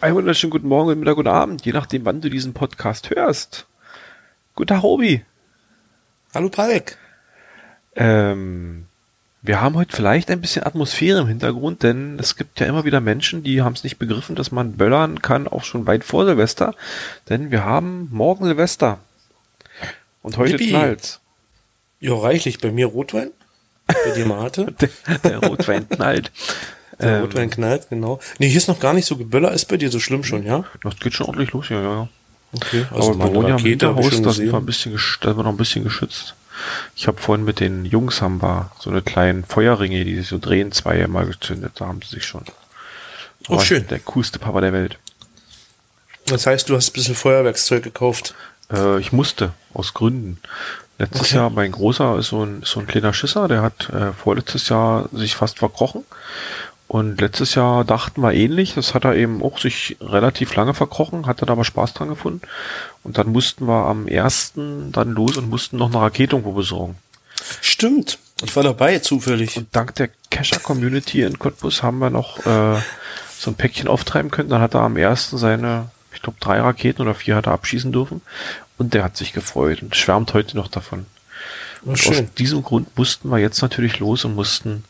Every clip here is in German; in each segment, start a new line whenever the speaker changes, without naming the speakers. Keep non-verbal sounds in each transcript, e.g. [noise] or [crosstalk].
Einen wunderschönen guten Morgen, guten Mittag, guten Abend, je nachdem, wann du diesen Podcast hörst. Guter Hobby.
Hallo Palek.
Ähm, wir haben heute vielleicht ein bisschen Atmosphäre im Hintergrund, denn es gibt ja immer wieder Menschen, die haben es nicht begriffen, dass man böllern kann, auch schon weit vor Silvester. Denn wir haben morgen Silvester. Und heute
Yippie.
knallt's.
Ja, reichlich. Bei mir Rotwein. Bei
[laughs]
dir Mate.
Der, [laughs] der Rotwein knallt.
Der
Ähm.
Rotwein knallt, genau. Nee, hier ist noch gar nicht so geböller. Ist bei dir so schlimm schon, ja?
Das geht schon ordentlich los, ja, ja. ja.
Okay.
Also Aber
meine
wir wohnen ja im
Rakete hab ich
Hinterhaus,
schon
da sind wir, ein
gesehen.
bisschen gesch- da sind wir noch ein bisschen geschützt. Ich habe vorhin mit den Jungs haben wir so eine kleinen Feuerringe, die sich so drehen, zwei mal gezündet, da haben sie sich schon.
Oh,
War
schön.
Der coolste Papa der Welt.
Das heißt, du hast ein bisschen Feuerwerkszeug gekauft.
Äh, ich musste, aus Gründen. Letztes
Okay.
Jahr, mein Großer ist so ein, ist so ein kleiner Schisser, der hat äh, vorletztes Jahr sich fast verkrochen. Und letztes Jahr dachten wir ähnlich, das hat er eben auch sich relativ lange verkrochen, hat dann aber Spaß dran gefunden. Und dann mussten wir am 1. dann los und mussten noch eine Rakete irgendwo besorgen.
Stimmt. Ich war dabei, zufällig.
Und dank der Kescher-Community in Cottbus haben wir noch äh, so ein Päckchen auftreiben können. Dann hat er am ersten seine, ich glaube, drei Raketen oder vier hat er abschießen dürfen. Und der hat sich gefreut und schwärmt heute noch davon.
Oh,
Und
schön.
aus diesem Grund mussten wir jetzt natürlich los und mussten,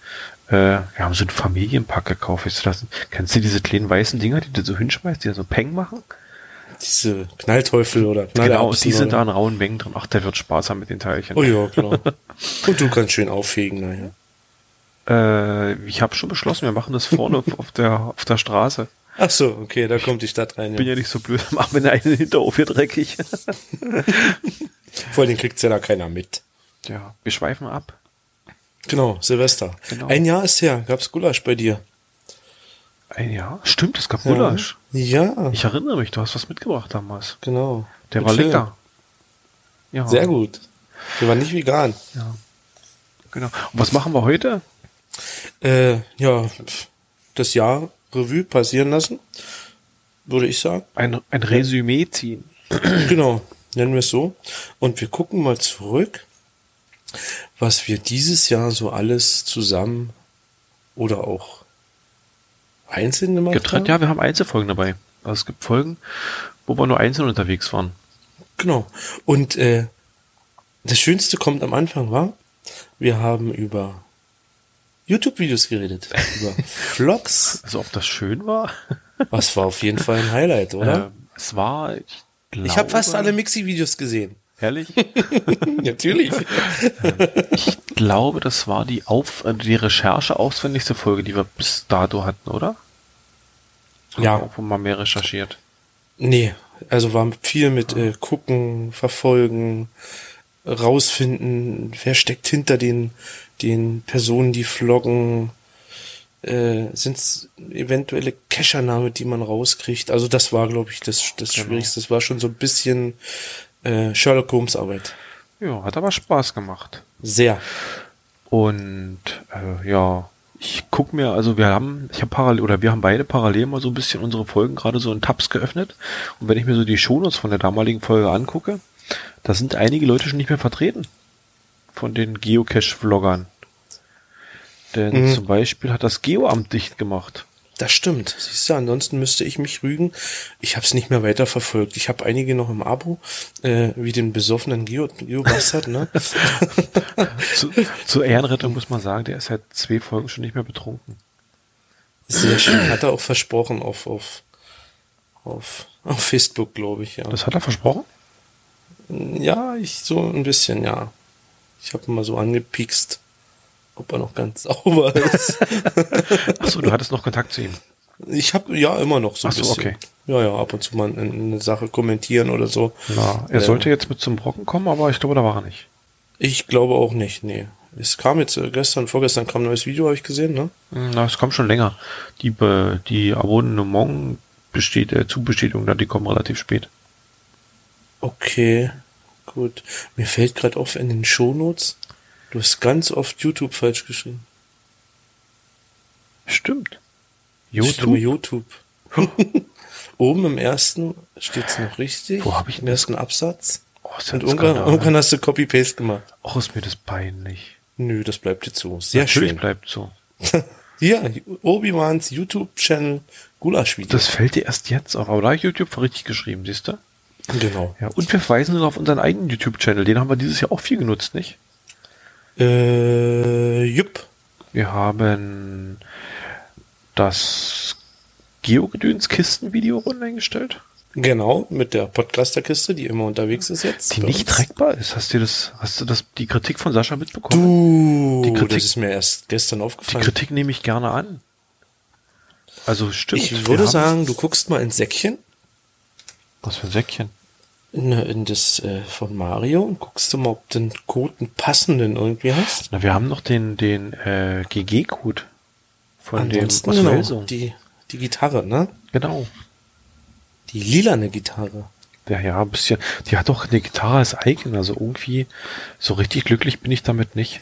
äh, wir haben so einen Familienpack gekauft. Weißt du, das, kennst du diese kleinen weißen Dinger, die du so hinschmeißt, die da so Peng machen?
Diese Knallteufel oder
Genau,
Knallerbsen
die sind da
oder-
in rauen Mengen drin. Ach, der wird Spaß haben mit den Teilchen.
Oh ja,
[laughs]
klar. Und du kannst schön auffegen, naja.
Äh, ich habe schon beschlossen, wir machen das
[laughs]
vorne auf- auf der, auf der Straße.
Ach so, okay, da kommt die Stadt rein.
bin
Ja.
ja nicht so blöd, mach mir einen Hinterhof hier dreckig.
Vor allem kriegt's ja da keiner mit.
Ja, wir schweifen ab.
Genau, Silvester.
Genau.
Ein Jahr ist her, gab's Gulasch bei dir.
Ein Jahr? Stimmt, es gab Gulasch.
Ja,
Ich erinnere mich, du hast was mitgebracht damals.
genau.
Der
Mit
war
Film.
lecker. Ja,
Sehr gut. Der war nicht vegan.
Ja. Genau. Und was machen wir heute?
Äh, ja, pf, das Jahr Revue passieren lassen, würde ich sagen. [clears throat]
Ein, ein Resümee ziehen.
genau, nennen wir es so. Und wir gucken mal zurück, was wir dieses Jahr so alles zusammen oder auch einzeln gemacht
Getrennt,
haben.
ja, wir haben Einzelfolgen dabei. Also es gibt Folgen, wo wir nur einzeln unterwegs waren.
Genau. Und äh, das Schönste kommt am Anfang, war, wir haben über YouTube-Videos geredet, über Vlogs.
Also ob das schön war?
Was war auf jeden Fall ein Highlight, oder?
Ähm, es war, ich glaube...
ich habe fast alle Mixi-Videos gesehen.
Herrlich.
[laughs] Natürlich.
Ich glaube, das war die, Auf äh, die Recherche auswendigste Folge, die wir bis dato hatten, oder?
Ja.
Auch wo man mehr recherchiert.
Nee, also war viel mit äh, gucken, verfolgen, rausfinden, wer steckt hinter den, den Personen, die vloggen. Äh, sind es eventuelle Cachername, die man rauskriegt? Also das war, glaube ich, das, das Schwierigste. Das war schon so ein bisschen äh, Sherlock Holmes Arbeit.
Ja, hat aber Spaß gemacht.
Sehr.
Und äh, ja, ich guck mir, also wir haben, ich habe parallel oder wir haben beide parallel mal so ein bisschen unsere Folgen gerade so in Tabs geöffnet. Und wenn ich mir so die Shownotes von der damaligen Folge angucke, da sind einige Leute schon nicht mehr vertreten von den Geocache-Vloggern. Denn zum Beispiel hat das Geoamt dicht gemacht.
Das stimmt. Siehst du, ansonsten müsste ich mich rügen. Ich habe es nicht mehr weiterverfolgt. Ich habe einige noch im Abo, äh, wie den besoffenen Geo, Geo
[laughs]
Bastard, ne?
Zu, [laughs] zur Ehrenrettung muss man sagen, der ist seit zwei Folgen schon nicht mehr betrunken.
Sehr schön. Hat er auch versprochen auf, auf, auf, auf Facebook, glaube ich, ja.
Das hat er versprochen?
ja, ich so ein bisschen, ja. Ich habe mal so angepiekst, ob er noch ganz [laughs] sauber ist.
Achso, du hattest noch Kontakt zu ihm.
ich habe ja immer noch so ein
Ach so,
bisschen.
okay.
Ja, ja, ab und zu mal eine, eine Sache kommentieren oder so.
Na, er
Äh,
sollte jetzt mit zum Brocken kommen, aber ich glaube, da war er nicht.
Ich glaube auch nicht, nee. Es kam jetzt äh, gestern, vorgestern kam ein neues Video, habe ich gesehen, ne?
Hm, Na, es kommt schon länger. Die, Be- die Abonnement besteht, äh, Zubestätigung, na, die kommen relativ spät.
Okay, gut. Mir fällt gerade auf in den Shownotes, du hast ganz oft YouTube falsch geschrieben.
Stimmt.
Ich stimme
YouTube?
YouTube. [laughs] Oben im ersten steht's noch richtig.
Wo hab ich
Im ersten Absatz.
Oh, ist ja
Und
ein
irgendwann,
Skandal.
irgendwann hast du Copy-Paste gemacht.
Och, ist mir das peinlich.
Nö, das bleibt jetzt so. Sehr
Natürlich
schön.
bleibt so.
Ja, Obi-Wans YouTube-Channel Gulasch-Video.
Das fällt dir erst jetzt auf. Aber da habe ich YouTube richtig geschrieben, siehst du?
Genau.
Ja, und wir verweisen noch auf unseren eigenen YouTube-Channel. Den haben wir dieses Jahr auch viel genutzt, nicht?
Äh, jupp.
Wir haben das Geogedöns-Kisten-Video online gestellt,
Genau, mit der Podcasterkiste, die immer unterwegs ist jetzt.
die
bei
nicht
uns.
trackbar ist. Hast du das, hast du das, die Kritik von Sascha mitbekommen?
Du,
Die Kritik-
Uh, das ist mir erst gestern
Die
aufgefallen.
Kritik nehme ich gerne an. Also stimmt.
Ich
wir
würde
haben-
sagen, du guckst mal ins Säckchen,
Was für ein Säckchen?
in, in das äh, von Mario und guckst du mal, ob du einen Code einen passenden irgendwie hast.
Na, wir haben noch den, den äh, GG-Code von
Ansonsten
dem Oswald
genau,
Sohn.
die, die Gitarre, ne?
Genau.
Die lilane Gitarre.
Ja, ja, ein bisschen. Die hat doch eine Gitarre als Icon, also irgendwie so richtig glücklich bin ich damit nicht.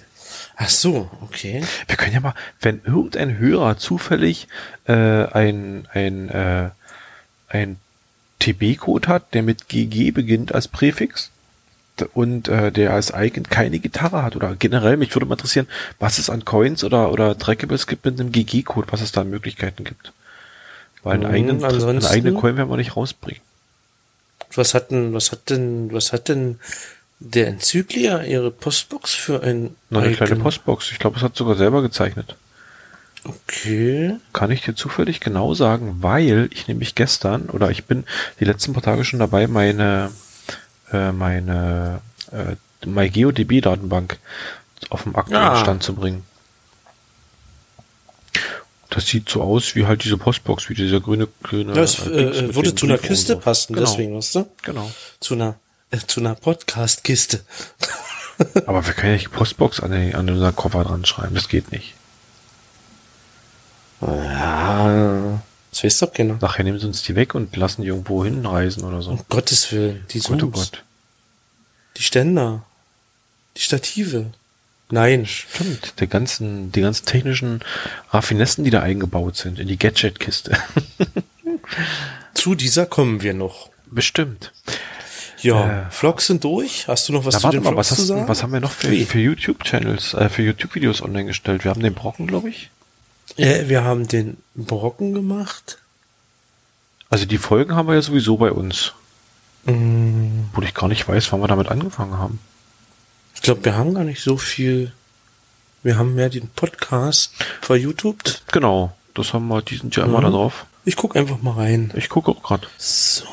Ach so, okay.
Wir können ja mal, wenn irgendein Hörer zufällig äh, ein, ein, äh, ein TB-Code hat, der mit GG beginnt als Präfix d- und äh, der als Icon keine Gitarre hat oder generell, mich würde mal interessieren, was es an Coins oder, oder Trackables gibt mit einem GG-Code, was es da an Möglichkeiten gibt. Weil einen
Mhm,
eigenen, eine
ansonsten-
eigene Coin werden wir nicht rausbringen.
Was hat denn, was hat denn, was hat denn der Enzyklia ihre Postbox für ein
Noch eine
Icon?
kleine Postbox. Ich glaube, es hat sogar selber gezeichnet.
Okay.
Kann ich dir zufällig genau sagen, weil ich nämlich gestern oder ich bin die letzten paar Tage schon dabei, meine, äh, meine äh, MyGeoDB-Datenbank auf den aktuellen
Ah.
Stand zu bringen. Das sieht so aus wie halt diese Postbox, wie dieser grüne, grüne.
Das
äh, Dings
äh,
mit
würde
den
zu einer
Briefen und
Kiste
so.
passen,
genau,
deswegen, weißt du?
Genau.
Zu einer, äh, zu einer Podcast-Kiste.
Aber wir können ja nicht die Postbox an, den, an unseren Koffer dran schreiben, das geht nicht. Ah.
Ja. Das weiß doch keiner.
Nachher nehmen sie uns die weg und lassen die irgendwo hinreisen oder so.
Um Gottes Willen, die
Gott, oh
Zooms,
Gott.
die Ständer, die Stative. Nein.
Stimmt, der ganzen, die ganzen technischen Raffinessen, die da eingebaut sind, in die Gadget-Kiste. [laughs]
Zu dieser kommen wir noch.
Bestimmt.
Ja, Vlogs sind durch. Hast du noch was
Na,
zu
warte
den
mal,
Vlogs
was,
zu
hast,
sagen?
du- was haben wir noch für,
Wie?
für YouTube-Channels, äh, für YouTube-Videos online gestellt? Wir haben den Brocken, glaube ich.
Äh, wir haben den Brocken gemacht.
Also die Folgen haben wir ja sowieso bei uns,
Mm,
wo ich gar nicht weiß, wann wir damit angefangen haben.
Ich glaube, wir haben gar nicht so viel. Wir haben mehr den Podcast vor YouTube.
Genau, das haben wir, die sind ja immer
Mhm.
da drauf.
Ich guck einfach mal rein.
Ich gucke auch gerade.
So,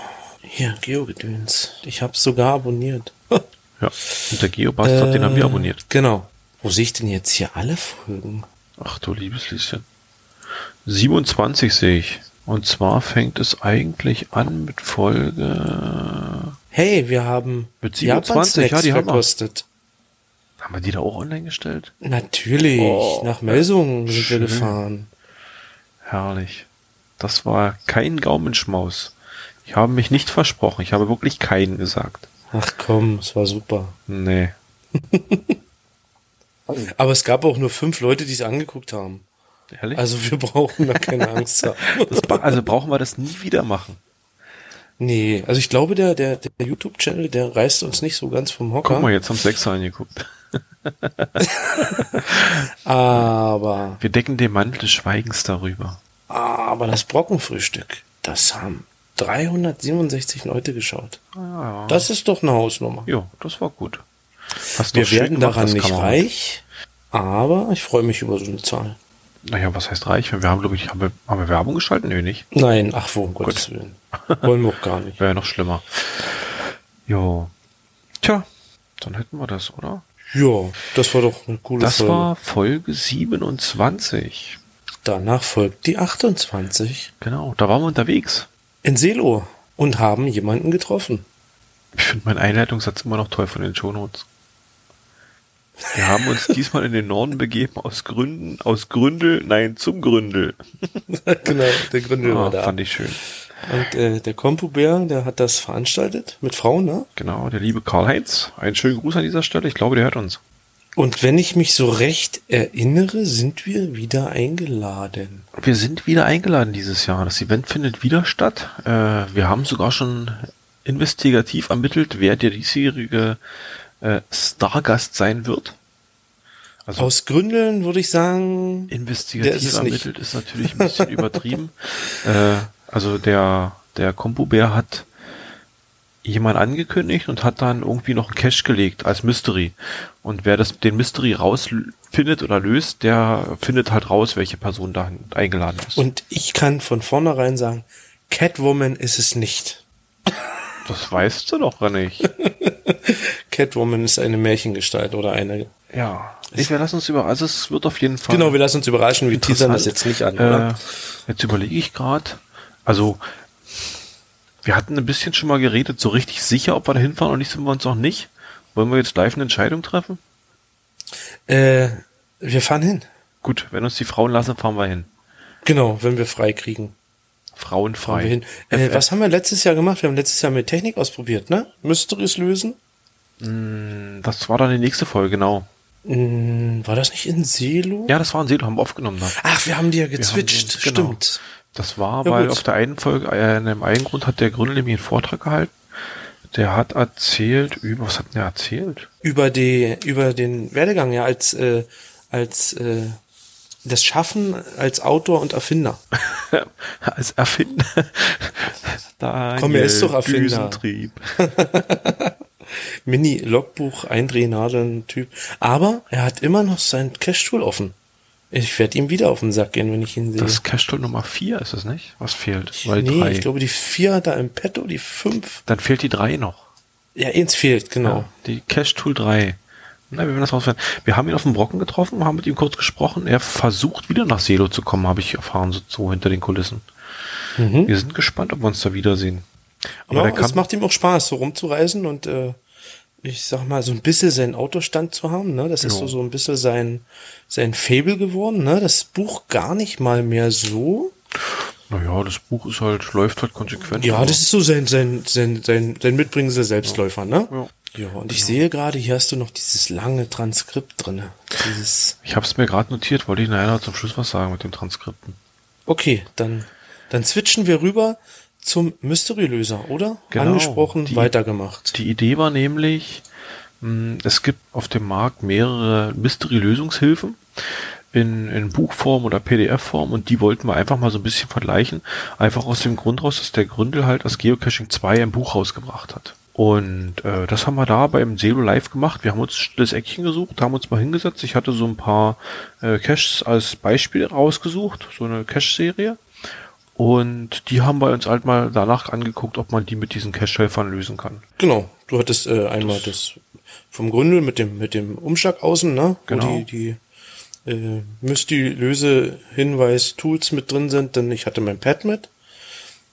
hier, Geogedöns. Ich hab's sogar abonniert. [laughs] Äh,
Ja, und der Geobastard, den haben wir abonniert.
Genau. Wo sehe ich denn jetzt hier alle Folgen?
Ach du liebes Lieschen. 27 sehe ich. Und zwar fängt es eigentlich an mit Folge
Hey, wir haben
Mit 27,
Japan-Snacks
ja, die haben wir.
verkostet.
Haben wir die da auch online gestellt?
Natürlich,
Oh,
nach Melsungen sind
schön.
wir gefahren.
Herrlich. Das war kein Gaumenschmaus. Ich habe mich nicht versprochen. Ich habe wirklich keinen gesagt.
Ach komm, es war super.
Nee.
Aber es gab auch nur fünf Leute, die es angeguckt haben.
Ehrlich? Also,
Also wir brauchen da keine Angst haben.
[laughs] das, ba- also brauchen wir das nie wieder machen.
Nee, also ich glaube, der, der, der YouTube-Channel, der reißt uns nicht so ganz vom
Guck mal,
Hocker.
jetzt haben sechs angeguckt.
Aber,
Wir decken den Mantel des Schweigens darüber.
aber das Brockenfrühstück, das haben 367 Leute geschaut.
Ah, Ja, ja.
Das ist doch eine Hausnummer.
ja das war gut. Hast
Wir
doch schön
werden
gemacht,
daran
das
nicht
Kameramann.
reich, aber ich freue mich über so eine Zahl.
Naja, was heißt reich? Wir haben, glaube ich, haben wir, haben wir Werbung geschalten? Nö, nicht.
Nein, ach wo, um Gottes Willen. Wollen wir auch gar nicht.
Wäre ja noch schlimmer. Jo. Tja, dann hätten wir das, oder?
Ja, das war doch eine coole
Das
Folge.
war Folge 27.
Danach folgt die 28
Genau, da waren wir unterwegs.
in Selo und haben jemanden getroffen. [laughs]
Ich finde meinen Einleitungssatz immer noch toll von den Shownotes. Wir haben uns diesmal in den Norden begeben aus Gründen, aus Gründel, nein, zum Gründel.
genau, der Gründer
Ah,
war da.
fand ich schön.
Und äh, der Kompubär, der hat das veranstaltet mit Frauen, ne?
Genau, der liebe Karl-Heinz. Einen schönen Gruß an dieser Stelle. Ich glaube, der hört uns.
Und wenn ich mich so recht erinnere, sind wir wieder eingeladen.
Wir sind wieder eingeladen dieses Jahr. Das Event findet wieder statt. Äh, wir haben sogar schon investigativ ermittelt, wer der diesjährige äh, Stargast sein wird. Also-
Aus Gründeln würde ich sagen, Der ist
investigativ
es
ermittelt ist natürlich ein bisschen
[laughs]
übertrieben. Äh, also der, der Kombo-Bär hat jemand angekündigt und hat dann irgendwie noch einen Cash gelegt als Mystery. Und wer das, den Mystery rausfindet oder löst, der findet halt raus, welche Person da eingeladen ist.
und ich kann von vornherein sagen, Catwoman ist es nicht.
das weißt du doch
[laughs]
nicht.
Catwoman ist eine Märchengestalt oder eine.
ja. Ich, wir lassen uns über, also es wird auf jeden Fall.
Genau, wir lassen uns überraschen, wir teasern das jetzt nicht an, oder?
Äh, jetzt überlege ich gerade. Also, wir hatten ein bisschen schon mal geredet, so richtig sicher, ob wir da hinfahren oder nicht, sind wir uns noch nicht. Wollen wir jetzt live eine Entscheidung treffen?
Äh, wir fahren hin.
Gut, wenn uns die Frauen lassen, fahren wir hin.
Genau, wenn wir frei kriegen. Fahren
Frauenfrei.
wir hin. Äh, was haben wir letztes Jahr gemacht? Wir haben letztes Jahr mit Technik ausprobiert, ne? Mysteries lösen?
Ähm, Das war dann die nächste Folge, genau.
Hm, war das nicht in Selo?
Ja, das waren sie, haben wir aufgenommen. Ne?
Ach, wir haben die ja
Wir haben
gezwitscht.
den- genau.
Stimmt.
Das war,
Ja,
weil
gut.
auf der einen Folge, äh, in einem einen Grund hat der Gründel nämlich einen Vortrag gehalten. Der hat erzählt über, was hat denn der erzählt?
Über die, über den Werdegang, ja, als, äh, als, äh, das Schaffen als Autor und Erfinder.
[laughs] als Erfinder. Daniel
Komm, er ist doch Erfinder.
Düsentrieb.
Mini-Logbuch, Eindrehnadeln-Typ. Aber er hat immer noch seinen Cash-Tool offen. Ich werde ihm wieder auf den Sack gehen, wenn ich ihn sehe.
Das ist Cash-Tool Nummer 4 ist es nicht? Was fehlt? Weil
nee,
drei.
ich glaube, die vier hat er im Petto, die fünf.
Dann fehlt die 3 noch.
Ja, eins fehlt, genau.
Die Cash-Tool 3. Na, wir werden das rausfinden. Wir haben ihn auf dem Brocken getroffen, haben mit ihm kurz gesprochen. Er versucht wieder nach Selo zu kommen, habe ich erfahren, so, so hinter den Kulissen. Wir sind gespannt, ob wir uns da wiedersehen. Aber
Mhm. Ja,
der
es
kam,
macht ihm auch Spaß, so rumzureisen und äh, ich sag mal, so ein bisschen seinen Autostand zu haben, ne? Das ist
Ja.
so, so ein bisschen sein, sein Fable geworden, ne? Das Buch gar nicht mal mehr so.
naja, das Buch ist halt, läuft halt konsequent.
Ja,
aber-
das ist so sein, sein, sein, sein, sein Mitbringsel Selbstläufer, ne?
Ja.
Ja, und ich sehe gerade, hier hast du noch dieses lange Transkript drinne. Dieses.
ich habe es mir gerade notiert, wollte ich nachher noch zum Schluss was sagen mit den Transkripten.
Okay, dann, dann switchen wir rüber zum Mystery-Löser, oder?
Genau,
Angesprochen,
die-
weitergemacht.
Die Idee war nämlich, mh, es gibt auf dem Markt mehrere Mystery-Lösungshilfen in, in Buchform oder PDF-Form und die wollten wir einfach mal so ein bisschen vergleichen. Einfach aus dem Grund raus, dass der Gründel halt das Geocaching 2 ein Buch rausgebracht hat. Und äh, das haben wir da beim Selo Live gemacht. Wir haben uns ein stilles Eckchen gesucht, haben uns mal hingesetzt. Ich hatte so ein paar äh, Caches als Beispiel rausgesucht, so eine Cache-Serie. Und die haben wir uns halt mal danach angeguckt, ob man die mit diesen Cache-Helfern lösen kann.
Genau, du hattest äh, einmal das, vom Gründel mit dem, mit dem Umschlag außen, ne?
Genau.
Wo die, die äh, Mystery-Löse-Hinweis-Tools mit drin sind, denn ich hatte mein Pad mit.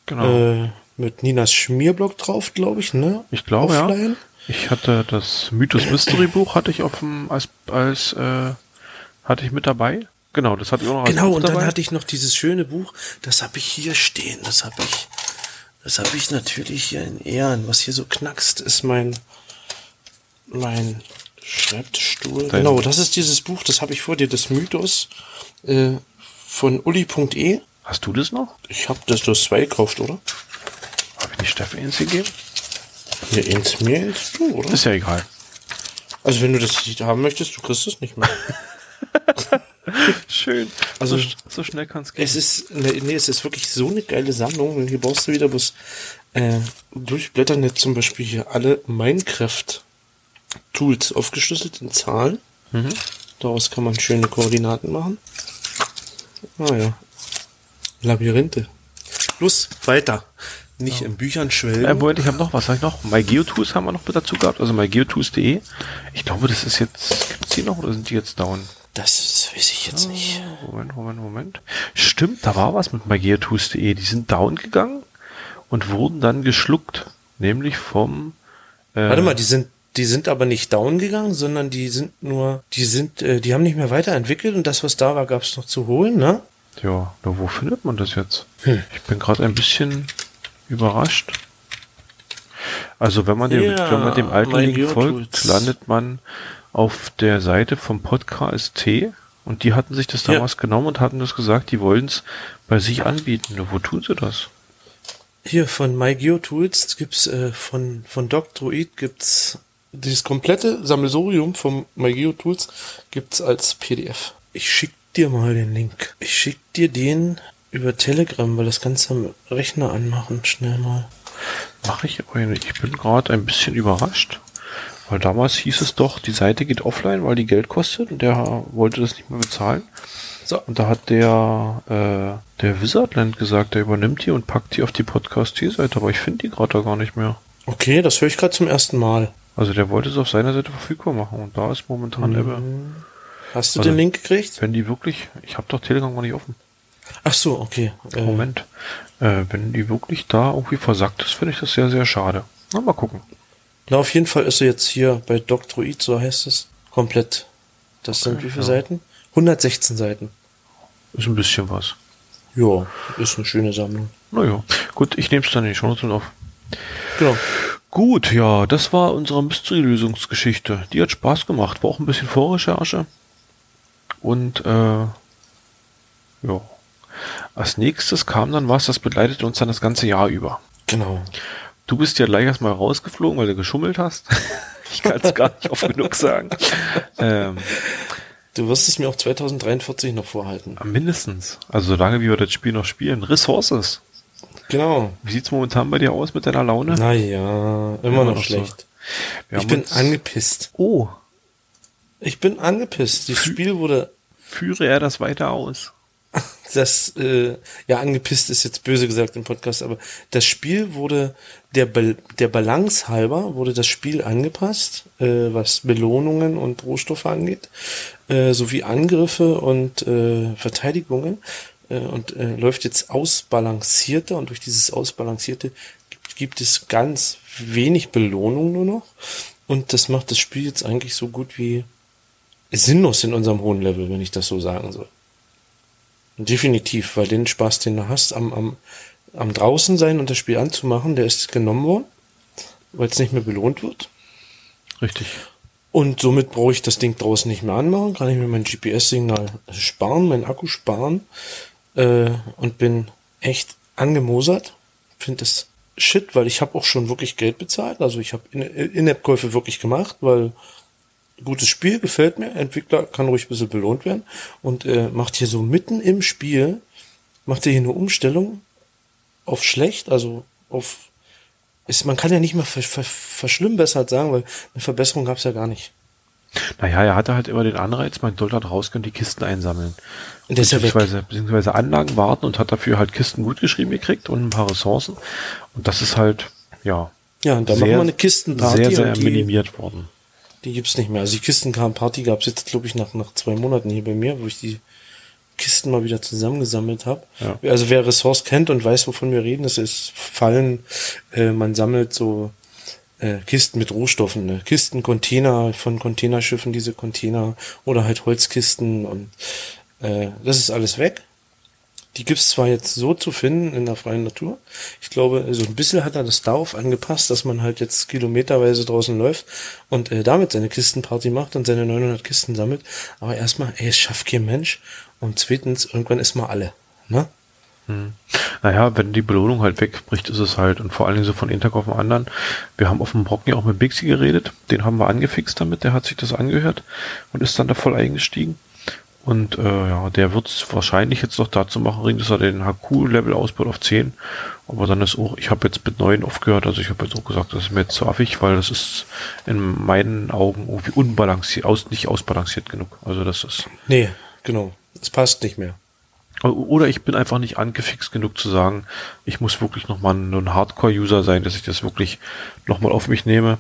Genau.
Äh, mit Ninas Schmierblock drauf, glaube ich, ne?
ich glaube,
Offline.
ja. Ich hatte das Mythos Mystery Buch hatte ich auf dem, als, als äh, hatte ich mit dabei. Genau, das hatte ich auch noch als
Genau,
Buch
und dann
dabei.
hatte ich noch dieses schöne Buch, das habe ich hier stehen, das habe ich, das habe ich natürlich hier in Ehren. Was hier so knackst, ist mein, mein Schreibtischstuhl.
Dein-
Genau, das ist dieses Buch, das habe ich vor dir, das Mythos äh, von uli.e.
Hast du das noch?
Ich habe das, du hast zwei gekauft, oder?
Habe ich nicht Steffen eins gegeben?
Mir eins, mir eins, du, oder?
Ist ja egal.
Also wenn du das nicht haben möchtest, du kriegst es nicht mehr.
Schön. Also
Also-
so, sch- so schnell kann es gehen.
Es ist, ne, nee, nee, es ist wirklich so eine geile Sammlung. Und Hier brauchst du wieder bloß äh, durchblättern jetzt zum Beispiel hier alle Minecraft-Tools aufgeschlüsselt in Zahlen. Daraus kann man schöne Koordinaten machen. Naja. Labyrinthe. Los, weiter. Nicht in Büchern
Äh,
schwelgen.
Moment, ich habe noch was. Hab ich noch? MyGeoTools haben wir noch mit dazu gehabt. Also mygeotools.de. Ich glaube, das ist jetzt. Gibt's die noch oder sind die jetzt down?
Das ist- weiß ich jetzt nicht.
Moment, Moment, Moment. Stimmt, da war was mit MyGearTools.de. Die sind down gegangen und wurden dann geschluckt. Nämlich vom. Äh,
Warte mal, die sind, die sind aber nicht down gegangen, sondern die sind nur, die sind, äh, die haben nicht mehr weiterentwickelt und das, was da war, gab es noch zu holen, ne?
Ja, na, wo findet man das jetzt?
Hm.
Ich bin gerade ein bisschen überrascht. Also wenn man dem,
Ja,
wenn man dem alten
mein
Link folgt,
Geotools.
landet man auf der Seite vom Podcast und die hatten sich das
Ja.
damals genommen und hatten das gesagt, die wollen es bei sich anbieten. Na, Wo tun sie das?
Hier von MyGeoTools gibt's äh, von von Doctroid gibt's dieses komplette Sammelsurium vom MyGeo Tools gibt's als PDF. Ich schick dir mal den Link. Ich schick dir den über Telegram, weil das kannst du am Rechner anmachen, schnell mal.
Mache ich aber nicht. Ich bin gerade ein bisschen überrascht. Weil damals hieß es doch, die Seite geht offline, weil die Geld kostet und der wollte das nicht mehr bezahlen.
So.
Und da hat der, äh, der Wizardland gesagt, der übernimmt die und packt die auf die Podcast-T-Seite, aber ich finde die gerade da gar nicht mehr.
Okay, das höre ich gerade zum ersten Mal.
Also der wollte es auf seiner Seite verfügbar machen und da ist momentan Ebbe.
Hast du
Also-
den Link gekriegt?
Wenn die wirklich, ich habe doch Telegram gar nicht offen.
Ach so, okay. Äh,
Moment. Äh, wenn die wirklich da irgendwie versackt ist, finde ich das sehr, sehr schade. Na, mal gucken.
na, auf jeden Fall ist er jetzt hier bei Doctroid, so heißt es, komplett. Das sind wie viele
ja.
Seiten? 116 Seiten.
Ist ein bisschen was.
Ja, ist eine schöne Sammlung.
Naja, gut, ich nehme es dann in die Shownotes mit auf.
Genau.
Gut, ja, das war unsere Mystery-Lösungsgeschichte. Die hat Spaß gemacht. War auch ein bisschen Vorrecherche. Und, äh, ja. Als nächstes kam dann was, das begleitete uns dann das ganze Jahr über.
Genau.
Du bist ja gleich erstmal rausgeflogen, weil du geschummelt hast. [laughs] ich kann es gar nicht oft genug sagen. Ähm,
Du wirst es mir auch 2043 noch vorhalten.
mindestens. Also solange wie wir das Spiel noch spielen. Ressources.
Genau.
Wie sieht's momentan bei dir aus mit deiner Laune?
Naja, immer
Immer noch
noch
so.
schlecht.
Wir
Ich
haben
bin
uns-
angepisst.
Oh,
Ich bin
[laughs]
angepisst. Das Spiel wurde
führe er das weiter aus.
das, äh, ja, angepisst ist jetzt böse gesagt im Podcast, aber das Spiel wurde, der, Bal der Balance halber wurde das Spiel angepasst, äh, was Belohnungen und Rohstoffe angeht, äh, sowie Angriffe und äh, Verteidigungen äh, und äh, läuft jetzt ausbalancierter und durch dieses Ausbalancierte gibt, gibt es ganz wenig Belohnung nur noch und das macht das Spiel jetzt eigentlich so gut wie sinnlos in unserem hohen Level, wenn ich das so sagen soll. Definitiv, weil den Spaß, den du hast, am, am, am draußen sein und das Spiel anzumachen, der ist genommen worden, weil es nicht mehr belohnt wird.
Richtig.
Und somit brauche ich das Ding draußen nicht mehr anmachen, kann ich mir mein GPS-Signal sparen, meinen Akku sparen äh, und bin echt angemosert. Finde das shit, weil ich habe auch schon wirklich Geld bezahlt. Also ich habe In- In-App-Käufe wirklich gemacht, weil gutes Spiel gefällt mir. Entwickler kann ruhig ein bisschen belohnt werden und äh, macht hier so mitten im Spiel, macht er hier eine Umstellung auf schlecht, also auf ist, man kann ja nicht mal ver, ver, verschlimmbessert sagen, weil eine Verbesserung gab es ja gar nicht.
Naja, er hatte halt immer den Anreiz, man soll dann rausgehen und die Kisten einsammeln.
Und der ist ja weg.
beziehungsweise, beziehungsweise Anlagen warten und hat dafür halt Kisten gut geschrieben gekriegt und ein paar Ressourcen. Und das ist halt, ja.
Ja, und da machen wir eine Kistenparty
Sehr, sehr
und die-
minimiert worden.
Die gibt's nicht mehr. Also die Kistenkram-Party gab's jetzt, glaube ich, nach, nach zwei Monaten hier bei mir, wo ich die Kisten mal wieder zusammengesammelt habe.
Ja.
Also wer Ressorts kennt und weiß, wovon wir reden, das ist Fallen. Äh, man sammelt so äh, Kisten mit Rohstoffen, ne? Kisten, Container von Containerschiffen, diese Container oder halt Holzkisten und äh, das ist alles weg. Die gibt's zwar jetzt so zu finden in der freien Natur. Ich glaube, so ein bisschen hat er das darauf angepasst, dass man halt jetzt kilometerweise draußen läuft und äh, damit seine Kistenparty macht und seine 900 Kisten sammelt. Aber erstmal, ey, es schafft kein Mensch. Und zweitens, irgendwann ist mal alle. Ne?
Naja, wenn die Belohnung halt wegbricht, ist es halt. Und vor allen Dingen so von einem Tag auf den anderen. Wir haben auf dem Brocken ja auch mit Bixi geredet. Den haben wir angefixt damit. Der hat sich das angehört und ist dann da voll eingestiegen. Und äh, ja, der wird es wahrscheinlich jetzt noch dazu machen, bringen, dass er den HQ-Level ausbaut auf 10. Aber dann ist auch, ich habe jetzt mit 9 aufgehört, also ich habe jetzt auch gesagt, das ist mir jetzt zu affig, weil das ist in meinen Augen irgendwie unbalanciert, aus, nicht ausbalanciert genug. Also das ist.
Nee, genau. Es passt nicht mehr.
Oder ich bin einfach nicht angefixt genug zu sagen, ich muss wirklich nochmal ein Hardcore-User sein, dass ich das wirklich nochmal auf mich nehme.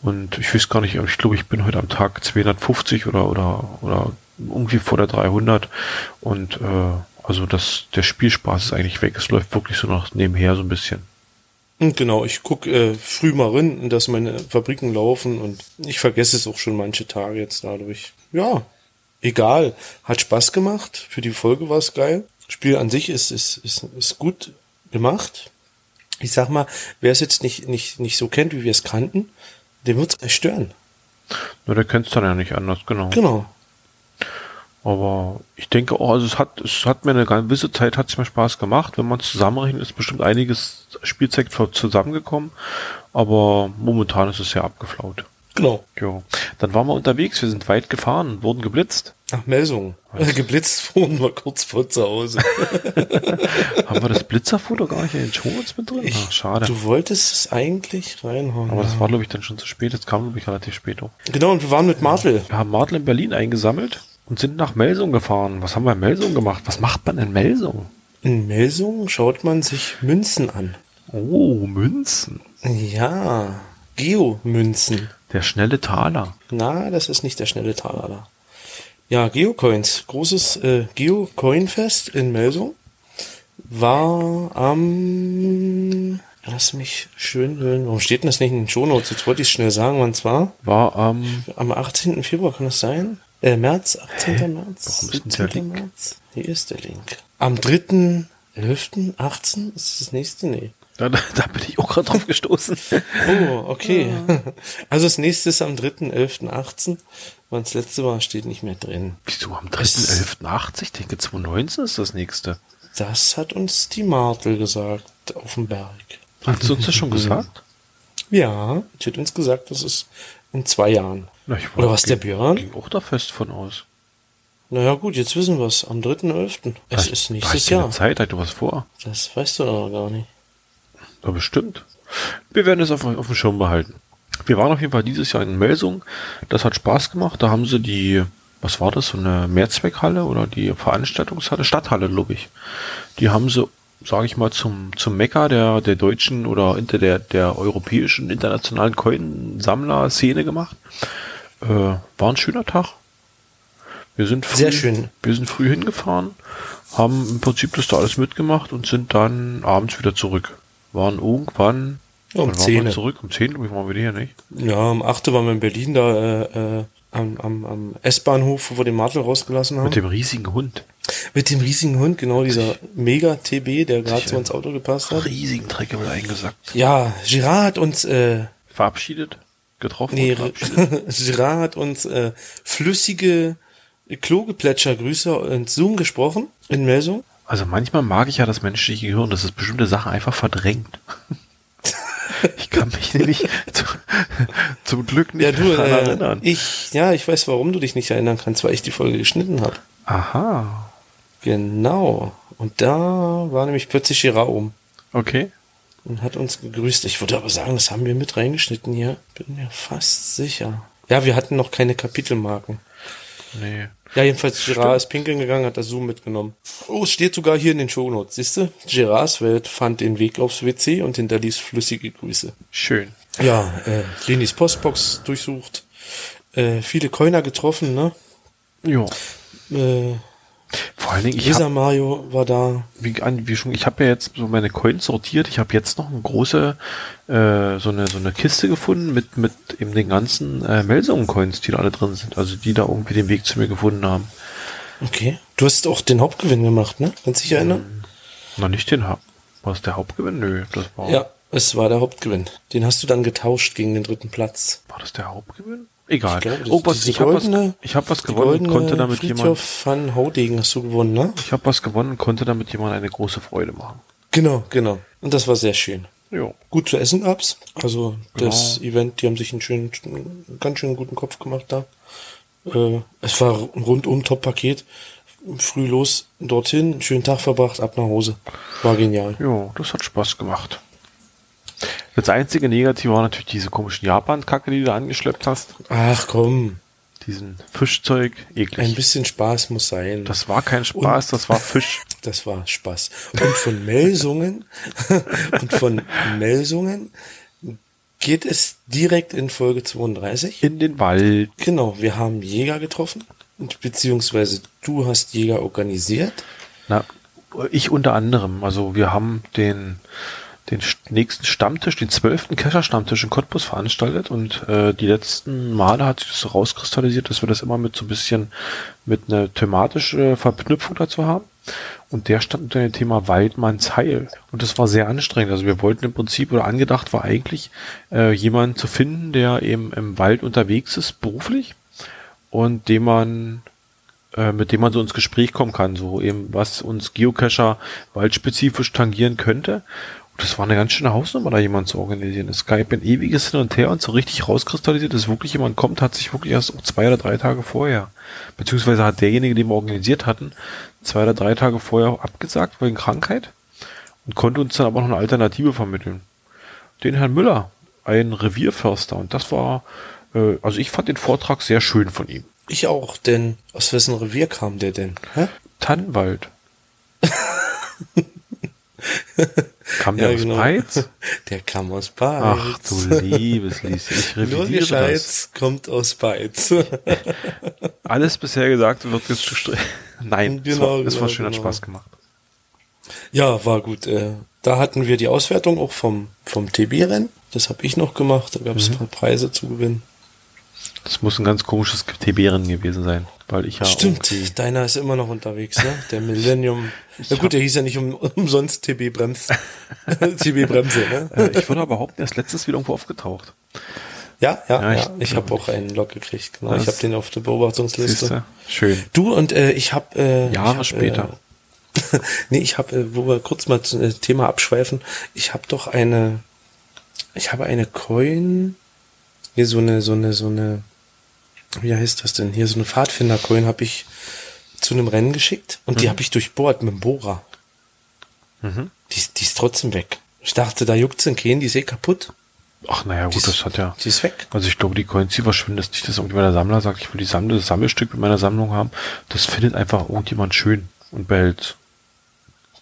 Und ich weiß gar nicht, ich glaube, ich bin heute am Tag 250 oder, oder, oder irgendwie vor der 300. Und äh, also das, der Spielspaß ist eigentlich weg. Es läuft wirklich so noch nebenher so ein bisschen.
Und genau, ich guck äh, früh mal rein, dass meine Fabriken laufen und ich vergesse es auch schon manche Tage jetzt dadurch. Ja, egal. Hat Spaß gemacht. Für die Folge war es geil. Spiel an sich ist, ist, ist, ist gut gemacht. Ich sag mal, wer es jetzt nicht, nicht, nicht so kennt, wie wir es kannten, dem wird's gleich stören.
Na, der kennt's dann ja nicht anders, genau.
Genau.
Aber ich denke auch, also es hat, es hat mir eine gewisse Zeit, hat es mir Spaß gemacht. Wenn man es zusammenrechnet, ist bestimmt einiges Spielzeug ver- zusammengekommen. Aber momentan ist es ja abgeflaut.
Genau.
Ja. Dann waren wir unterwegs, wir sind weit gefahren, wurden geblitzt.
Nach Melsungen. Äh, [laughs] geblitzt wurden wir kurz vor zu Hause.
Haben wir das Blitzerfoto gar nicht in den Shownotes mit drin? Ach, Ah, schade.
Du wolltest es eigentlich reinhauen.
Aber das war, glaube ich, dann schon zu spät. Das kam, glaube ich, relativ spät. Auch.
genau, und wir waren mit Martel.
Wir haben Martel in Berlin eingesammelt und sind nach Melsung gefahren. Was haben wir in Melsung gemacht? Was macht man in Melsung?
In Melsungen schaut man sich Münzen an.
Oh, Münzen.
Ja, Geomünzen.
Der schnelle Taler.
Na, das ist nicht der schnelle Taler da. Ja, Geocoins. Großes äh, Geocoin-Fest in Melsung war am... Lass mich schön hören. Warum steht denn das nicht in den Shownotes? Jetzt wollte ich schnell sagen, wann es war.
War ähm, am,
Am 18. Februar kann das sein? Äh, März, 18. März.
Warum ist denn der
17.
Link?
März? Hier ist der Link. Am 3. 11. 18. ist das nächste? Nee.
da, da, da bin ich auch gerade drauf
[laughs]
gestoßen.
Oh, okay. [laughs] Also das nächste ist am 3.11.18. Wann das letzte war, steht nicht mehr drin.
Wieso am 3.11.80? Ich denke, 2019 ist das nächste.
Das hat uns die Martel gesagt auf dem Berg.
Hast du uns
[laughs]
das schon gesagt?
Ja, die hat uns gesagt, das ist in zwei Jahren.
Na, ich war-
Oder was der
ging-
Björn?
Ging auch da fest von aus.
Naja gut, jetzt wissen wir es. Am 3.11. Es ist nächstes Jahr.
Zeit, hat du was vor?
Das weißt du doch gar nicht.
Ja, bestimmt. Wir werden es auf, auf dem Schirm behalten. Wir waren auf jeden Fall dieses Jahr in Melsung. Das hat Spaß gemacht. Da haben sie die, was war das, so eine Mehrzweckhalle oder die Veranstaltungshalle, Stadthalle, glaube ich. Die haben sie, sage ich mal, zum, zum Mekka der, der deutschen oder inter, der, der europäischen, internationalen Coin-Sammler-Szene gemacht. Äh, war ein schöner Tag. Wir sind früh,
Sehr schön.
Wir sind früh hingefahren, haben im Prinzip das da alles mitgemacht und sind dann abends wieder zurück. Waren irgendwann
Um
wann waren
10.
wir zurück. Um 10 glaube ich waren wir hier nicht.
Ja, am 8. waren wir in Berlin, da äh, äh, am, am, am S-Bahnhof, wo wir den Martel rausgelassen haben.
Mit dem riesigen Hund.
Mit dem riesigen Hund, genau dieser Mega-TB, der gerade
Sich,
so
äh,
ins Auto gepasst hat.
Riesigen Treckerl eingesackt.
Ja, Girard hat uns, äh,
Verabschiedet. Getroffen.
nee,
und verabschiedet.
[laughs] Girard hat uns äh, flüssige Klogeplätscher-Grüße ins Zoom gesprochen, in Melsung.
Also manchmal mag ich ja das menschliche Gehirn, dass es bestimmte Sachen einfach
[laughs]
verdrängt. ich kann mich nämlich zu, zum Glück nicht
Ja, du,
daran
äh,
erinnern.
ich, ja, ich weiß, warum du dich nicht erinnern kannst, weil ich die Folge geschnitten habe.
Aha.
Genau. Und da war nämlich plötzlich Girard oben.
Okay.
und hat uns gegrüßt. Ich würde aber sagen, das haben wir mit reingeschnitten hier. Bin mir fast sicher. Ja, wir hatten noch keine Kapitelmarken.
Nee.
Ja, jedenfalls, Gerard ist pinkeln gegangen, hat das Zoom mitgenommen. Oh, es steht sogar hier in den Shownotes, siehst du? Gerards Welt fand den Weg aufs WC und hinterließ flüssige Grüße.
Schön.
Ja, äh, Lenis Postbox durchsucht, äh, viele Coiner getroffen, ne?
Ja.
Äh,
Vor allen Dingen, ich
Lisa
habe
Mario war da.
wie, an- wie schon, ich habe ja jetzt so meine Coins sortiert. Ich habe jetzt noch eine große, äh, so eine so eine Kiste gefunden mit mit eben den ganzen äh, Melsungen Coins, die da alle drin sind. Also die da irgendwie den Weg zu mir gefunden haben.
Okay. Du hast auch den Hauptgewinn gemacht, ne? Kannst dich erinnern?
Noch nicht den Haupt. War es der Hauptgewinn? Nö, das war.
Ja, es war der Hauptgewinn. Den hast du dann getauscht gegen den dritten Platz.
War das der Hauptgewinn? Egal.
Ich glaube, Genau, das-
oh, was,
diese
ich habe was,
goldene-
ich hab was
die
gewonnen und
goldene
konnte damit jemand.
Friedhof van Haudegen hast du gewonnen, ne?
Ich habe was gewonnen und konnte damit jemand eine große Freude machen.
Genau, genau. Und das war sehr schön.
Jo.
Gut zu essen gab's. Also das Event, die haben sich einen schönen, einen ganz schönen guten Kopf gemacht da. Äh, es war ein rundum Top-Paket. Früh los dorthin, schönen Tag verbracht, ab nach Hause. War genial.
Jo, das hat Spaß gemacht. Das einzige Negative war natürlich diese komischen Japan-Kacke, die du da angeschleppt hast.
Ach komm,
Diesen Fischzeug,
ein
eklig.
bisschen Spaß muss sein.
Das war kein Spaß, das war Fisch.
Das war Spaß. Und von Melsungen, [laughs] und von Melsungen geht es direkt in Folge 32.
In den Wald.
Genau, wir haben Jäger getroffen, und beziehungsweise du hast Jäger organisiert.
Na, ich unter anderem. Also wir haben den, den st- nächsten Stammtisch, den zwölften Kescher-Stammtisch in Cottbus veranstaltet und äh, die letzten Male hat sich das so rauskristallisiert, dass wir das immer mit so ein bisschen mit einer thematischen Verknüpfung dazu haben. Und der stand unter dem Thema Waldmanns Heil. Und das war sehr anstrengend. Also wir wollten im Prinzip oder angedacht war eigentlich, äh, jemanden zu finden, der eben im Wald unterwegs ist, beruflich und dem man äh, mit dem man so ins Gespräch kommen kann, so eben was uns Geocacher waldspezifisch tangieren könnte. Das war eine ganz schöne Hausnummer, da jemand zu organisieren. Es gab ein ewiges Hin und Her und so richtig rauskristallisiert, dass wirklich jemand kommt, hat sich wirklich erst auch zwei oder drei Tage vorher, beziehungsweise hat derjenige, den wir organisiert hatten, zwei oder drei Tage vorher abgesagt wegen Krankheit und konnte uns dann aber noch eine Alternative vermitteln. Den Herrn Müller, ein Revierförster, und das war, äh, also ich fand den Vortrag sehr schön von ihm.
Ich auch, denn aus wessen Revier kam der denn? Hä? [laughs]
Tannenwald. Kam der
Ja,
aus
genau.
Breiz?
[laughs] Der kam aus Beiz.
Ach du liebes Lieschen,
[laughs]
ich
Nur
revidiere das.
Gescheiz kommt aus Beiz.
Alles bisher gesagt wird jetzt gestrichen. [laughs] Nein, es war,
Genau,
es war
genau,
schön, hat
genau.
Spaß gemacht.
[laughs] ja, war gut. Äh, da hatten wir die Auswertung auch vom, vom TB-Rennen. Das habe ich noch gemacht. Da gab
Mhm.
es ein paar Preise zu gewinnen.
Das muss ein ganz komisches TB-Rennen gewesen sein, weil ich ja
Stimmt,
irgendwie-
deiner ist immer noch unterwegs, ne?
[laughs]
Der Millennium. Na gut, der hieß ja nicht um, [laughs] umsonst [laughs] TB-Brems. TB-Bremse, ne?
Äh, ich würde aber behaupten, er ist letztens wieder irgendwo aufgetaucht.
Ja, ja,
Ja,
ja.
ich-
Ich, habe auch einen Log gekriegt, genau.
Das-
Ich habe den auf der Beobachtungsliste.
Siehste? Schön.
Du und äh, ich habe äh,
Jahre
ich hab,
später.
Äh, [laughs] nee, ich habe, äh, wo wir kurz mal zum äh, Thema abschweifen, ich habe doch eine, ich habe eine Coin, hier so eine, so eine, so eine, wie heißt das denn? Hier so eine Pfadfinder-Coin habe ich zu einem Rennen geschickt und
Mhm.
die habe ich durchbohrt mit dem Bohrer. Die, ist- die ist trotzdem weg. Ich dachte, da juckt's in Kehen, die ist eh kaputt.
Ach naja,
Die
gut,
ist,
das hat ja...
Die ist weg.
Also ich glaube, die Coins, die verschwinden das nicht, dass irgendjemand der Sammler sagt, ich will die Sammel, das Sammelstück in meiner Sammlung haben. Das findet einfach irgendjemand schön und behält.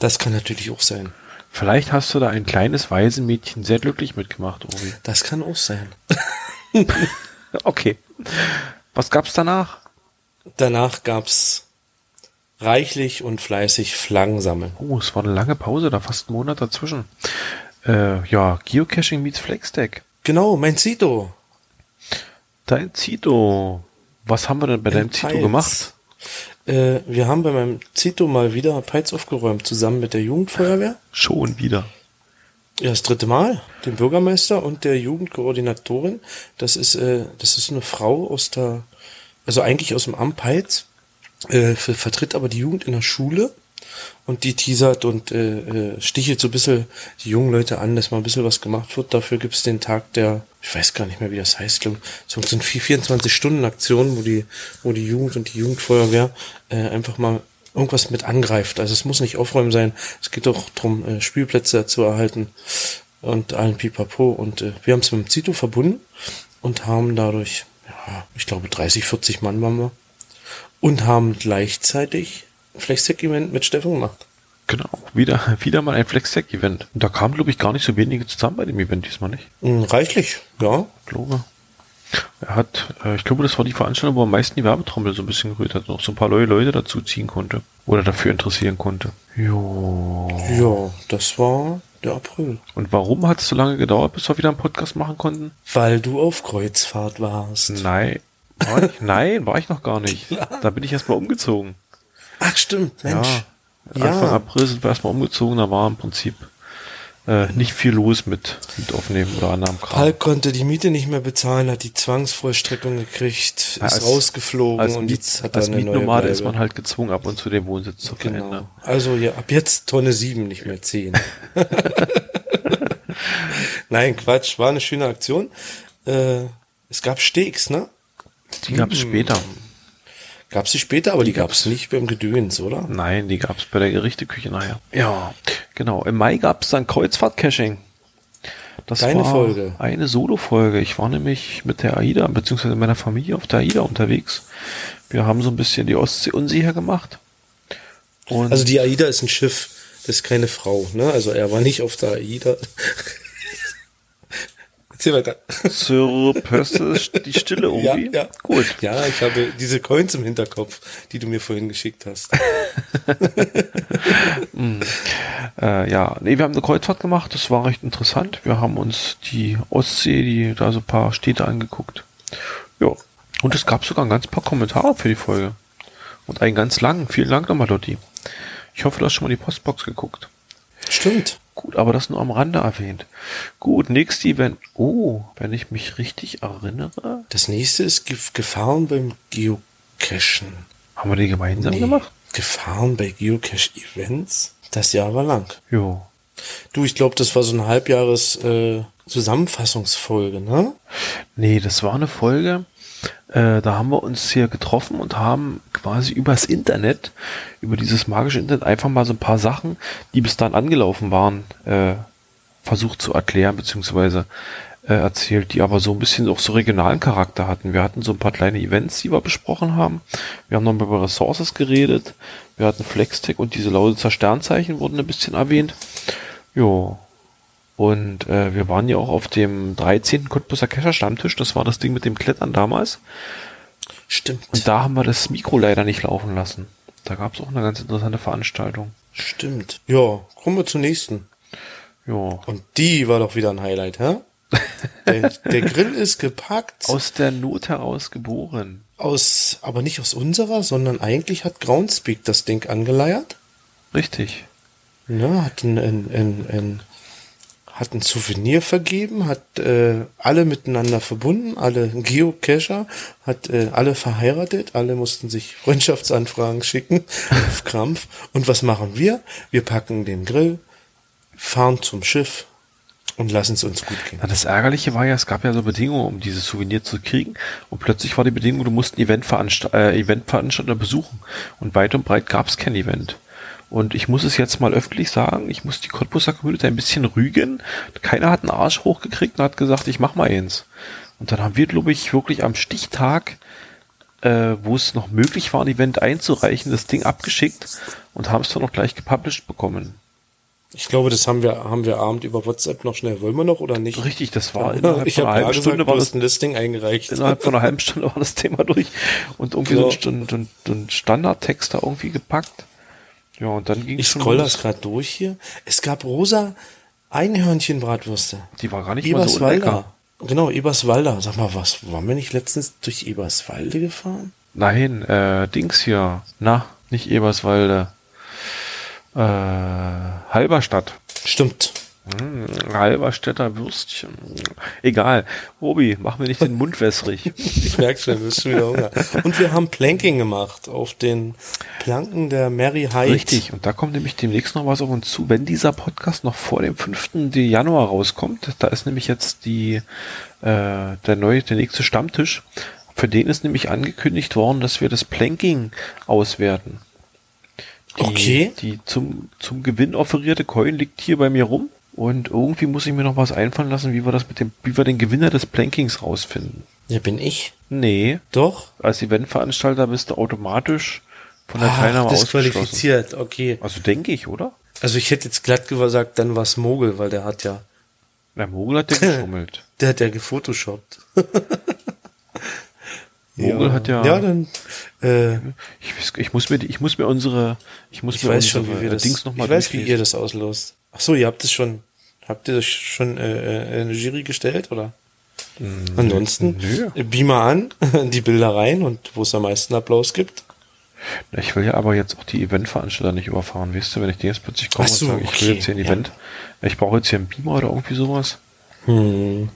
Das kann natürlich auch sein.
Vielleicht hast du da ein kleines Waisenmädchen sehr glücklich mitgemacht, Obi.
Das kann auch sein.
[laughs] Okay. Was gab's danach?
Danach gab's reichlich und fleißig Flaggen sammeln.
Oh, es war eine lange Pause, da fast ein Monat dazwischen. Äh, ja, Geocaching meets Flagstack.
Genau, mein Zito.
Dein Zito. Was haben wir denn bei deinem
In
Zito
Peitz.
gemacht?
Äh, wir haben bei meinem Zito mal wieder Peitz aufgeräumt, zusammen mit der Jugendfeuerwehr.
Schon wieder.
Ja, das dritte Mal. Dem Bürgermeister und der Jugendkoordinatorin. Das ist, äh, das ist eine Frau aus der, also eigentlich aus dem Amt Peitz, äh, ver- vertritt aber die Jugend in der Schule und die teasert und äh, äh, stichelt so ein bisschen die jungen Leute an, dass mal ein bisschen was gemacht wird. Dafür gibt's den Tag der, ich weiß gar nicht mehr, wie das heißt, glaub, so so eine 24-Stunden-Aktion, wo die, wo die Jugend und die Jugendfeuerwehr äh, einfach mal irgendwas mit angreift. Also es muss nicht aufräumen sein, es geht doch drum äh, Spielplätze zu erhalten und allen Pipapo. Und äh, wir haben es mit dem Zito verbunden und haben dadurch, ja, ich glaube 30, 40 Mann waren wir und haben gleichzeitig Flextech-Event mit Steffen gemacht.
Genau. Wieder, [laughs] wieder mal ein Flagstack-Event. Und Da kamen, glaube ich, gar nicht so wenige zusammen bei dem Event diesmal nicht.
Mm, Reichlich, ja.
Ich glaube. Er hat, äh, ich glaube, das war die Veranstaltung, wo er am meisten die Werbetrommel so ein bisschen gerührt hat und auch so ein paar neue Leute dazu ziehen konnte. Oder dafür interessieren konnte. Jo.
Ja, das war der April.
Und warum hat es so lange gedauert, bis wir wieder einen Podcast machen konnten?
Weil du auf Kreuzfahrt warst.
Nein. War
[laughs]
ich? Nein, war ich noch gar nicht. Da bin ich erstmal umgezogen.
Ach stimmt, Mensch.
Ja. Anfang
Ja.
April sind wir erstmal umgezogen, da war im Prinzip äh, nicht viel los mit, mit Aufnehmen oder anderem Kram.
Palk konnte die Miete nicht mehr bezahlen, hat die Zwangsvollstreckung gekriegt, ist
Als-
rausgeflogen
als,
und
Miet-
jetzt hat er
als
eine neue
Mietnomade ist
Bleibe.
man ne? halt gezwungen, ab und zu den Wohnsitz zu verändern.
Genau. Also ja, ab jetzt Tonne 7, nicht
[laughs]
mehr 10. Nein, Quatsch, war eine schöne Aktion. Äh, es gab Steaks, ne?
Die gab es
Mhm.
später.
Gab sie später, aber die gab es nicht beim Gedöns, oder?
Nein, die gab es bei der Gerichteküche nachher. Ja, genau. Im Mai gab es dann Kreuzfahrt-Caching. Das
Deine Folge.
eine Solo-Folge. Ich war nämlich mit der AIDA, beziehungsweise meiner Familie auf der AIDA unterwegs. Wir haben so ein bisschen die Ostsee unsicher gemacht. Und
Also die AIDA ist ein Schiff, das ist keine Frau, ne? Also er war nicht auf der AIDA. [laughs] Erzähl weiter.
Zirp, hörst du das- die
[laughs]
Stille irgendwie? Gut.
Ja, ich habe diese Coins im Hinterkopf, die du mir vorhin geschickt hast.
Äh, ja, nee, wir haben eine Kreuzfahrt gemacht, das war recht interessant. Wir haben uns die Ostsee, die, da so ein paar Städte angeguckt. Ja. Und es gab sogar ein ganz paar Kommentare für die Folge. Und einen ganz langen. Vielen Dank nochmal, Lotti. Ich hoffe, du hast schon mal die Postbox geguckt.
Stimmt.
Gut, aber das nur am Rande erwähnt. Gut, nächstes Event. Oh, wenn ich mich richtig erinnere,
Das nächste ist Gef- Gefahren beim Geocachen.
haben wir die gemeinsam
Nee,
gemacht?
Gefahren bei Geocache-Events? Das Jahr war lang.
Jo.
Du, ich glaube, das war so ein Halbjahres äh, Zusammenfassungsfolge, ne?
Nee, das war eine Folge, äh, da haben wir uns hier getroffen und haben quasi übers Internet, über dieses magische Internet, einfach mal so ein paar Sachen, die bis dann angelaufen waren, äh, versucht zu erklären, beziehungsweise äh, erzählt, die aber so ein bisschen auch so regionalen Charakter hatten. Wir hatten so ein paar kleine Events, die wir besprochen haben. Wir haben nochmal über Ressources geredet. Wir hatten Flextech und diese Lausitzer Sternzeichen wurden ein bisschen erwähnt. Jo. Und äh, wir waren ja auch auf dem 13. Cottbusser Kescher Stammtisch. Das war das Ding mit dem Klettern damals.
Stimmt.
Und da haben wir das Mikro leider nicht laufen lassen. Da gab es auch eine ganz interessante Veranstaltung.
Stimmt. Ja, kommen wir zur nächsten.
Jo.
Und die war doch wieder ein Highlight, hä? Der, der Grill ist gepackt.
Aus der Not heraus geboren.
aus, aber nicht aus unserer, sondern eigentlich hat Groundspeak das Ding angeleiert.
Richtig.
Ne, hat ein, ein, ein, ein, hat ein Souvenir vergeben, hat äh, alle miteinander verbunden, alle Geocacher, hat äh, alle verheiratet, alle mussten sich
[laughs]
Freundschaftsanfragen schicken auf Krampf. Und was machen wir? Wir packen den Grill, fahren zum Schiff und lassen es uns gut gehen.
Na, das Ärgerliche war ja, es gab ja so Bedingungen, um dieses Souvenir zu kriegen. Und plötzlich war die Bedingung, du musst ein Event veranst- äh, Eventveranstalter besuchen. Und weit und breit gab es kein Event. Und ich muss es jetzt mal öffentlich sagen, ich muss die Cottbuser Community ein bisschen rügen. Keiner hat einen Arsch hochgekriegt und hat gesagt, ich mach mal eins. Und dann haben wir, glaube ich, wirklich am Stichtag, äh, wo es noch möglich war, ein Event einzureichen, das Ding abgeschickt und haben es dann auch gleich gepublished bekommen.
Ich glaube, das haben wir, haben wir Abend über WhatsApp noch schnell. Wollen wir noch oder nicht?
Richtig, das war innerhalb
ich
von einer
habe
halben
gerade
Stunde
gesagt,
war
du
das
hast ein Listing eingereicht.
innerhalb von einer halben Stunde war das Thema durch und irgendwie
Ja.
so, ein, Stand- ein, ein Standardtext da irgendwie gepackt. Ja, und dann ging
Ich
schon
scroll
los.
das gerade durch hier. Es gab rosa Einhörnchenbratwürste.
Die war gar nicht mal so lecker.
Eberswalder. Genau, Eberswalder. Sag mal, was waren wir nicht letztens durch Eberswalde gefahren?
Nein, äh, Dings hier. Na, nicht Eberswalde. Äh, Halberstadt.
Stimmt.
Hm, Halberstädter Würstchen. Egal. Obi, mach mir nicht den Mund wässrig.
Ich merke schon, du hast schon wieder Hunger. Und wir haben Planking gemacht auf den Planken der Mary Hyde.
Richtig, und da kommt nämlich demnächst noch was auf uns zu, wenn dieser Podcast noch vor dem 5. Januar rauskommt. Da ist nämlich jetzt die, äh, der, neue, der nächste Stammtisch. Für den ist nämlich angekündigt worden, dass wir das Planking auswerten. Die,
Okay.
Die zum, zum Gewinn offerierte Coin liegt hier bei mir rum. Und irgendwie muss ich mir noch was einfallen lassen, wie wir das mit dem, wie wir den Gewinner des Plankings rausfinden.
Ja, bin ich.
Nee,
Doch.
als Eventveranstalter bist du automatisch von der
Ach,
Teilnahme ausgeschlossen.
Ah, disqualifiziert, okay.
Also denke ich, oder?
Also ich hätte jetzt glatt gesagt, dann war es Mogel, weil der hat ja,
Der Mogel hat ja [laughs] geschummelt.
der hat ja gefotoshoppt.
Mogel
ja.
hat [laughs] ja.
Ja, dann äh,
ich, weiß- ich muss mir, die- ich muss mir unsere, ich muss
Ich
mir
weiß
unsere
schon, wie wir das.
Dings nochmal
ich weiß, wie ihr das auslost. Ach so, ihr habt es schon. Habt ihr das schon äh, äh, in eine Jury gestellt oder? Ansonsten
Mm, nö.
äh, beamer an, [laughs] die Bilder rein und wo es am meisten Applaus gibt.
Ich will ja aber jetzt auch die Eventveranstalter nicht überfahren, weißt du, wenn ich dir jetzt plötzlich komme
Ach so,
und sage, ich will
okay,
jetzt hier ein
ja.
Event, ich brauche jetzt hier einen Beamer oder irgendwie sowas.
Hm.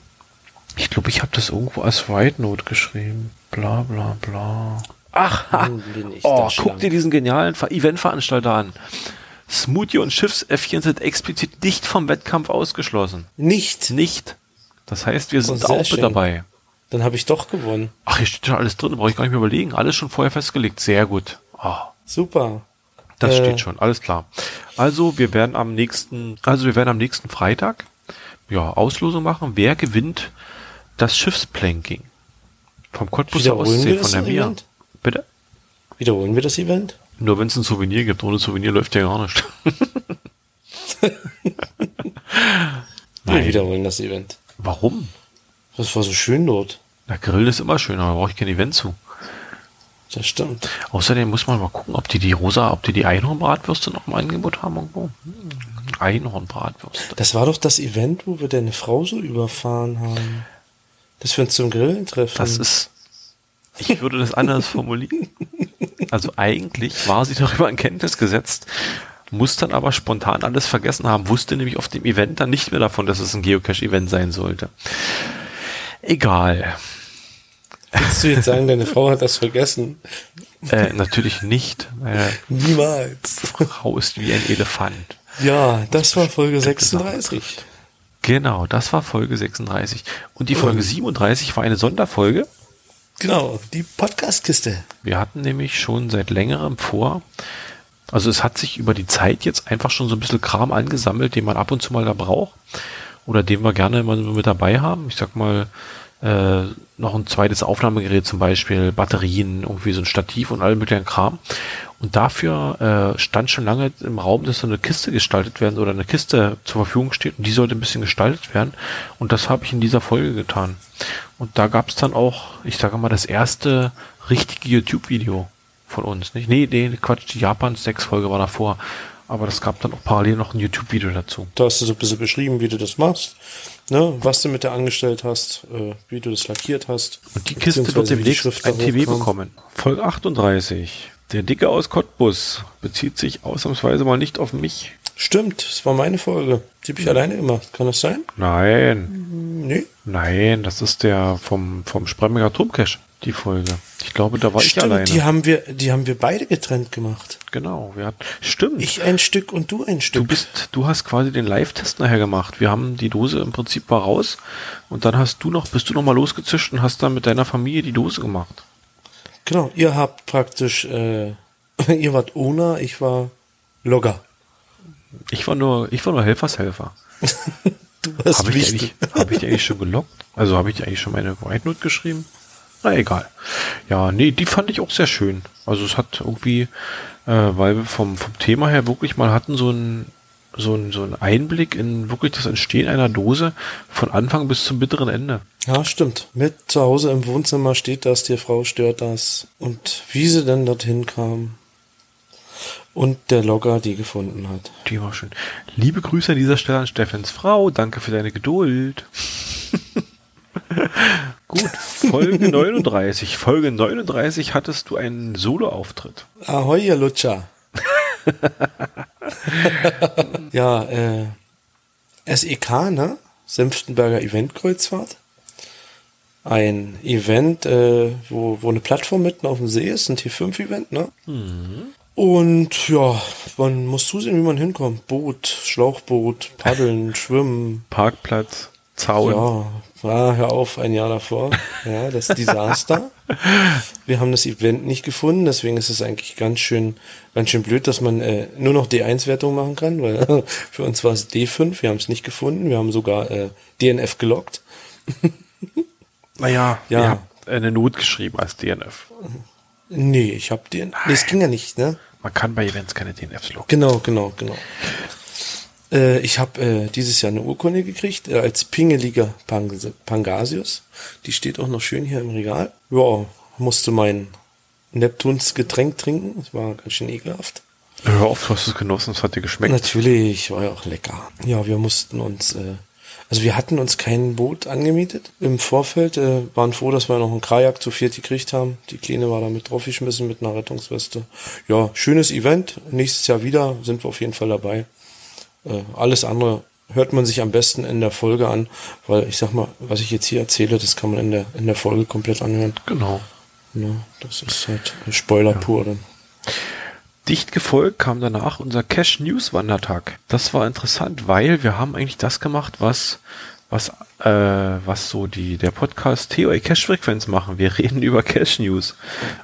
Ich glaube, ich habe das irgendwo als White Note geschrieben. Bla bla bla. Ach, ha.
Nun bin ich
oh,
da schlank.
guck dir diesen genialen Ver Eventveranstalter an. Smoothie und Schiffs F4 sind explizit nicht vom Wettkampf ausgeschlossen.
Nicht.
Nicht. Das heißt, wir sind
sehr
auch
schön.
mit dabei.
Dann habe ich doch gewonnen.
Ach, hier steht schon alles drin, brauche ich gar nicht mehr überlegen. Alles schon vorher festgelegt. Sehr gut. Ah,
Super.
das
Äh.
steht schon, alles klar. Also, wir werden am nächsten, also wir werden am nächsten Freitag ja, Auslosung machen. Wer gewinnt das Schiffsplanking? Vom Cottbusser
Wiederholen
Ostsee,
wir
von
das
der Mia.
Event?
Bitte?
Wiederholen wir das Event?
Nur wenn es ein Souvenir gibt. Ohne Souvenir läuft ja gar nicht. [laughs]
Wir
Nein.
wiederholen das Event.
Warum?
Das war so schön dort.
Na, Grill ist immer schöner, da brauche ich kein Event zu.
Das stimmt.
Außerdem muss man mal gucken, ob die die rosa, ob die die Einhornbratwürste noch im Angebot haben irgendwo. Hm, Einhornbratwürste.
Das war doch das Event, wo wir deine Frau so überfahren haben. Dass wir uns zum Grillen treffen.
Das ist, ich würde das anders formulieren. Also eigentlich war sie darüber in Kenntnis gesetzt, muss dann aber spontan alles vergessen haben, wusste nämlich auf dem Event dann nicht mehr davon, dass es ein Geocache-Event sein sollte. Egal.
Willst du jetzt sagen, deine Frau hat das vergessen?
Äh, natürlich nicht. Meine
Niemals.
[laughs] Frau ist wie ein Elefant.
Ja, das war Folge 36.
Genau, das war Folge 36. Und die Folge 37 war eine Sonderfolge.
Genau, die Podcastkiste.
Wir hatten nämlich schon seit längerem vor, also es hat sich über die Zeit jetzt einfach schon so ein bisschen Kram angesammelt, den man ab und zu mal da braucht oder den wir gerne mal so mit dabei haben. Ich sag mal, äh, noch ein zweites Aufnahmegerät zum Beispiel, Batterien, irgendwie so ein Stativ und all möglichen Kram. Und dafür äh, stand schon lange im Raum, dass so eine Kiste gestaltet werden oder eine Kiste zur Verfügung steht und die sollte ein bisschen gestaltet werden. Und das habe ich in dieser Folge getan. Und da gab es dann auch, ich sage mal, das erste richtige YouTube-Video von uns. Nicht? Nee, nee, Quatsch, die Japans 6 Folge war davor. Aber das gab dann auch parallel noch ein YouTube-Video dazu.
Da hast du so ein bisschen beschrieben, wie du das machst, ne? was du mit der angestellt hast, äh, wie du das lackiert hast.
Und die Kiste wird
beziehungsweise wie die
demnächst
Schrift
ein
darauf
TV
kam.
bekommen. Folge 38. Der Dicke aus Cottbus bezieht sich ausnahmsweise mal nicht auf mich.
Stimmt, das war meine Folge. Die
Mhm.
habe ich alleine gemacht. Kann das sein?
Nein,
Nee.
nein, das ist der vom, vom Spremminger Turmcash, die Folge. Ich glaube, da war ich alleine.
Stimmt, die haben, wir, die haben wir beide getrennt gemacht.
genau, wir hatten, stimmt.
Ich ein Stück und du ein Stück.
Du bist, du hast quasi den Live-Test nachher gemacht. Wir haben die Dose im Prinzip war raus und dann hast du noch, bist du noch mal losgezischt und hast dann mit deiner Familie die Dose gemacht.
Genau, ihr habt praktisch, äh, [laughs] ihr wart Owner, ich war Logger.
Ich war nur, ich war nur Helfershelfer.
Du warst
Habe ich, die
wichtig.
eigentlich- hab ich die eigentlich schon gelockt? Also habe ich dir eigentlich schon meine White Note geschrieben? Na egal. Ja, nee, die fand ich auch sehr schön. Also es hat irgendwie, äh, weil wir vom, vom Thema her wirklich mal hatten, so ein so ein, so ein Einblick in wirklich das Entstehen einer Dose von Anfang bis zum bitteren Ende.
Ja, stimmt. Mit zu Hause im Wohnzimmer steht das, die Frau stört das. Und wie sie dann dorthin kam. Und der Logger die gefunden hat.
Die war schön. Liebe Grüße an dieser Stelle an Steffens Frau. Danke für deine
[laughs]
Geduld. Gut, Folge 39. Folge 39 hattest du einen Solo-Auftritt.
Ahoi, ihr Lutscher. ja, äh, SEK, ne? Senftenberger Eventkreuzfahrt. Ein Event, äh, wo, wo eine Plattform mitten auf dem See ist, ein T5-Event, ne? Und ja, man muss zusehen, wie man hinkommt. Boot, Schlauchboot, Paddeln, Schwimmen.
Parkplatz, Zaun.
Ja, ja, hör auf, ein Jahr davor. Ja, das Desaster. Wir haben das Event nicht gefunden, deswegen ist es eigentlich ganz schön, ganz schön blöd, dass man äh, nur noch D1-Wertung machen kann, weil [laughs] für uns war es D5, wir haben es nicht gefunden, wir haben sogar äh, DNF gelockt.
Naja,
Ja.
ihr habt eine Not geschrieben als DNF.
Nee, ich hab DNF. Nee, es ging ja nicht, ne?
Man kann bei Events keine DNFs locken.
Genau, genau, genau. Äh, ich habe äh, dieses Jahr eine Urkunde gekriegt äh, als pingeliger Pang Pangasius. Die steht auch noch schön hier im Regal. Ja, musste mein Neptuns Getränk trinken. Das war ganz schön ekelhaft.
Hör auf, du hast es genossen, es hat dir geschmeckt.
Natürlich, war ja auch lecker. Ja, wir mussten uns, äh, also wir hatten uns kein Boot angemietet. Im Vorfeld äh, waren froh, dass wir noch einen Kajak zu viert gekriegt haben. Die Kleine war da mit draufgeschmissen mit einer Rettungsweste. Ja, schönes Event. Nächstes Jahr wieder sind wir auf jeden Fall dabei. Äh, alles andere hört man sich am besten in der Folge an, weil ich sag mal, was ich jetzt hier erzähle, das kann man in der, in der Folge komplett anhören.
Genau.
Ne, das ist halt Spoiler pur dann.
Dicht gefolgt kam danach unser Cash News Wandertag. Das war interessant, weil wir haben eigentlich das gemacht, was was äh, was so die der Podcast TOA Cash Frequenz machen. Wir [laughs] reden über Cash News.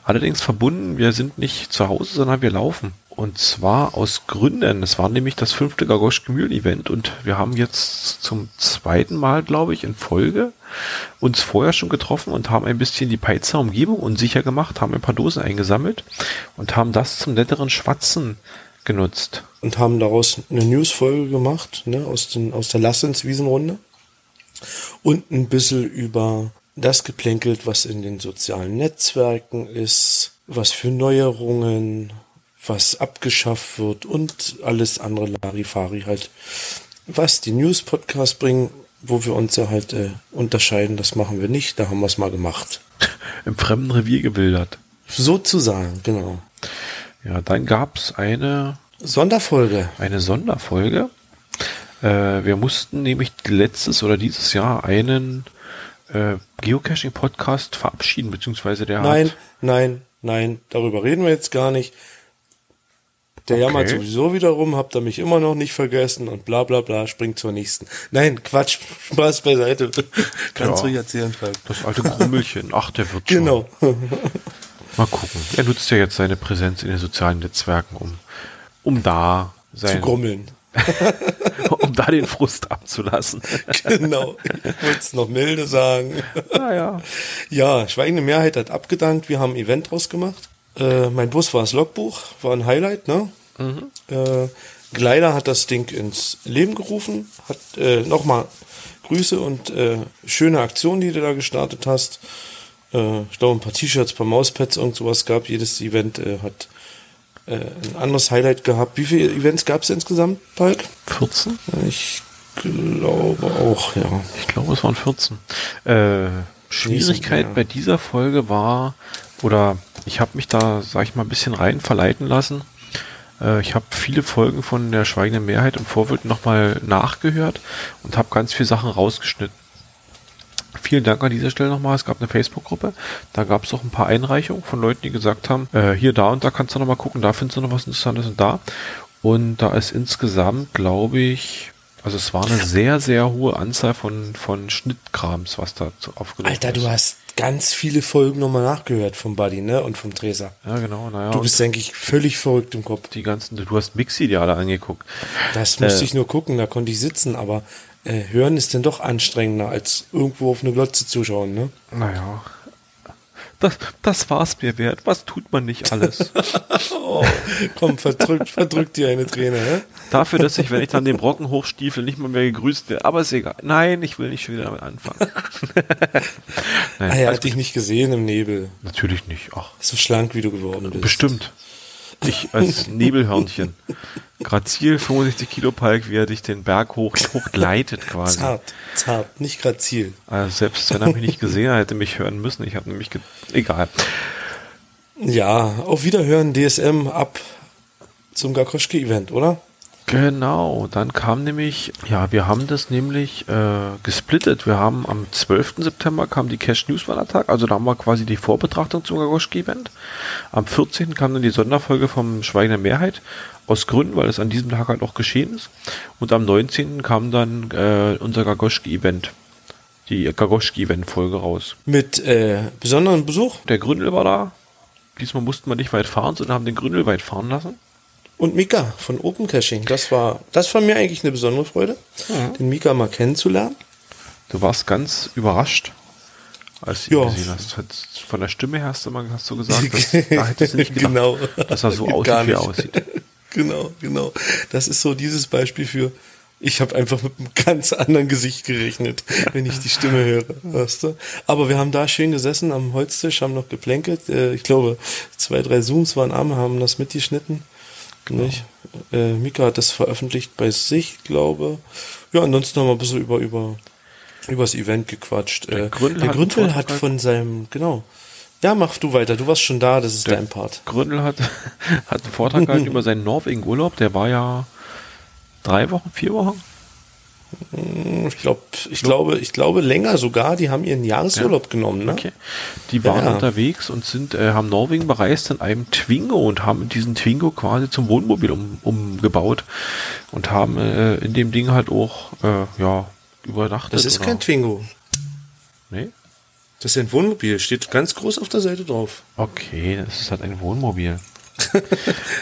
Allerdings verbunden, wir sind nicht zu Hause, sondern wir laufen. Und zwar aus Gründen. Es war nämlich das fünfte Gagoschke Mühlen Event und wir haben jetzt zum zweiten Mal, glaube ich, in Folge uns vorher schon getroffen und haben ein bisschen die Peizer Umgebung unsicher gemacht, haben ein paar Dosen eingesammelt und haben das zum netteren Schwatzen genutzt.
und haben daraus eine Newsfolge gemacht, ne, aus, den, aus der Lassenswiesenrunde. Und ein bisschen über das geplänkelt, was in den sozialen Netzwerken ist, was für Neuerungen, was abgeschafft wird und alles andere Larifari halt. Was die News-Podcasts bringen, wo wir uns ja halt äh, unterscheiden, das machen wir nicht, da haben wir es mal gemacht.
Im fremden Revier gewildert.
Sozusagen, genau.
Ja, dann gab's eine
Sonderfolge.
eine Sonderfolge. Äh, wir mussten nämlich letztes oder dieses Jahr einen äh, Geocaching-Podcast verabschieden, beziehungsweise der
Nein,
hat
nein, nein, darüber reden wir jetzt gar nicht. Der
Okay.
jammert sowieso wieder rum, habt ihr mich immer noch nicht vergessen und bla bla bla, springt zur nächsten. Nein, Quatsch, [laughs] Spaß beiseite. [laughs] Kannst
Ja.
ruhig erzählen, Falk.
Das alte Grummelchen. Ach, der wird schon.
Genau.
Mal gucken. Er nutzt ja jetzt seine Präsenz in den sozialen Netzwerken, um, um da
Zu
sein,
[laughs] grummeln.
[laughs] um da den Frust abzulassen.
Genau. Ich wollte es noch
[laughs]
milde sagen.
naja.
Ja, Schweigende Mehrheit hat abgedankt. Wir haben ein Event draus gemacht. Äh, mein Bus war das Logbuch, war ein Highlight, ne? Äh, Gleider hat das Ding ins Leben gerufen. Hat äh, nochmal Grüße und äh, schöne Aktion, die du da gestartet hast. Äh, ich glaube, ein paar T-Shirts, ein paar Mauspads, irgend sowas gab. Jedes Event äh, hat äh, ein anderes Highlight gehabt. Wie viele Events gab es insgesamt, Palk?
14?
Ich glaube auch, ja.
Ich glaube, es waren 14. Äh, Schwierigkeit
ja.
bei dieser Folge war, oder ich habe mich da, sag ich mal, ein bisschen rein verleiten lassen. Äh, ich habe viele Folgen von der Schweigenden Mehrheit im Vorfeld nochmal nachgehört und habe ganz viele Sachen rausgeschnitten. Vielen Dank an dieser Stelle nochmal. Es gab eine Facebook-Gruppe. Da gab es auch ein paar Einreichungen von Leuten, die gesagt haben, äh, hier, da und da kannst du nochmal gucken, da findest du noch was Interessantes und da. Und da ist insgesamt, glaube ich, also es war eine sehr, sehr hohe Anzahl von, von Schnittkrams, was da zu- aufgenommen
Alter,
ist.
du hast ganz viele Folgen nochmal nachgehört vom Buddy, ne? Und vom Treser.
Ja, genau, naja.
Du
und
bist, denke ich, völlig verrückt im Kopf.
die ganzen, du hast Mixi dir alle angeguckt.
Das musste
Äh.
ich nur gucken, da konnte ich sitzen, aber äh, hören ist denn doch anstrengender, als irgendwo auf eine Glotze zu schauen, ne?
Naja. Das, das war's mir wert. Was tut man nicht
[laughs]
alles?
Oh, komm, verdrückt, verdrückt dir eine Träne, ne?
Dafür, dass ich, wenn ich dann den Brocken hochstiefel, nicht mal mehr gegrüßt werde. Aber ist egal. Nein, ich will nicht schon wieder damit anfangen. Nein,
Ah, er
also
hat dich nicht gesehen im Nebel.
natürlich nicht. Ach,
So schlank, wie du geworden bist.
bestimmt. Ich als Nebelhörnchen. Grazil, 65 Kilo Palk, wie er dich den Berg hoch, hochgleitet quasi.
[laughs] Zart, zart, nicht grazil.
Also selbst wenn er mich nicht gesehen hat, hätte er mich hören müssen. Ich habe nämlich, ge egal.
Ja, auf Wiederhören, DSM, ab zum Garkoschke-Event, oder?
Genau, dann kam nämlich, ja, wir haben das nämlich äh, gesplittet. Wir haben am 12. September kam die Cash News Wandertag, also da haben wir quasi die Vorbetrachtung zum Gagoschki-Event. Am 14. kam dann die Sonderfolge vom Schweigen der Mehrheit, aus Gründen, weil es an diesem Tag halt auch geschehen ist. Und am 19. kam dann äh, unser Gagoschki-Event, die Gagoschki-Event-Folge raus.
Mit äh, besonderen Besuch
Der Gründel war da, diesmal mussten wir nicht weit fahren, sondern haben den Gründel weit fahren lassen.
Und Mika von Open Caching. Das war, das war mir eigentlich eine besondere Freude, den Mika mal kennenzulernen.
Du warst ganz überrascht, als du ihn
Ja.
gesehen hast. Hat- Von der Stimme her hast du, mal, hast du gesagt,
[laughs]
dass, da hättest du nicht gedacht,
Genau.
dass er so
Gar
aussieht, wie er
nicht.
aussieht.
[laughs] genau, genau. Das ist so dieses Beispiel für, ich habe einfach mit einem ganz anderen Gesicht gerechnet, wenn ich die Stimme höre. Weißt du? Aber wir haben da schön gesessen am Holztisch, haben noch geplänkelt. Äh, Ich glaube, zwei, drei Zooms waren am, haben das mitgeschnitten.
Genau.
Nicht? Äh, Mika hat das veröffentlicht bei sich, glaube. Ja, ansonsten haben wir ein bisschen über, über, über das Event gequatscht. Der
Gründel
der
hat einen
Gründel hat
Vortrag.
von seinem, genau. Ja, mach du weiter. Du warst schon da, das ist dein Part.
Gründel hat, [laughs] hat einen Vortrag gehalten über seinen Norwegen-Urlaub. Der war ja drei Wochen, vier Wochen.
Hm, Ich, glaub, ich glaube, ich glaube länger sogar, die haben ihren Jahresurlaub genommen, ne?
Okay. Die waren
Ja.
unterwegs und sind, äh, haben Norwegen bereist in einem Twingo und haben diesen Twingo quasi zum Wohnmobil um, umgebaut und haben äh, in dem Ding halt auch äh, ja, genau. übernachtet.
Das ist
oder-
kein Twingo.
Nee?
Das ist ein Wohnmobil, steht ganz groß auf der
[laughs]
Seite drauf.
Okay, das ist halt ein Wohnmobil.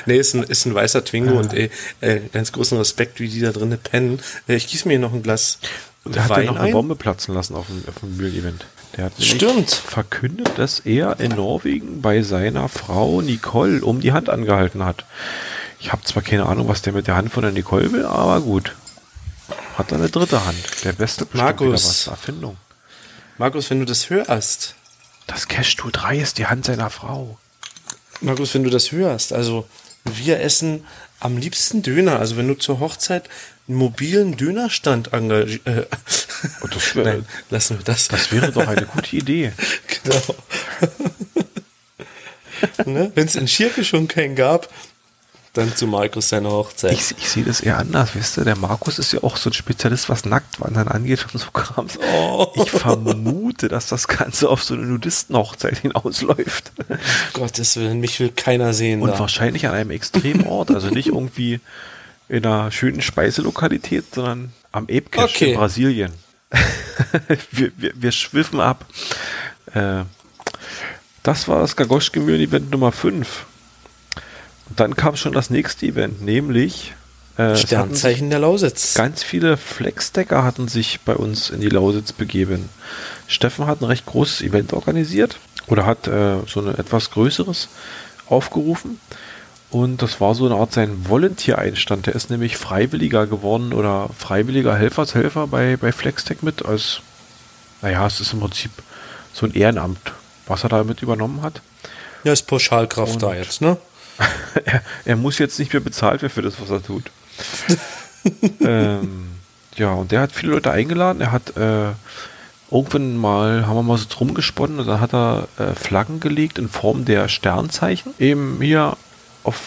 Nee, ist ein, ist ein weißer Twingo und ey, äh, ganz großen Respekt, wie die da drinnen pennen. Äh, ich gieße mir hier noch ein Glas
Der hat ja
Wein
noch eine
ein.
Bombe platzen lassen auf dem, auf dem Mühlen-Event. Der hat nämlich
Stimmt.
verkündet, dass er in Norwegen bei seiner Frau Nicole um die Hand angehalten hat. Ich habe zwar keine Ahnung, was der mit der Hand von der Nicole will, aber gut. Hat er eine dritte Hand. Der beste bestimmt
Markus.
wieder was. Erfindung.
Markus, wenn du das hörst,
Das Cash Tool 3 ist die Hand seiner Frau.
Markus, wenn du das hörst, also wir essen am liebsten Döner. Also wenn du zur Hochzeit einen mobilen Dönerstand engagierst. Äh,
Und Oh, das wär-
Nein, lassen wir das.
Das wäre doch eine gute Idee.
[laughs] genau. ne? Wenn es in Schirke schon keinen gab, Dann zu Markus seine Hochzeit.
Ich, ich sehe das eher anders, weißt du? Der Markus ist ja auch so ein Spezialist, was Nacktwandern angeht und so Krams.
Oh.
Ich vermute, dass das Ganze auf so eine Nudistenhochzeit hinausläuft.
Gottes Willen, mich will keiner sehen.
Und
da.
wahrscheinlich an einem extremen Ort. Also nicht irgendwie in einer schönen Speiselokalität, sondern am Apecache
Okay.
in Brasilien. [laughs] wir, wir, wir schwiffen ab. Äh, das war das Gagoschke Mühlen Event Nummer 5. Und dann kam schon das nächste Event, nämlich äh, es hatten sich
Sternzeichen der Lausitz.
ganz viele Flexdecker hatten sich bei uns in die Lausitz begeben. Steffen hat ein recht großes Event organisiert oder hat äh, so ein etwas größeres aufgerufen. Und das war so eine Art sein Volunteer-Einstand. Der ist nämlich Freiwilliger geworden oder freiwilliger Helfershelfer bei, bei Flextech mit als, naja, es ist im Prinzip so ein Ehrenamt, was er da mit übernommen hat.
Ja, ist Pauschalkraft da jetzt, ne?
[laughs] er, er muss jetzt nicht mehr bezahlt werden für das, was er tut. ähm, ja, und der hat viele Leute eingeladen. Er hat äh, irgendwann mal, haben wir mal so drum gesponnen und dann hat er äh, Flaggen gelegt in Form der Sternzeichen, eben hier auf,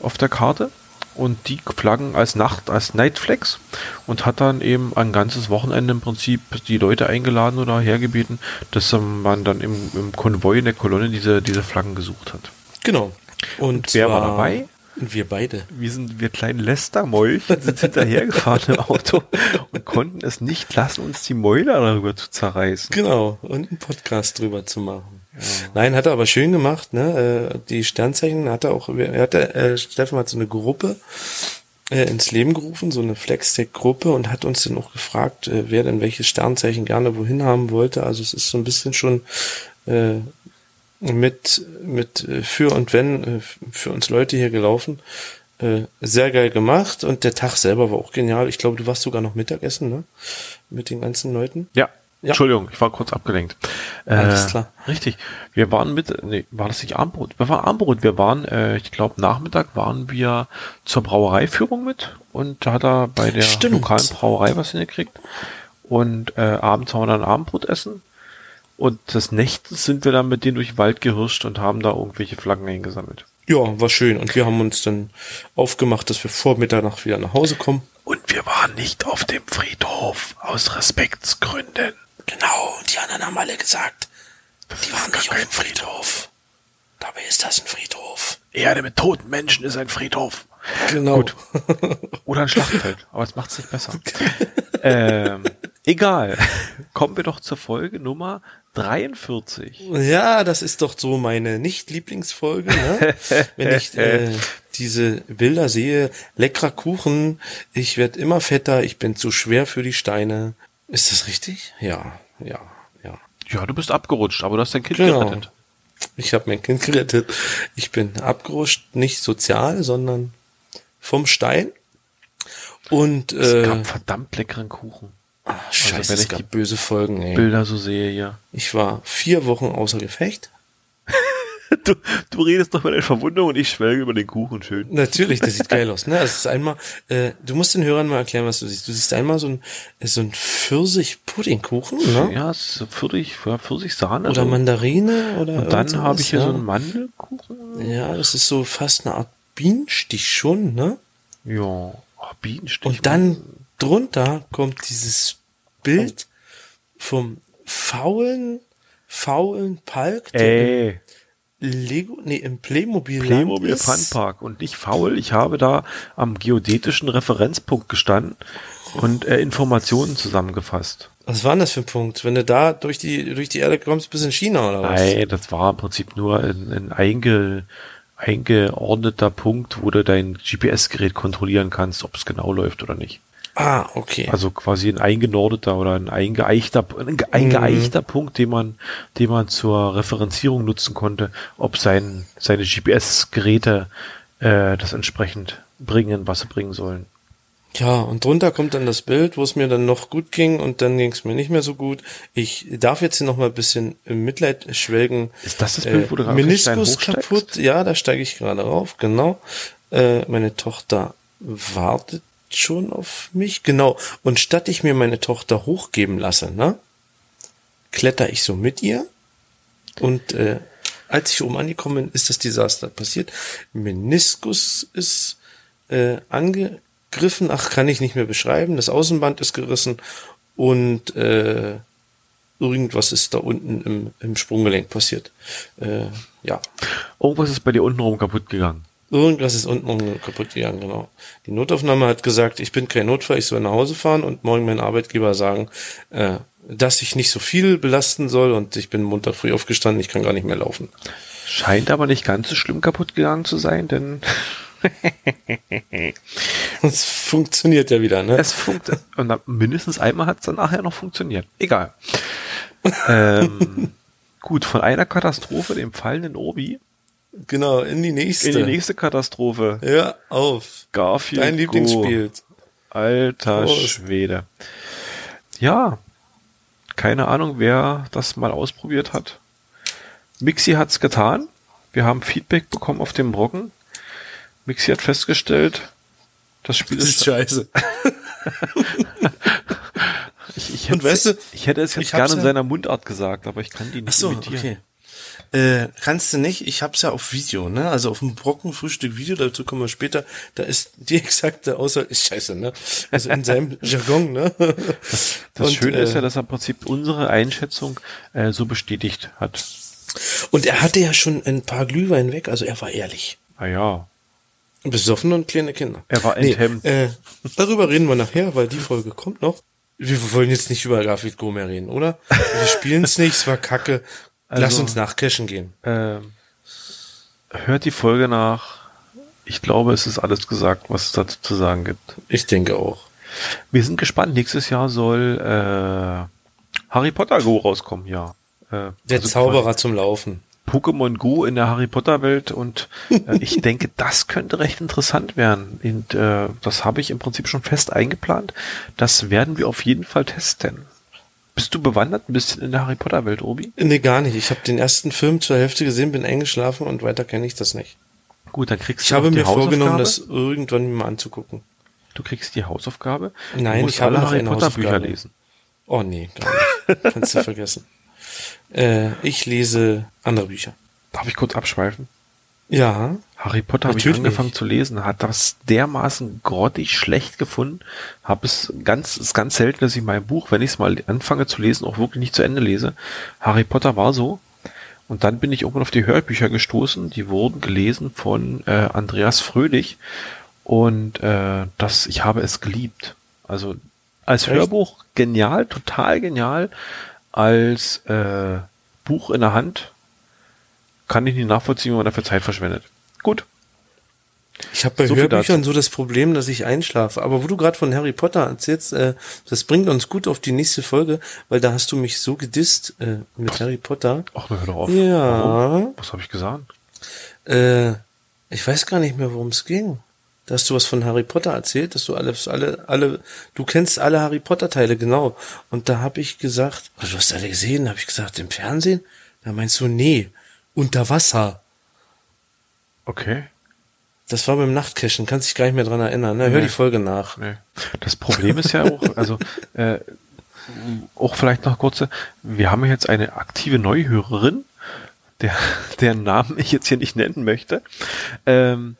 auf der Karte. Und die Flaggen als Nacht, als Nightflex und hat dann eben ein ganzes Wochenende im Prinzip die Leute eingeladen oder hergebeten, dass man dann im, im Konvoi in der Kolonne diese, diese Flaggen gesucht hat.
Genau. Und,
wer war dabei?
Und wir beide.
wir sind wir kleinen Lästermolch und sind hinterhergefahren im Auto und konnten es nicht lassen, uns die Mäuler darüber zu zerreißen.
Genau. Und einen Podcast drüber zu machen. Nein, hat er aber schön gemacht, ne? Äh, Die Sternzeichen hat er auch, er hat, äh, Steffen hat so eine Gruppe äh, ins Leben gerufen, so eine Flextech-Gruppe und hat uns dann auch gefragt, äh, wer denn welches Sternzeichen gerne wohin haben wollte. Also es ist so ein bisschen schon äh, mit, mit äh, für und wenn äh, f- für uns Leute hier gelaufen. Äh, Sehr geil gemacht und der Tag selber war auch genial. Ich glaube, du warst sogar noch Mittagessen, ne? Mit den ganzen Leuten.
Ja.
Ja.
Entschuldigung, ich war kurz abgelenkt. Äh,
Alles klar.
Richtig. Wir waren mit, nee, war das nicht Armbrot? Wir waren Armbrot. Wir waren, äh, ich glaube, Nachmittag waren wir zur Brauereiführung mit und da hat er bei der
Stimmt.
lokalen Brauerei was hingekriegt. Und äh, abends haben wir dann Abendbrot essen. Und des Nächtens sind wir dann mit denen durch den Wald gehirscht und haben da irgendwelche Flaggen eingesammelt.
Ja, war schön. Und wir haben uns dann aufgemacht, dass wir vor Mitternacht wieder nach Hause kommen.
Und wir waren nicht auf dem Friedhof aus Respektsgründen.
Genau, die anderen haben alle gesagt,
Das
die waren nicht auf dem Friedhof. Dabei ist das ein Friedhof.
Erde mit toten Menschen ist ein Friedhof.
Genau.
Gut. Oder ein Schlachtfeld. Aber es macht es nicht besser. ähm, egal. Kommen wir doch zur Folge Nummer 43.
Ja, das ist doch so meine Nicht-Lieblingsfolge, ne? wenn ich äh, diese Bilder sehe. Leckerer Kuchen, ich werd immer fetter, ich bin zu schwer für die Steine. Ist das richtig? Ja, ja, ja.
Ja, du bist abgerutscht, aber du hast dein Kind
Genau.
gerettet.
Ich habe mein Kind gerettet. Ich bin abgerutscht, nicht sozial, sondern vom Stein. Und
Es
äh,
gab Ah, verdammt leckeren Kuchen.
ach, scheiße,
wenn
es
ich
gab
die
böse Folgen. Ey.
Bilder so sehe hier.
Ich war vier Wochen außer Gefecht.
Du, du redest doch mit einer Verwundung und ich schwelge über den Kuchen schön.
Natürlich, das sieht geil aus. Ne? Das ist einmal, äh, du musst den Hörern mal erklären, was du siehst. Du siehst einmal so ein, äh, so ein Pfirsich-Puddingkuchen, ne?
Ja, es ist Pfirsich, ja, Pfirsich-Sahne.
Oder Mandarine oder
Also- Und dann
irgend
habe ich hier
sowas,
so einen Mandelkuchen.
ja. Ja, das ist so fast eine Art Bienenstich schon, ne?
Ja, oh, Bienenstich.
Und dann drunter kommt dieses
Also
Bild vom faulen, faulen Palk, der
Ey,
im Lego, nee, im Playmobil,
Playmobil Funpark und nicht faul. Ich habe da am geodätischen Referenzpunkt gestanden und äh, Informationen zusammengefasst.
Was war denn das für ein Punkt? Wenn du da durch die, durch die Erde kommst, bist du in China oder was?
Nein, das war im Prinzip nur ein, ein einge, eingeordneter Punkt, wo du dein GPS-Gerät kontrollieren kannst, ob es genau läuft oder nicht.
Ah, okay.
Also quasi ein eingenordeter oder ein eingeeichter, ein ge- eingeeichter Punkt, den man, den man zur Referenzierung nutzen konnte, ob sein, seine GPS-Geräte äh, das entsprechend bringen, was sie bringen sollen.
ja, und drunter kommt dann das Bild, wo es mir dann noch gut ging und dann ging es mir nicht mehr so gut. Ich darf jetzt hier noch mal ein bisschen im Mitleid schwelgen. Äh,
Ist das das Bild, wo du gerade auf den Stein
Meniskus
hochsteigst?
kaputt. Ja, da steige ich gerade rauf, genau. Äh, meine Tochter wartet schon auf mich, genau. Und statt ich mir meine Tochter hochgeben lasse, ne, kletter ich so mit ihr und äh, Als ich oben angekommen bin, ist das Desaster passiert. Meniskus ist äh, angegriffen, ach, kann ich nicht mehr beschreiben. Das Außenband ist gerissen und äh, irgendwas ist da unten im, im Sprunggelenk passiert. Äh, ja.
Irgendwas ist bei dir untenrum kaputt gegangen.
Irgendwas ist unten kaputt gegangen, genau. Die Notaufnahme hat gesagt, ich bin kein Notfall, ich soll nach Hause fahren und morgen meinen Arbeitgeber sagen, äh, dass ich nicht so viel belasten soll und ich bin Montag früh aufgestanden, ich kann gar nicht mehr laufen.
Scheint aber nicht ganz so schlimm kaputt gegangen zu sein, denn [laughs]
Es funktioniert ja wieder, ne?
es funkt und dann mindestens einmal hat es dann nachher noch funktioniert. Egal. [laughs] ähm, gut, von einer Katastrophe, dem fallenden Obi,
Genau, in die nächste.
in die nächste Katastrophe.
Hör auf.
Garfield.
Dein
Go.
Lieblingsspiel.
Alter
Prost.
Schwede. Ja, keine Ahnung, wer das mal ausprobiert hat. Mixi hat's getan. Wir haben Feedback bekommen auf dem Brocken. Mixi hat festgestellt, das Spiel
Das
ist
ist scheiße.
Ich, ich,
Und
hätte-
weißt du,
ich hätte es
ich
jetzt
hab's
gerne in
ja-
seiner Mundart gesagt, aber ich kann die nicht
Achso,
imitieren.
okay. Äh, kannst du nicht, ich hab's ja auf Video, ne? Also auf dem Brockenfrühstück-Video, dazu kommen wir später, da ist die exakte Aussage, ist scheiße, ne? Also
[laughs]
in seinem Jargon, ne?
Das
Und,
Schöne ist
äh,
ja, dass er im Prinzip unsere Einschätzung äh, so bestätigt hat.
Und er hatte ja schon ein paar Glühwein weg, also er war ehrlich.
Naja,
Besoffen und kleine Kinder.
Er war enthemmt.
äh, darüber reden wir nachher, weil die Folge kommt noch. Wir wollen jetzt nicht über Garfield Go mehr reden, oder? Wir spielen's nicht, es war kacke. Lass
Also-
uns nach Cashen gehen.
ähm, hört die Folge nach. Ich glaube, es ist alles gesagt, was es dazu zu sagen gibt.
Ich denke auch.
Wir sind gespannt. Nächstes Jahr soll äh, Harry Potter Go rauskommen, ja. Äh,
Der
also
Zauberer zum Laufen.
Pokémon Go in der Harry Potter Welt und äh,
[laughs]
ich denke, das könnte recht interessant werden. Und äh, das habe ich im Prinzip schon fest eingeplant. Das werden wir auf jeden Fall testen. Bist du bewandert ein bisschen in der Harry Potter Welt, Obi?
Nee, gar nicht. Ich habe den ersten Film zur Hälfte gesehen, bin eingeschlafen und weiter kenne ich das nicht.
Gut, dann kriegst
Ich
du
habe
noch die
mir vorgenommen,
Hausaufgabe.
das irgendwann mal anzugucken.
du kriegst die Hausaufgabe.
Nein,
du musst
ich habe
alle
noch
Harry
eine
Potter Bücher
Hausaufgabe.
lesen.
Oh nee, gar nicht. Kannst du vergessen. Äh, ich lese andere Bücher.
Darf ich kurz abschweifen?
Ja,
Harry Potter habe ich
Natürlich.
angefangen zu lesen, hat das dermaßen grottig schlecht gefunden, habe es ganz, ist ganz selten, dass ich mein Buch, wenn ich es mal anfange zu lesen, auch wirklich nicht zu Ende lese. Harry Potter war so. Und dann bin ich irgendwann auf die Hörbücher gestoßen, die wurden gelesen von äh, Andreas Fröhlich und äh, das, ich habe es geliebt. Also als
Echt?
Hörbuch genial, total genial, als äh, Buch in der Hand kann ich nicht nachvollziehen, wenn man dafür Zeit verschwendet. Gut.
ich habe bei
So viel
Hörbüchern so das Problem, dass ich einschlafe. Aber wo du gerade von Harry Potter erzählst, äh, das bringt uns gut auf die nächste Folge, weil da hast du mich so gedisst äh, mit Harry Potter.
Ach, na, hör doch auf.
Ja,
Was habe ich gesagt?
äh, ich weiß gar nicht mehr, worum es ging. Da hast du was von Harry Potter erzählt, dass du alles, alle, alle, du kennst alle Harry Potter Teile, genau. Und da habe ich gesagt, oh, du hast alle gesehen, habe ich gesagt, im Fernsehen? Da meinst du, nee, unter Wasser.
Okay.
Das war beim Nachtcachen, kannst dich gar nicht mehr dran erinnern, ne? Hör
Nee.
die Folge nach.
Nee. Das Problem ist ja auch,
[laughs]
also äh, auch vielleicht noch kurze, wir haben jetzt eine aktive Neuhörerin, der, deren Namen ich jetzt hier nicht nennen möchte. Ähm,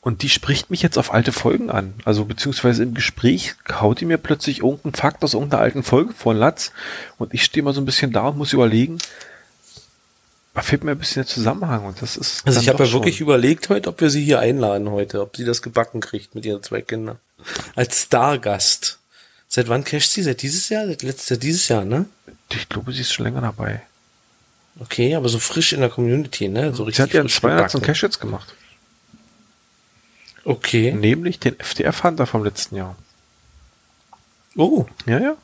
und die spricht mich jetzt auf alte Folgen an. Also beziehungsweise im Gespräch haut die mir plötzlich irgendeinen Fakt aus irgendeiner alten Folge vor den Latz. Und ich stehe mal so ein bisschen da und muss überlegen, da fehlt mir ein bisschen der Zusammenhang. Und das ist.
Also
dann
ich habe
doch
ja wirklich
schon-
überlegt heute, ob wir sie hier einladen heute, ob sie das gebacken kriegt mit ihren zwei Kindern. Als Stargast. Seit wann casht sie? Seit dieses Jahr? Seit letztes Jahr, dieses Jahr, ne?
Ich glaube, sie ist schon länger dabei.
Okay, aber so frisch in der Community, ne? So
Sie
richtig
hat ja einen
frisch
Weihnachts- und
gebacken.
Cash jetzt gemacht.
Okay.
Nämlich den FDF Hunter vom letzten Jahr.
Oh,
Ja, ja.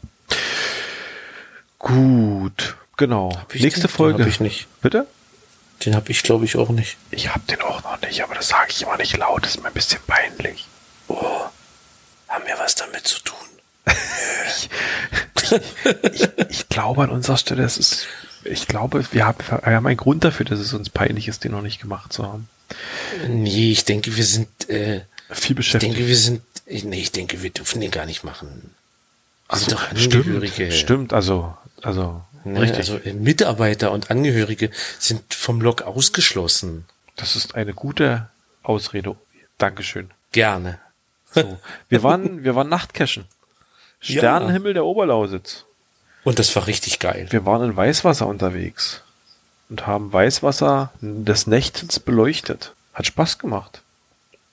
Gut, genau.
ich
Nächste
den? Den
Folge.
hab ich nicht.
Bitte?
den habe ich glaube ich auch nicht.
Ich hab den auch noch nicht, aber das sage ich immer nicht laut. Das ist mir ein bisschen peinlich.
Haben wir was damit zu tun?
Ich, ich glaube an unserer Stelle, es ist. Ich glaube, wir haben, wir haben einen Grund dafür, dass es uns peinlich ist, den noch nicht gemacht zu haben.
Nee, ich denke, wir sind äh,
Viel
ich
beschäftigt.
denke, wir sind ich- nee, ich denke, wir dürfen den gar nicht machen. Wir
Ach so,
sind doch
stimmt,
Angehörige.
stimmt, also, also
Ne? Richtig. Also äh, Mitarbeiter und Angehörige sind vom Log ausgeschlossen.
Das ist eine gute Ausrede. Dankeschön.
Gerne.
So. Wir
[laughs]
waren, wir waren Nachtcachen. Sternenhimmel ja. der Oberlausitz.
Und das war richtig geil.
Wir waren in Weißwasser unterwegs und haben Weißwasser des Nächtens beleuchtet. Hat Spaß gemacht.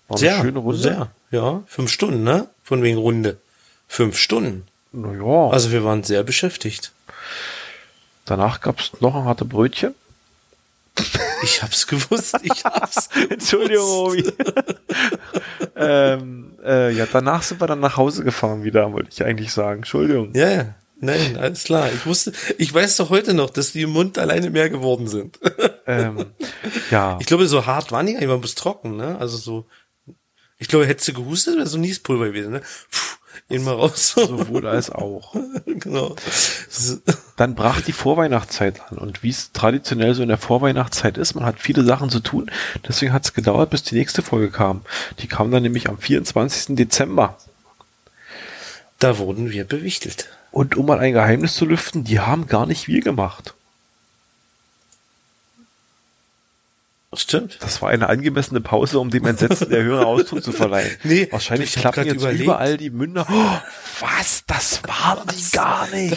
War eine sehr, schöne Runde. Sehr, ja, fünf Stunden, ne? Von wegen Runde. Fünf Stunden.
Naja.
Also wir waren sehr beschäftigt.
Danach gab's noch ein harte
[laughs]
Brötchen.
Ich hab's [laughs] gewusst, ich hab's.
Entschuldigung, Obi. [laughs] ähm, äh, ja, danach sind wir dann nach Hause gefahren wieder, wollte ich eigentlich sagen. Entschuldigung.
Ja, ja. Nein, alles klar. Ich wusste, ich weiß doch heute noch, dass die im Mund alleine mehr geworden sind.
ähm, ja.
Ich glaube, so hart war nicht, man muss trocken, ne? Also so, ich glaube, hättest du gehustet, wäre so Niespulver gewesen, ne? Puh, ihn mal raus.
Sowohl als auch.
[laughs] genau.
Dann brach die Vorweihnachtszeit an und wie es traditionell so in der Vorweihnachtszeit ist, man hat viele Sachen zu tun, deswegen hat es gedauert, bis die nächste Folge kam. Die kam dann nämlich am 24. Dezember.
Da wurden wir bewichtelt.
Und um mal ein Geheimnis zu lüften, die haben gar nicht wir gemacht.
Stimmt.
Das war eine angemessene Pause, um dem Entsetzen der Hörer Ausdruck zu verleihen.
Nee,
Wahrscheinlich klappen jetzt überlegt. überall die Münder. Oh, was? Das waren was? die gar nicht.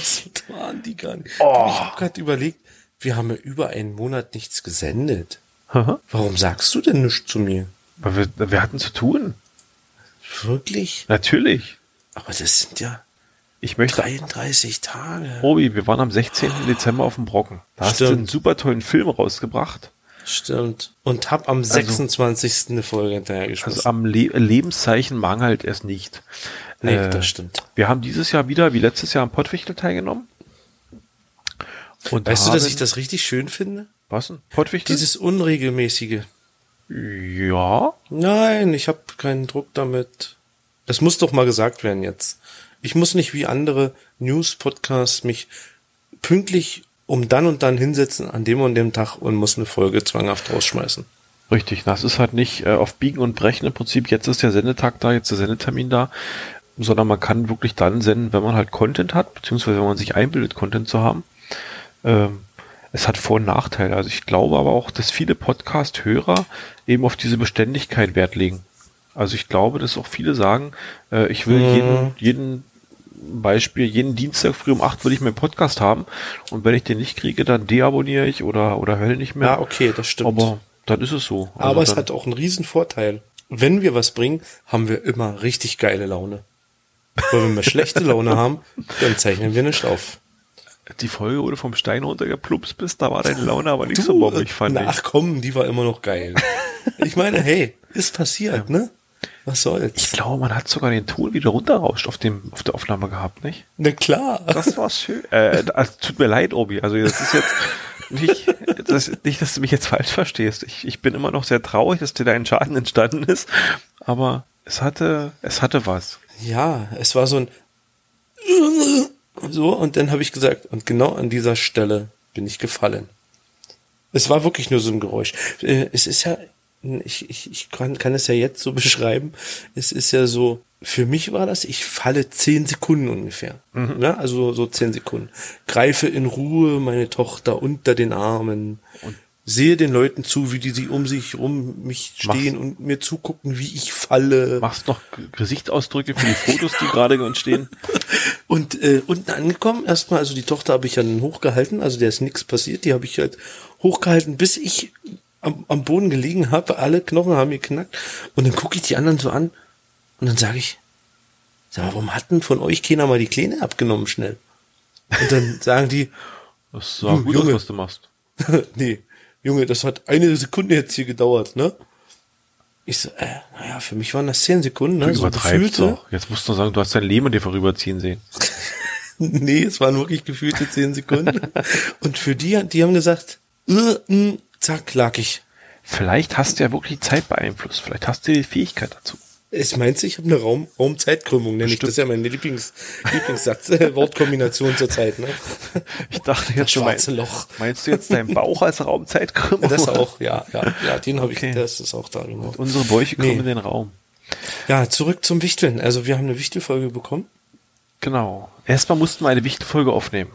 Das waren die gar nicht.
Oh.
Ich habe gerade überlegt, wir haben ja über einen Monat nichts gesendet. Aha. Warum sagst du denn nichts zu mir?
Weil wir, wir hatten zu tun.
Wirklich?
Natürlich.
Aber das sind ja...
Ich möchte.
33 Tage.
Obi, wir waren am 16. Dezember auf dem Brocken. Da hast Stimmt. du einen super tollen Film rausgebracht.
Stimmt. Und hab am 26. Also, eine Folge hinterher
geschmissen. Also am Le Lebenszeichen mangelt es nicht.
Nee, äh, das stimmt.
Wir haben dieses Jahr wieder, wie letztes Jahr, am Pottwichtel teilgenommen.
Und weißt du, dass ich das richtig schön finde?
Was denn? Pottwichtel?
Dieses unregelmäßige.
Ja.
Nein, ich habe keinen Druck damit. Das muss doch mal gesagt werden jetzt. Ich muss nicht wie andere News-Podcasts mich pünktlich um dann und dann hinsetzen an dem und dem Tag und muss eine Folge zwanghaft rausschmeißen.
Richtig, das ist halt nicht äh, auf Biegen und Brechen im Prinzip. Jetzt ist der Sendetag da, jetzt der Sendetermin da, sondern man kann wirklich dann senden, wenn man halt Content hat, beziehungsweise wenn man sich einbildet, Content zu haben. Ähm, es hat Vor- und Nachteile. Also ich glaube aber auch, dass viele Podcast-Hörer eben auf diese Beständigkeit Wert legen. Also ich glaube, dass auch viele sagen, äh, ich will mhm. jeden, jeden Beispiel, jeden Dienstag früh um acht will ich meinen Podcast haben und wenn ich den nicht kriege, dann deabonniere ich oder, oder höre nicht mehr.
Ja, okay, das stimmt.
Aber dann ist es so.
Also Aber es
dann,
hat auch einen riesen Vorteil. Wenn wir was bringen, haben wir immer richtig geile Laune. Weil wenn wir [laughs] schlechte Laune haben, dann zeichnen wir nicht auf.
Die Folge, wo du vom Stein runtergeplumpt bist, da war deine Laune aber nicht du, so bombig, fand
na,
ich.
Ach komm, die war immer noch geil. Ich meine, hey, ist passiert, ja. ne? Was soll's?
Ich glaube, man hat sogar den Ton wieder runterrauscht auf dem auf der Aufnahme gehabt, nicht?
Na klar.
Das war schön. Äh, also, tut mir leid, Obi. Also das ist jetzt nicht, das, nicht, dass du mich jetzt falsch verstehst. Ich, ich bin immer noch sehr traurig, dass dir da ein Schaden entstanden ist, aber es hatte es hatte was.
Ja, es war so ein so und dann habe ich gesagt und genau an dieser Stelle bin ich gefallen. Es war wirklich nur so ein Geräusch. Äh, Es ist ja ich, ich, ich kann, kann es ja jetzt so [laughs] beschreiben, es ist ja so, für mich war das, ich falle zehn Sekunden ungefähr. Mhm. Ne? Also so zehn Sekunden. Greife in Ruhe meine Tochter unter den Armen. Und sehe den Leuten zu, wie die sie um sich rum mich stehen machst, und mir zugucken, wie ich falle.
Machst noch Gesichtsausdrücke für die Fotos, die gerade entstehen.
Und äh, unten angekommen erstmal, also die Tochter habe ich ja dann hochgehalten, also der ist nichts passiert, die habe ich halt hochgehalten, bis ich am, am Boden gelegen habe, alle Knochen haben geknackt und dann gucke ich die anderen so an und dann sage ich, sag mal, warum hatten von euch keiner mal die Kleine abgenommen schnell? Und dann sagen die, [laughs]
das sah gut Junge, aus, was du machst.
nee, Junge, das hat eine Sekunde jetzt hier gedauert, ne? Ich so, äh, naja, für mich waren das zehn Sekunden, ne?
Du so übertreibst doch. Jetzt musst du sagen, du hast dein Leben dir vorüberziehen sehen.
[laughs] nee, es waren wirklich gefühlte zehn
[laughs]
Sekunden. und für die, die haben gesagt, äh, zack, lag ich.
Vielleicht hast du ja wirklich die Zeit beeinflusst. Vielleicht hast du die Fähigkeit dazu.
Es meinst du, ich habe eine Raum, Raumzeitkrümmung, nenne Stimmt. ich. Das ist ja meine Lieblings, Lieblingssatz, äh, Wortkombination zurzeit, ne?
Ich dachte jetzt das schon.
Schwarze mein, Loch.
Meinst du jetzt deinen Bauch als Raumzeitkrümmung?
Das auch, ja, ja, ja, den habe ich, okay. das ist auch da,
genau. Oh. Und unsere Bäuche kommen nee. in den Raum.
Ja, zurück zum Wichteln. Also wir haben eine Wichtelfolge bekommen.
Genau. Erstmal mussten wir eine Wichtelfolge aufnehmen.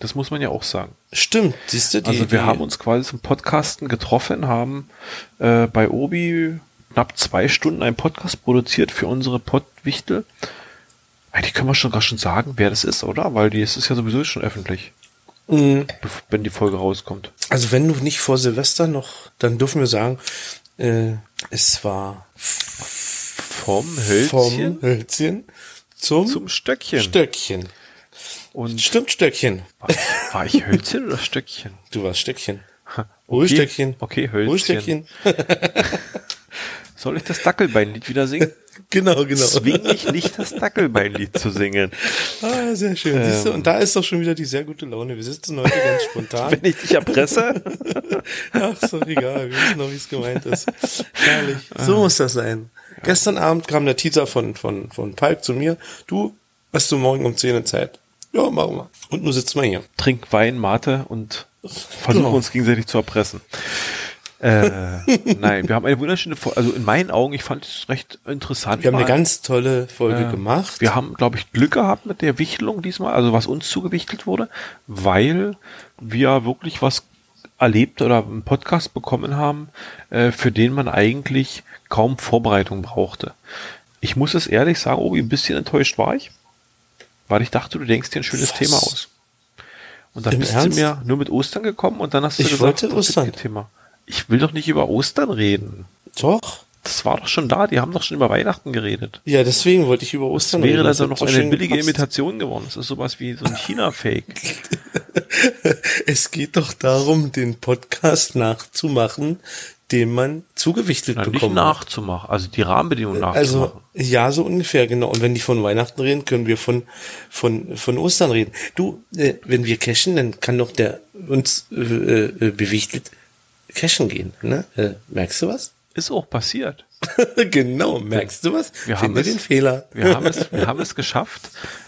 Das muss man ja auch sagen.
Stimmt, siehst du, die,
also wir
die-
haben uns quasi zum Podcasten getroffen, haben äh, bei Obi knapp zwei Stunden einen Podcast produziert für unsere Pottwichtel. Eigentlich können wir schon gar schon sagen, wer das ist, oder? Weil die, es ist ja sowieso schon öffentlich,
Mhm.
bef- wenn die Folge rauskommt.
Also wenn du nicht vor Silvester noch, dann dürfen wir sagen, äh, es war
Vom Hölzchen
vom Hölzchen zum,
zum Stöckchen.
Stöckchen.
Und
Stimmt, Stöckchen.
war ich, war ich Hölzchen oder
[laughs]
Stöckchen?
Du warst Stöckchen.
Ha,
Ruhestöckchen.
Okay, Hölzchen.
Ruhestöckchen.
Soll ich das Dackelbeinlied wieder singen?
Genau, [laughs] genau.
Zwing mich nicht, das Dackelbeinlied zu
[laughs]
singen.
Ah, sehr schön. Siehst du, und
Ähm.
da ist doch schon wieder die sehr gute Laune. Wir sitzen heute
[laughs]
ganz spontan.
Wenn ich dich erpresse.
Ach, so egal. Wir wissen noch, wie es gemeint ist. Herrlich.
Ah.
So muss das sein. Gestern Abend kam der Teaser von, von, von Palk zu mir. Du, hast du morgen um 10 Uhr Zeit? Ja, machen wir. Und nun sitzen wir hier.
trink Wein, Mate und versuche
Genau.
uns gegenseitig zu erpressen.
[laughs]
Äh, nein, wir haben eine wunderschöne Folge. Also in meinen Augen, ich fand es recht interessant.
Wir haben eine
mal.
ganz tolle Folge gemacht.
wir haben, glaube ich, Glück gehabt mit der Wichtelung diesmal, also was uns zugewichtelt wurde, weil wir wirklich was erlebt oder einen Podcast bekommen haben, äh, für den man eigentlich kaum Vorbereitung brauchte. Ich muss es ehrlich sagen, Obi, ein bisschen enttäuscht war ich, weil ich dachte, du denkst dir ein schönes
Was?
Thema aus. Und dann
Im
bist
Ernst?
du mir nur mit Ostern gekommen und dann hast du
Ich wollte
das ist
Ostern.
kein Thema. Ich will doch nicht über Ostern reden.
Doch.
Das war doch schon da, die haben doch schon über Weihnachten geredet.
Ja, deswegen wollte ich über Ostern
Wäre
reden.
das ja
hat
noch
so
eine
schön
billige
gepasst.
Imitation geworden. Das ist sowas wie so ein China-Fake.
[laughs] Es geht doch darum, den Podcast nachzumachen, den man zugewichtet
Nein, nicht
bekommen hat.
nachzumachen. Also die Rahmenbedingungen nachzumachen.
Also, ja, so ungefähr, genau. Und wenn die von Weihnachten reden, können wir von, von, von Ostern reden. Du, äh, wenn wir cashen, dann kann doch der uns äh, äh, bewichtet cashen gehen. Ne? Äh, merkst du was? [laughs]
ist auch passiert.
genau, merkst du was?
Wir haben
Finde
es.
den Fehler.
Wir haben es, wir haben es geschafft,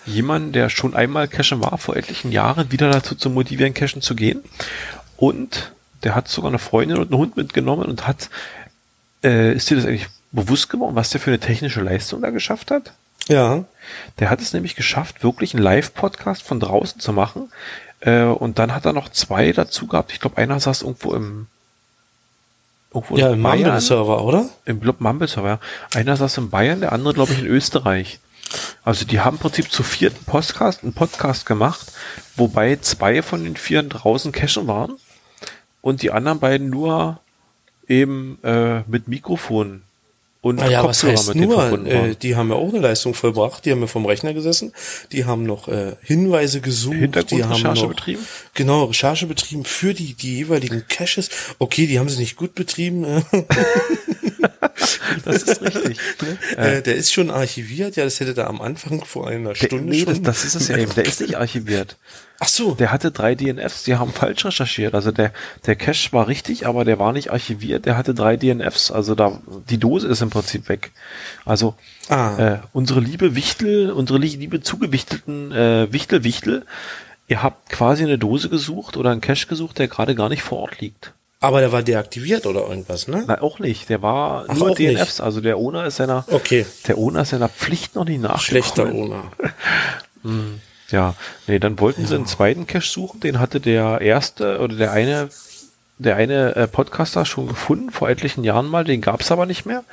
jemanden, der schon einmal cashen war, vor etlichen Jahren, wieder dazu zu motivieren, cashen zu gehen. Und der hat sogar eine Freundin und einen Hund mitgenommen und hat, äh, ist dir das eigentlich bewusst geworden, was der für eine technische Leistung da geschafft hat?
Ja.
Der hat es nämlich geschafft, wirklich einen Live-Podcast von draußen zu machen. Äh, und dann hat er noch zwei dazu gehabt. Ich glaube, einer saß irgendwo im irgendwo
Ja, im
Bayern,
Mumble-Server, oder?
im Club Mumble Server. Ja. Einer saß in Bayern, der andere glaube ich in Österreich. Also die haben im Prinzip zu vierten Podcast einen Podcast gemacht, wobei zwei von den vieren draußen cashen waren und die anderen beiden nur eben äh, mit Mikrofon und
Naja, Ah was heißt
denen
nur?
verbunden waren.
Äh, die haben ja auch eine Leistung vollbracht. Die haben ja vom Rechner gesessen. Die haben noch äh, Hinweise gesucht. Die haben
Hintergrundrecherche
noch,
betrieben?
Genau, Recherche betrieben für die, die jeweiligen Caches. Okay, die haben sie nicht gut betrieben. äh,
das ist richtig. ne?
äh, der ist schon archiviert. Ja, das hätte da am Anfang vor einer
Der,
Stunde
nee, das,
schon.
das ist es ja eben. Der ist nicht archiviert.
Ach so.
Der hatte drei DNFs, die haben falsch recherchiert. Also der, der Cache war richtig, aber der war nicht archiviert, der hatte drei DNFs. Also da, die Dose ist im Prinzip weg. Also
Ah.
äh, unsere liebe Wichtel, unsere li- liebe zugewichtelten äh, Wichtel, Wichtel, ihr habt quasi eine Dose gesucht oder einen Cache gesucht, der gerade gar nicht vor Ort liegt.
Aber der war deaktiviert oder irgendwas, ne?
Nein, auch nicht. Der war
Ach,
nur
auch nicht.
DNFs. Also der Owner ist seiner,
Okay.
der Owner ist seiner Pflicht noch nicht nachgekommen.
Schlechter Owner.
Ja, nee, dann wollten sie einen zweiten Cache suchen, den hatte der erste oder der eine, der eine äh, Podcaster schon gefunden, vor etlichen Jahren mal, den gab's aber nicht mehr.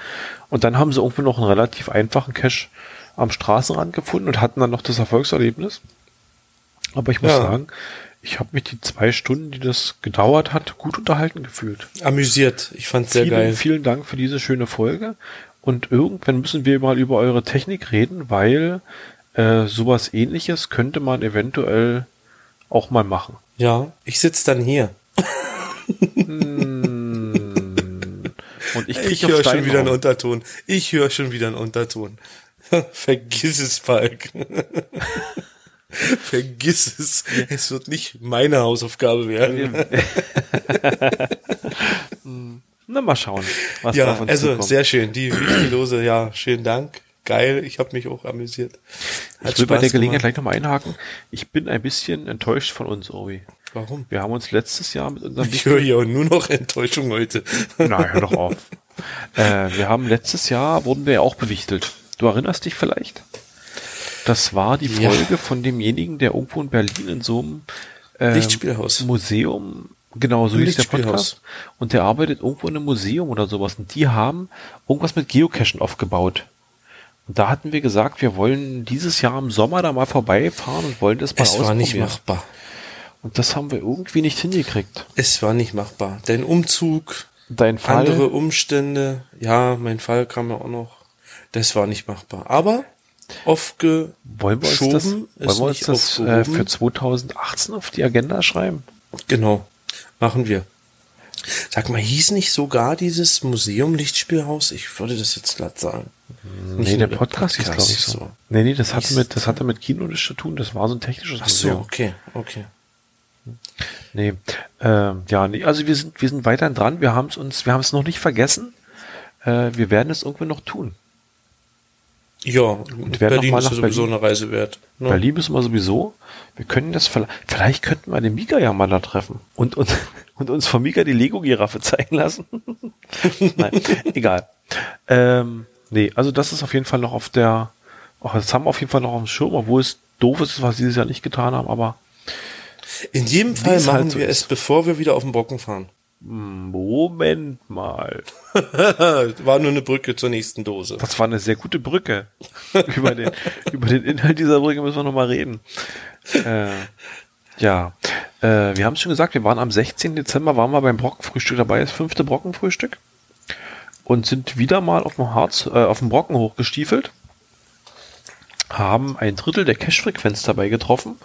Und dann haben sie irgendwie noch einen relativ einfachen Cache am Straßenrand gefunden und hatten dann noch das Erfolgserlebnis. Aber ich muss
Ja.
sagen, ich habe mich die zwei Stunden, die das gedauert hat, gut unterhalten gefühlt.
Amüsiert. Ich fand's sehr
vielen,
geil.
vielen Dank für diese schöne Folge. Und irgendwann müssen wir mal über eure Technik reden, weil äh, sowas ähnliches könnte man eventuell auch mal machen.
Ja. Ich sitz dann hier.
Und ich krieg
Ich
auf
höre
Stein
schon wieder einen
drauf.
Unterton. Ich höre schon wieder einen Unterton. [laughs] Vergiss es, Falk. [laughs] Vergiss es. Es wird nicht meine Hausaufgabe werden.
[laughs] Na, mal schauen, was da auf
Ja,
uns
also
zukommt.
sehr schön. Die Wichtelose, ja, schönen Dank. Geil, ich habe mich auch amüsiert. Hat
ich will bei
Spaß
der Gelegenheit
gemacht.
gleich nochmal einhaken. Ich bin ein bisschen enttäuscht von uns, Obi.
Warum?
Wir haben uns letztes Jahr mit unserem
Ich höre ja nur noch Enttäuschung heute.
Na, hör doch auf. äh, wir haben letztes Jahr, wurden wir ja auch bewichtelt. Du erinnerst dich vielleicht? Das war die
Ja.
Folge von demjenigen, der irgendwo in Berlin in so einem ähm,
Lichtspielhaus.
Museum, genau, so hieß der
Lichtspielhaus.
Podcast. Und der arbeitet irgendwo in einem Museum oder sowas. Und die haben irgendwas mit Geocaching aufgebaut. Und da hatten wir gesagt, wir wollen dieses Jahr im Sommer da mal vorbeifahren und wollen das mal
Es war nicht
ausprobieren.
machbar.
Und das haben wir irgendwie nicht hingekriegt.
Es war nicht machbar. Dein Umzug,
Dein Fall,
andere Umstände. Ja, mein Fall kam ja auch noch. Das war nicht machbar. Aber aufgeschoben
wollen wir uns das, wollen
ist
wir uns
nicht
das äh,
aufgehoben.
für 2018 auf die Agenda schreiben?
Genau, machen wir. Sag mal, hieß nicht sogar dieses Museum Lichtspielhaus? Ich würde das jetzt glatt sagen.
Nee, der Podcast hieß, glaube ich, so. Nee, nee, das hatte,
Hieß-
mit, das hatte mit Kino nichts zu tun. Das war so ein technisches
Ach so, okay, okay.
Nee, ähm, ja, nee, also wir sind, wir sind weiterhin dran. Wir haben es uns, wir haben es noch nicht vergessen. Äh, wir werden es irgendwann noch tun.
Ja,
wer noch
Berlin
mal
ist ja
nach
sowieso
Berlin-
eine Reise wert. Ne?
Berlin müssen wir sowieso. Wir können das vielleicht, vielleicht könnten wir den Mika ja mal da treffen und, und, [laughs] und uns von Mika die Lego-Giraffe zeigen lassen. [laughs] Nein, egal. Ähm, nee, also das ist auf jeden Fall noch auf der, oh, das haben wir auf jeden Fall noch auf dem Schirm, obwohl es doof ist, was sie dieses Jahr nicht getan haben, aber
In jedem Fall
es halt
machen
so
wir es, bevor wir wieder auf den Brocken fahren. [laughs]
Moment mal.
War nur eine Brücke zur nächsten Dose.
Das war eine sehr gute
[laughs]
Brücke. über, den, über den Inhalt dieser Brücke müssen wir nochmal reden. Äh, ja, äh, wir haben es schon gesagt, wir waren am 16. Dezember, waren wir beim Brockenfrühstück dabei, das fünfte Brockenfrühstück. Und sind wieder mal auf dem, Harz, äh, auf dem Brocken hochgestiefelt. Haben ein Drittel der Cash-Frequenz dabei getroffen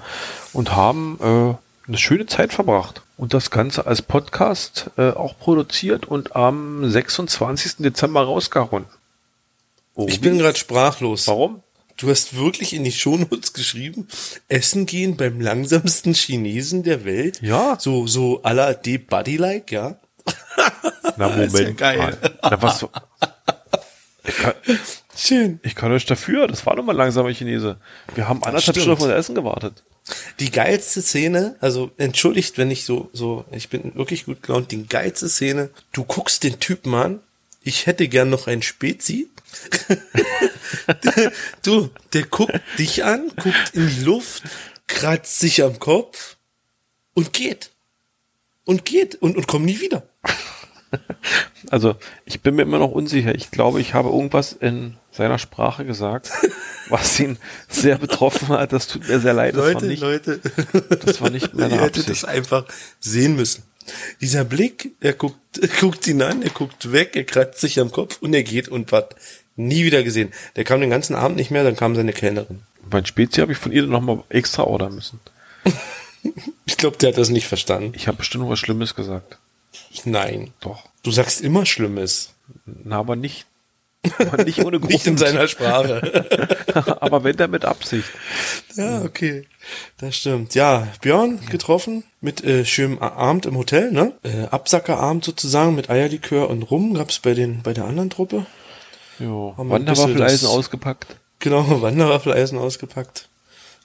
und haben äh, eine schöne Zeit verbracht. Und das Ganze als Podcast äh, auch produziert und am 26. Dezember rausgehauen.
Ich bin gerade sprachlos.
Warum?
Du hast wirklich in die Shownotes geschrieben, Essen gehen beim langsamsten Chinesen der Welt.
Ja.
So, so à la D-Buddy-like, ja.
Na,
[laughs] Ist ja geil.
mal. Na, was? Ich kann,
Schön.
ich kann euch dafür. Das war doch mal langsamer Chinese. Wir haben anderthalb
stimmt.
Stunden auf unser Essen gewartet.
Die geilste Szene, also entschuldigt, wenn ich so, so, ich bin wirklich gut gelaunt, die geilste Szene, du guckst den Typen an, ich hätte gern noch ein Spezi. [laughs] du, der guckt dich an, guckt in die Luft, kratzt sich am Kopf und geht. Und geht und, und kommt nie wieder.
Also, ich bin mir immer noch unsicher. Ich glaube, ich habe irgendwas in seiner Sprache
[laughs]
gesagt, was ihn sehr betroffen hat. Das tut mir sehr leid. Das war
Leute,
nicht,
Leute,
das war nicht meine
ihr hättet
Absicht.
das einfach sehen müssen. Dieser Blick, er guckt, [laughs] er guckt ihn an, er guckt weg, er kratzt sich am Kopf und er geht und wat. Nie wieder gesehen. Der kam den ganzen Abend nicht mehr, dann kam seine Kellnerin.
Mein Spezi habe ich von ihr nochmal extra ordern müssen.
Ich glaube, der hat das nicht verstanden.
Ich habe bestimmt noch was Schlimmes gesagt.
Nein.
Doch.
Du sagst immer Schlimmes.
Na, aber nicht. Aber nicht ohne Grund.
[laughs] Nicht in seiner Sprache.
[laughs] aber wenn dann mit Absicht.
[laughs] ja, okay. Das stimmt. Ja, Björn getroffen mit äh, schönem A- Abend im Hotel, ne? Äh, Absackerabend sozusagen mit Eierlikör und Rum gab's bei den bei der anderen Truppe.
Jo.
Haben wir ein bisschen
Wanderwaffeleisen
das-
ausgepackt.
Genau, [laughs] Wanderwaffeleisen ausgepackt.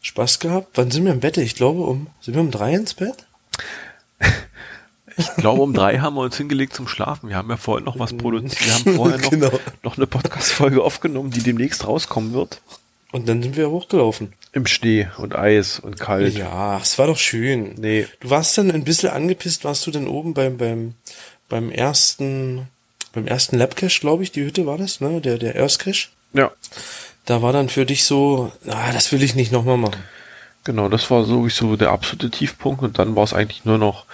Spaß gehabt. Wann sind wir im Bett? Ich glaube um. Sind wir um drei ins Bett?
Ich glaube, um drei haben wir uns hingelegt zum Schlafen. Wir haben ja vorhin noch was produziert. Wir haben vorher noch,
Mhm. [laughs] Genau.
noch eine Podcast-Folge aufgenommen, die demnächst rauskommen wird.
Und dann sind wir hochgelaufen.
Im Schnee und Eis und kalt.
Ja, es war doch schön.
Nee.
Du warst dann ein bisschen angepisst, warst du denn oben beim, beim, beim ersten, beim ersten Labcache, glaube ich, die Hütte war das, ne? Der, der Earthcache.
Ja.
Da war dann für dich so, ah, das will ich nicht
[laughs]
nochmal machen.
Genau, das war so, so der absolute Tiefpunkt. Und dann war es eigentlich nur noch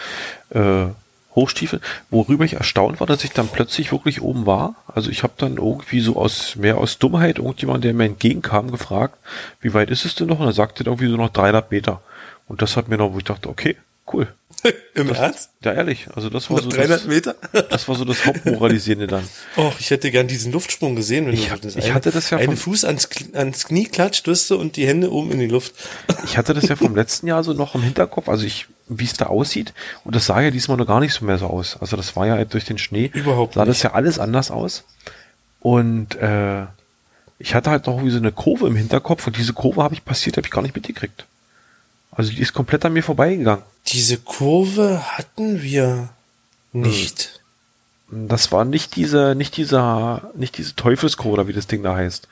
äh, Hochstiefel. Worüber ich erstaunt war, dass ich dann plötzlich wirklich oben war. Also ich habe dann irgendwie so aus mehr aus Dummheit irgendjemand, der mir entgegenkam, gefragt, wie weit ist es denn noch? Und er sagte dann irgendwie so noch 300 Meter. Und das hat mir noch, wo ich dachte, okay, cool.
Im Ernst?
Ja, ehrlich. Also das war
Noch
so
300
das,
Meter?
[laughs] Das war so das Hauptmoralisierende dann.
Och, ich hätte gern diesen Luftsprung gesehen, wenn
Ich
du
hab-
das
ich
eine-
hatte das ja
einen
vom-
Fuß ans, Knie- ans Knie klatscht, wirst du, und die Hände oben in die Luft.
Ich hatte das ja vom letzten Jahr so noch im Hinterkopf, also ich, wie es da aussieht. Und das sah ja diesmal noch gar nicht so mehr so aus. Also das war ja halt durch den Schnee.
Überhaupt
Sah das ja alles anders aus. Und äh, ich hatte halt noch wie so eine Kurve im Hinterkopf und diese Kurve habe ich passiert, habe ich gar nicht mitgekriegt. Also die ist komplett an mir vorbeigegangen.
Hm. Diese Kurve hatten wir nicht.
das war nicht dieser, nicht dieser, nicht diese Teufelskuh oder wie das Ding da heißt.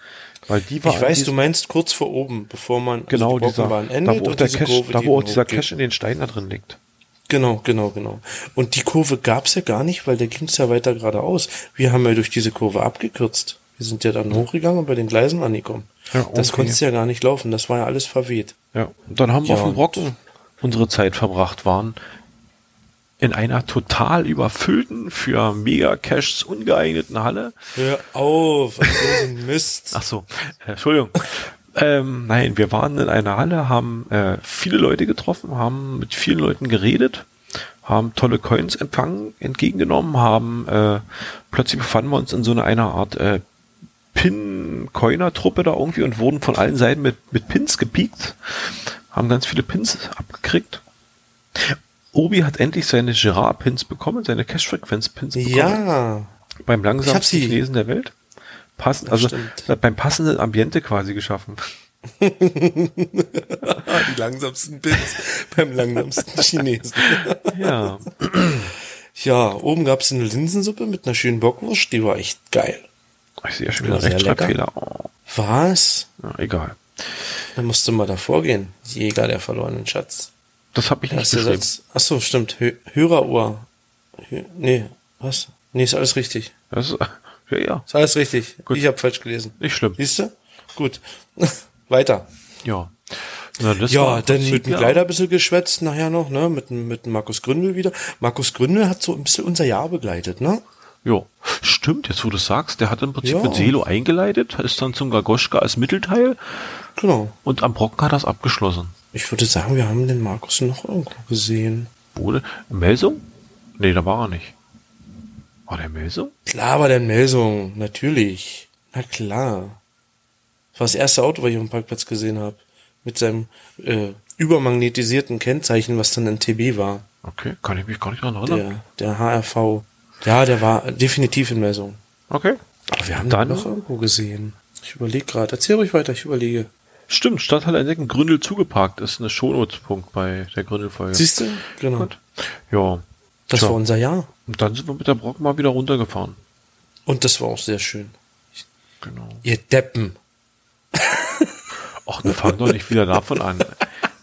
Weil die war
Ich weiß,
diese-
du meinst kurz vor oben, bevor man also
genau
die
dieser,
Brockenbahn
da wo auch
und
der
diese
Cache,
Kurve,
da
die
wo auch
eben
dieser
hochgeht.
Cache in den Stein da drin liegt.
Genau, genau, genau. Und die Kurve gab's ja gar nicht, weil da ging's ja weiter geradeaus. Wir haben ja durch diese Kurve abgekürzt. Wir sind ja dann hochgegangen und bei den Gleisen angekommen.
Ja,
Das
okay.
konntest du Hm. ja gar nicht laufen, das war ja alles verweht.
Ja, und dann haben wir
Ja,
auf dem
und-
Brocken unsere Zeit verbracht, waren in einer total überfüllten, für Mega-Caches ungeeigneten Halle.
Hör auf, was ist ein Mist.
Ach so, äh, Entschuldigung. ähm, nein, wir waren in einer Halle, haben äh, viele Leute getroffen, haben mit vielen Leuten geredet, haben tolle Coins empfangen, entgegengenommen, haben äh, plötzlich befanden wir uns in so einer, einer Art äh, Pin-Coiner-Truppe da irgendwie und wurden von allen Seiten mit, mit Pins gepiekt, haben ganz viele Pins abgekriegt. Obi hat endlich seine Girard-Pins bekommen, seine Cash-Frequenz-Pins bekommen
[laughs] Ja,
beim
Ich hab
langsamsten
sie.
Chinesen der Welt. Passend, also
stimmt.
äh, beim passenden Ambiente quasi
[laughs]
geschaffen.
Ah, die langsamsten [laughs] Pins beim langsamsten Chinesen.
Ja,
Ja, oben gab's eine Linsensuppe mit einer schönen Bockwurst, die war echt geil.
ich sehe ja schon wieder
Sehr
Rechtschreibfehler. Oh,
Was?
ja, egal.
Da musste mal davor gehen. Jäger der verlorenen Schatz.
Das habe ich
Der
nicht
erste
geschrieben.
Satz. Ach so, stimmt. Hö Hörerohr. Hö nee, was? Nee, ist alles richtig.
Das ist, [laughs] ja, ja,
Ist alles richtig. Ich habe falsch gelesen.
nicht schlimm.
Siehst du? Gut. [laughs] Weiter.
Ja, Na, das war
Ja,
im
dann
Prinzip,
mit dem
ja,
Kleider ein bisschen geschwätzt, nachher noch, ne? Mit, dem- mit dem Markus Gründel wieder. Markus Gründel hat so ein bisschen unser Jahr begleitet, ne?
Ja, stimmt, jetzt wo du es sagst, der hat im Prinzip
Ja.
mit Selo eingeleitet, ist dann zum Gagoschka als Mittelteil
Genau.
und am Brocken hat das abgeschlossen.
Ich würde sagen, wir haben den Markus noch irgendwo gesehen.
Bode, Melsung? Nee, da war er nicht. War der Melsung?
Klar war der in Melsung, natürlich. Na klar. Das war das erste Auto, was ich auf dem Parkplatz gesehen habe. Mit seinem äh, übermagnetisierten Kennzeichen, was dann ein TB war.
Okay, kann ich mich gar nicht dran erinnern.
Der, der HRV. Ja, der war definitiv in Melsung.
Okay.
Aber wir haben
Dann-
den noch irgendwo gesehen. Ich überlege gerade. Erzähl ruhig weiter, ich überlege.
Stimmt, Stadthalle entdecken, Gründel zugeparkt ist eine Shownotes-Punkt bei der Gründel-Folge.
Siehst du? Genau.
Gut. Ja.
Das
Tja.
war unser Jahr.
Und dann sind wir mit der Brock mal wieder runtergefahren.
Und das war auch sehr schön.
Genau.
Ihr Deppen.
Ach, dann fang doch nicht wieder davon an.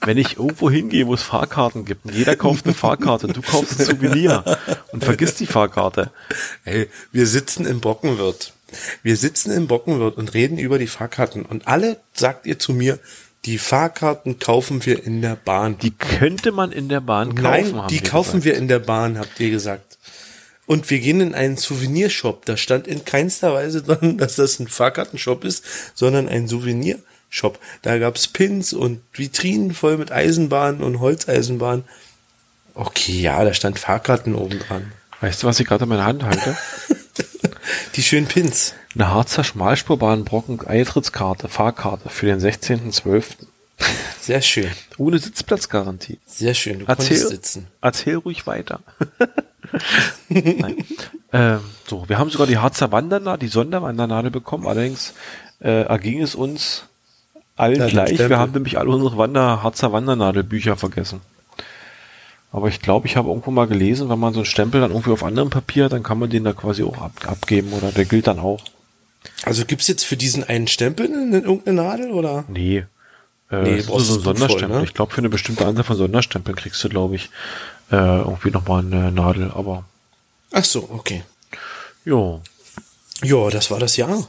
Wenn ich irgendwo hingehe, wo es Fahrkarten gibt und jeder kauft eine Fahrkarte, du kaufst ein Souvenir und vergisst die Fahrkarte.
Ey, wir sitzen im Brockenwirt. Wir sitzen im Brockenwirt und reden über die Fahrkarten. Und alle sagt ihr zu mir, die Fahrkarten kaufen wir in der Bahn.
Die könnte man in der Bahn kaufen.
Nein,
haben
die kaufen wir in der Bahn, habt ihr gesagt. Und wir gehen in einen Souvenirshop. Da stand in keinster Weise dran, dass das ein Fahrkartenshop ist, sondern ein Souvenirshop. Da gab's Pins und Vitrinen voll mit Eisenbahnen und Holzeisenbahnen. Okay, ja, da stand Fahrkarten oben dran.
gesagt. Weißt du, was ich gerade in meiner Hand halte?
Die schönen Pins.
Eine Harzer Schmalspurbahn Brocken Eintrittskarte, Fahrkarte für den 16.12.
Sehr schön.
Ohne Sitzplatzgarantie.
Sehr schön. Du konntest
Erzähl,
sitzen.
erzähl ruhig weiter. [laughs] Nein. ähm, so, wir haben sogar die Harzer Wanderner, die Sonderwandernadel bekommen. Allerdings äh, erging es uns allen
Ja, den
gleich. Wir
Stempel.
haben nämlich alle unsere Wander Harzer Wandernadelbücher vergessen. Aber ich glaube, ich habe irgendwo mal gelesen, wenn man so einen Stempel dann irgendwie auf anderem Papier hat, dann kann man den da quasi auch ab, abgeben oder der gilt dann auch.
Also gibt's jetzt für diesen einen Stempel in irgendeine Nadel oder?
Nee. Äh,
Nee,
das ist
brauchst
so
du
ein
voll,
Sonderstempel.
ne?
Ich glaube, für eine bestimmte Anzahl von Sonderstempeln kriegst du, glaube ich, äh, irgendwie nochmal eine Nadel. Aber
Ach so, okay.
ja,
Ja, das war das Jahr.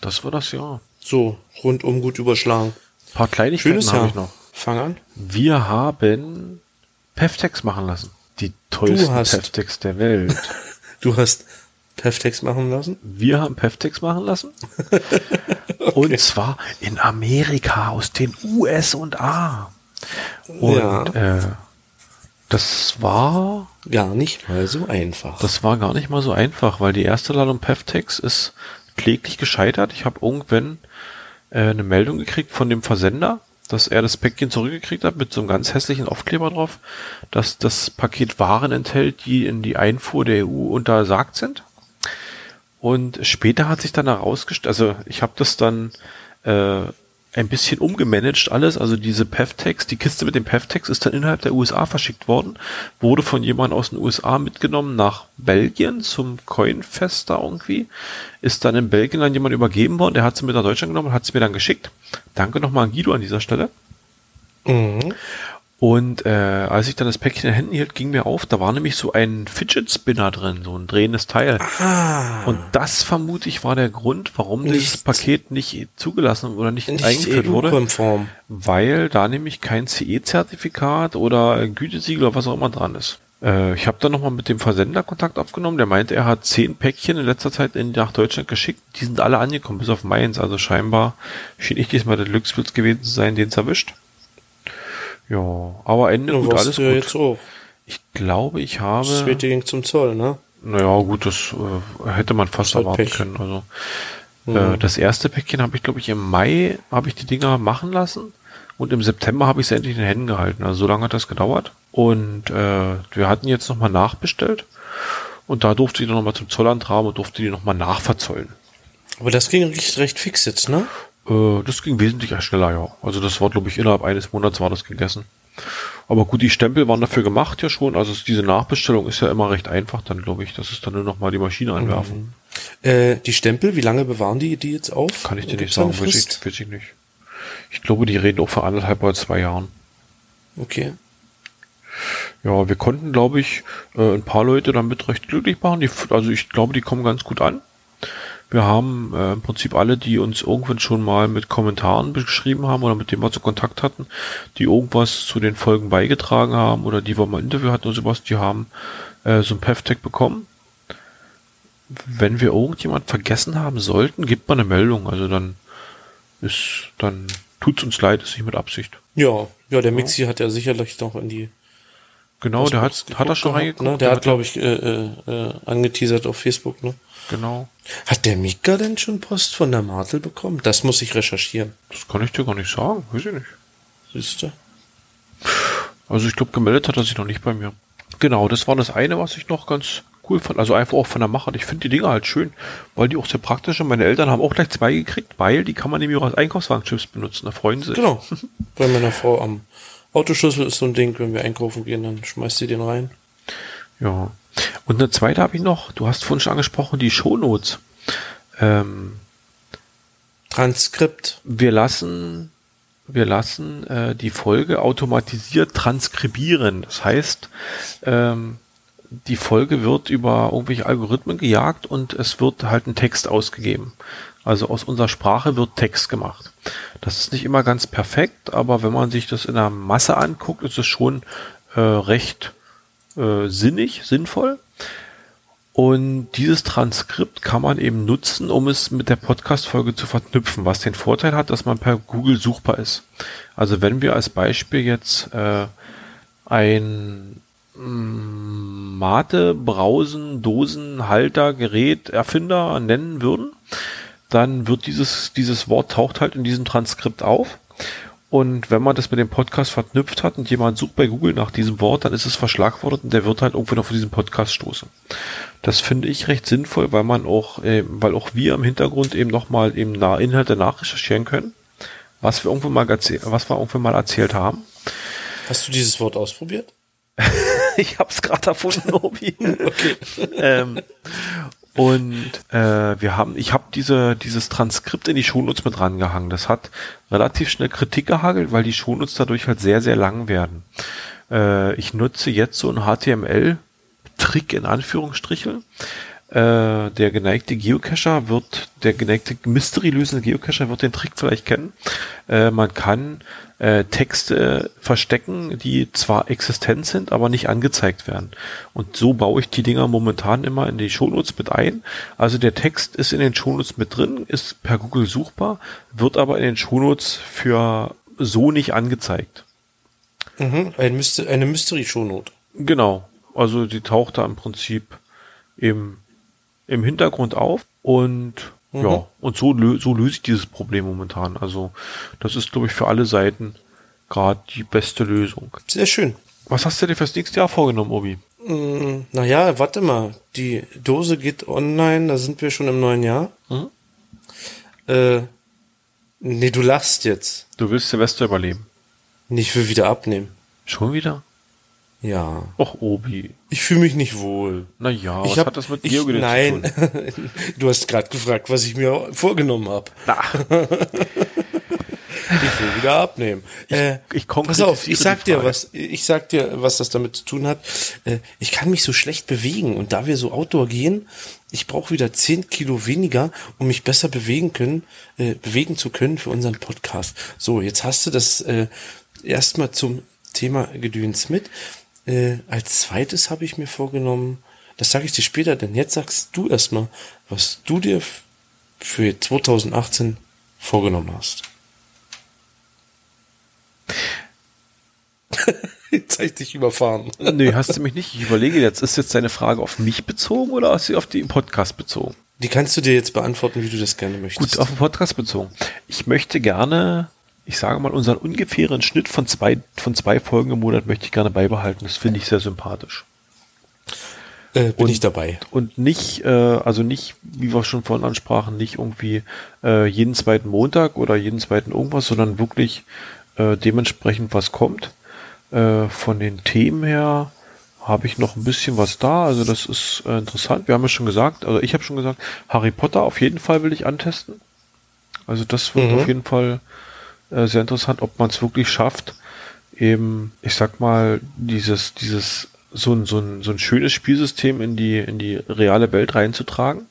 das war das Jahr.
So, rundum gut überschlagen.
Ein paar Kleinigkeiten
Schönes
habe
Jahr.
ich noch.
Fang an.
Wir haben Peftex machen lassen. Die
Du
tollsten
hast-
Peftex der Welt.
Du hast Perftex machen lassen?
Wir haben Peftex machen
[laughs]
lassen. Und zwar in Amerika, aus den US und A. Und
Ja.
äh, das war
Gar nicht mal so einfach.
Das war gar nicht mal so einfach, weil die erste Ladung Peftex ist kläglich gescheitert. Ich habe irgendwann äh, eine Meldung gekriegt von dem Versender, dass er das Päckchen zurückgekriegt hat mit so einem ganz hässlichen Aufkleber drauf, dass das Paket Waren enthält, die in die Einfuhr der EU untersagt sind. Und später hat sich dann herausgestellt, also ich habe das dann äh, ein bisschen umgemanagt alles. Also diese PEV-Tags, die Kiste mit dem PEV-Tags ist dann innerhalb der USA verschickt worden, wurde von jemandem aus den USA mitgenommen nach Belgien zum Coinfest da irgendwie, ist dann in Belgien an jemand übergeben worden, der hat sie mit nach Deutschland genommen und hat sie mir dann geschickt. Danke nochmal an Guido an dieser Stelle.
Mhm.
Und äh, als ich dann das Päckchen in den Händen hielt, ging mir auf, da war nämlich so ein Fidget Spinner drin, so ein drehendes Teil.
Ah,
Und das vermute ich war der Grund, warum dieses
Nicht-
Paket nicht zugelassen oder nicht,
nicht
eingeführt wurde,
EU-konform.
weil da nämlich kein CE-Zertifikat oder Gütesiegel oder was auch immer dran ist. Äh, Ich habe dann nochmal mit dem Versender Kontakt aufgenommen, der meinte, er hat zehn Päckchen in letzter Zeit in, nach Deutschland geschickt, die sind alle angekommen, bis auf meins, also scheinbar schien ich diesmal der Glückspilz gewesen zu sein, den es erwischt. Ja, aber Ende
Du
gut, alles
warst ja
gut.
jetzt auch.
Ich glaube, ich habe...
Das zweite ging zum Zoll, ne?
Naja, gut, das äh, hätte man fast
halt
erwarten
Pech.
können. Also äh, das erste Päckchen habe ich, glaube ich, im Mai habe ich die Dinger machen lassen und im September habe ich sie endlich in den Händen gehalten. Also so lange hat das gedauert. Und äh, wir hatten jetzt nochmal nachbestellt und da durfte ich dann nochmal zum Zollamt tragen und durfte die nochmal nachverzollen.
Aber das ging recht, recht fix jetzt, ne?
Äh, das ging wesentlich schneller, ja. Also das war, glaube ich, innerhalb eines Monats war das gegessen. Aber gut, die Stempel waren dafür gemacht ja schon. Also es- diese Nachbestellung ist ja immer recht einfach dann, glaube ich. Das ist dann nur nochmal die Maschine anwerfen.
Äh, die Stempel, wie lange bewahren die die jetzt auf?
Kann ich dir nicht
Gibt's da eine
sagen, weiß
Frist?
ich, weiß ich nicht. Ich glaube, die reden auch vor anderthalb oder zwei Jahren.
Okay.
Ja, wir konnten, glaube ich, äh, ein paar Leute damit recht glücklich machen. Die, f- also ich glaube, die kommen ganz gut an. Wir haben äh, im Prinzip alle, die uns irgendwann schon mal mit Kommentaren beschrieben haben oder mit denen wir zu Kontakt hatten, die irgendwas zu den Folgen beigetragen haben oder die wir mal im Interview hatten oder sowas, die haben äh, so ein PEV-Tag bekommen. Wenn wir irgendjemand vergessen haben sollten, gibt man eine Meldung. Also dann ist, dann tut's uns leid, ist nicht mit Absicht.
Ja, ja, der Mixi hat ja sicherlich noch in die.
Genau, der hat,
Postbox
hat er schon
geguckt
reingeguckt.
gehabt, Ne? Der hat, glaube ich, äh, äh, äh, angeteasert auf Facebook, ne?
genau.
Hat der Mika denn schon Post von der Martel bekommen? Das muss ich recherchieren.
Das kann ich dir gar nicht sagen, weiß ich nicht.
Siehst du?
Also ich glaube, gemeldet hat er sich noch nicht bei mir. Genau, das war das eine, was ich noch ganz cool fand. Also einfach auch von der Machart. Ich finde die Dinger halt schön, weil die auch sehr praktisch sind. Meine Eltern haben auch gleich zwei gekriegt, weil die kann man nämlich auch als Einkaufswagenchips benutzen. Da freuen sie sich. [laughs]
Genau. Bei meiner Frau am Autoschlüssel ist so ein Ding, wenn wir einkaufen gehen, dann schmeißt sie den rein.
Ja. Und eine zweite habe ich noch. Du hast vorhin schon angesprochen, die Shownotes. Ähm,
Transkript.
wir lassen, wir lassen äh, die Folge automatisiert transkribieren. Das heißt, ähm, die Folge wird über irgendwelche Algorithmen gejagt und es wird halt ein Text ausgegeben. Also aus unserer Sprache wird Text gemacht. Das ist nicht immer ganz perfekt, aber wenn man sich das in der Masse anguckt, ist es schon äh, recht äh, sinnig, sinnvoll. Und dieses Transkript kann man eben nutzen, um es mit der Podcast-Folge zu verknüpfen, was den Vorteil hat, dass man per Google suchbar ist. Also wenn wir als Beispiel jetzt äh, ein mm, Mate, Brausen, Dosen, Halter, Gerät, Erfinder nennen würden, dann wird dieses, dieses Wort taucht halt in diesem Transkript auf. Und wenn man das mit dem Podcast verknüpft hat und jemand sucht bei Google nach diesem Wort, dann ist es verschlagwortet und der wird halt irgendwann auf diesen Podcast stoßen. Das finde ich recht sinnvoll, weil man auch, äh, weil auch wir im Hintergrund eben nochmal eben na Inhalte nachrecherchieren können, was wir irgendwann mal, erzäh- was wir irgendwann mal erzählt haben.
Hast du dieses Wort ausprobiert?
[laughs] Ich hab's gerade erfunden, Obi. ähm, und äh, wir haben, ich habe diese, dieses Transkript in die Shownotes mit rangehangen. Das hat relativ schnell Kritik gehagelt, weil die Shownotes dadurch halt sehr, sehr lang werden. Äh, ich nutze jetzt so einen HTML-Trick in Anführungsstrichen. Äh, der geneigte Geocacher wird, der geneigte Mystery-lösende Geocacher wird den Trick vielleicht kennen. Äh, man kann äh, Texte verstecken, die zwar existent sind, aber nicht angezeigt werden. Und so baue ich die Dinger momentan immer in die Shownotes mit ein. Also der Text ist in den Shownotes mit drin, ist per Google suchbar, wird aber in den Shownotes für so nicht angezeigt.
Mhm. Ein Myster eine Mystery-Shownote.
Genau. Also die taucht da im Prinzip im, im Hintergrund auf und
Mhm.
ja, und so, lö so löse ich dieses Problem momentan. Also das ist, glaube ich, für alle Seiten gerade die beste Lösung.
Sehr schön.
Was hast du dir fürs nächste Jahr vorgenommen, Obi?
Mm, Naja, warte mal. Die
Mhm.
Dose geht online, da sind wir schon im neuen Jahr. Äh, Nee, du lachst jetzt.
Du willst Silvester überleben.
Nee, ich will wieder abnehmen.
Schon wieder?
Ja.
Och, Obi.
Ich fühle mich nicht wohl.
Naja,
ich
was
hab-
hat das mit
ich-
Georg denn zu
Nein,
tun?
[laughs] du hast gerade gefragt, was ich mir vorgenommen habe.
Na, [laughs]
Ich will wieder abnehmen. Äh,
ich
pass auf, ich
konkretisiere
sag
die
dir
Frage.
was. Ich sag dir, was das damit zu tun hat. Äh, ich kann mich so schlecht bewegen und da wir so Outdoor gehen, ich brauche wieder 10 Kilo weniger, um mich besser bewegen können, äh, bewegen zu können für unseren Podcast. So, jetzt hast du das äh, erstmal zum Thema Gedöns mit. Äh, als zweites habe ich mir vorgenommen, das sage ich dir später, denn jetzt sagst du erstmal, was du dir f- für 2018 vorgenommen hast. Jetzt hab ich dich überfahren.
Nee, hast du mich nicht. Ich überlege jetzt, ist jetzt deine Frage auf mich bezogen oder ist sie auf den Podcast bezogen?
Die kannst du dir jetzt beantworten, wie du das gerne möchtest.
Gut, auf den Podcast bezogen. Ich möchte gerne, ich sage mal, unseren ungefähren Schnitt von zwei, von zwei Folgen im Monat möchte ich gerne beibehalten. Das finde ich sehr sympathisch.
äh, bin ich dabei.
Und nicht, äh, also nicht, wie wir schon vorhin ansprachen, nicht irgendwie äh, jeden zweiten Montag oder jeden zweiten irgendwas, sondern wirklich äh, dementsprechend, was kommt. Äh, von den Themen her habe ich noch ein bisschen was da. Also das ist äh, interessant. Wir haben ja schon gesagt, also ich habe schon gesagt, Harry Potter auf jeden Fall will ich antesten. Also das wird auf jeden Fall äh, sehr interessant, ob man es wirklich schafft, eben, ich sag mal, dieses, dieses, so ein, so ein, so ein schönes Spielsystem in die, in die reale Welt reinzutragen.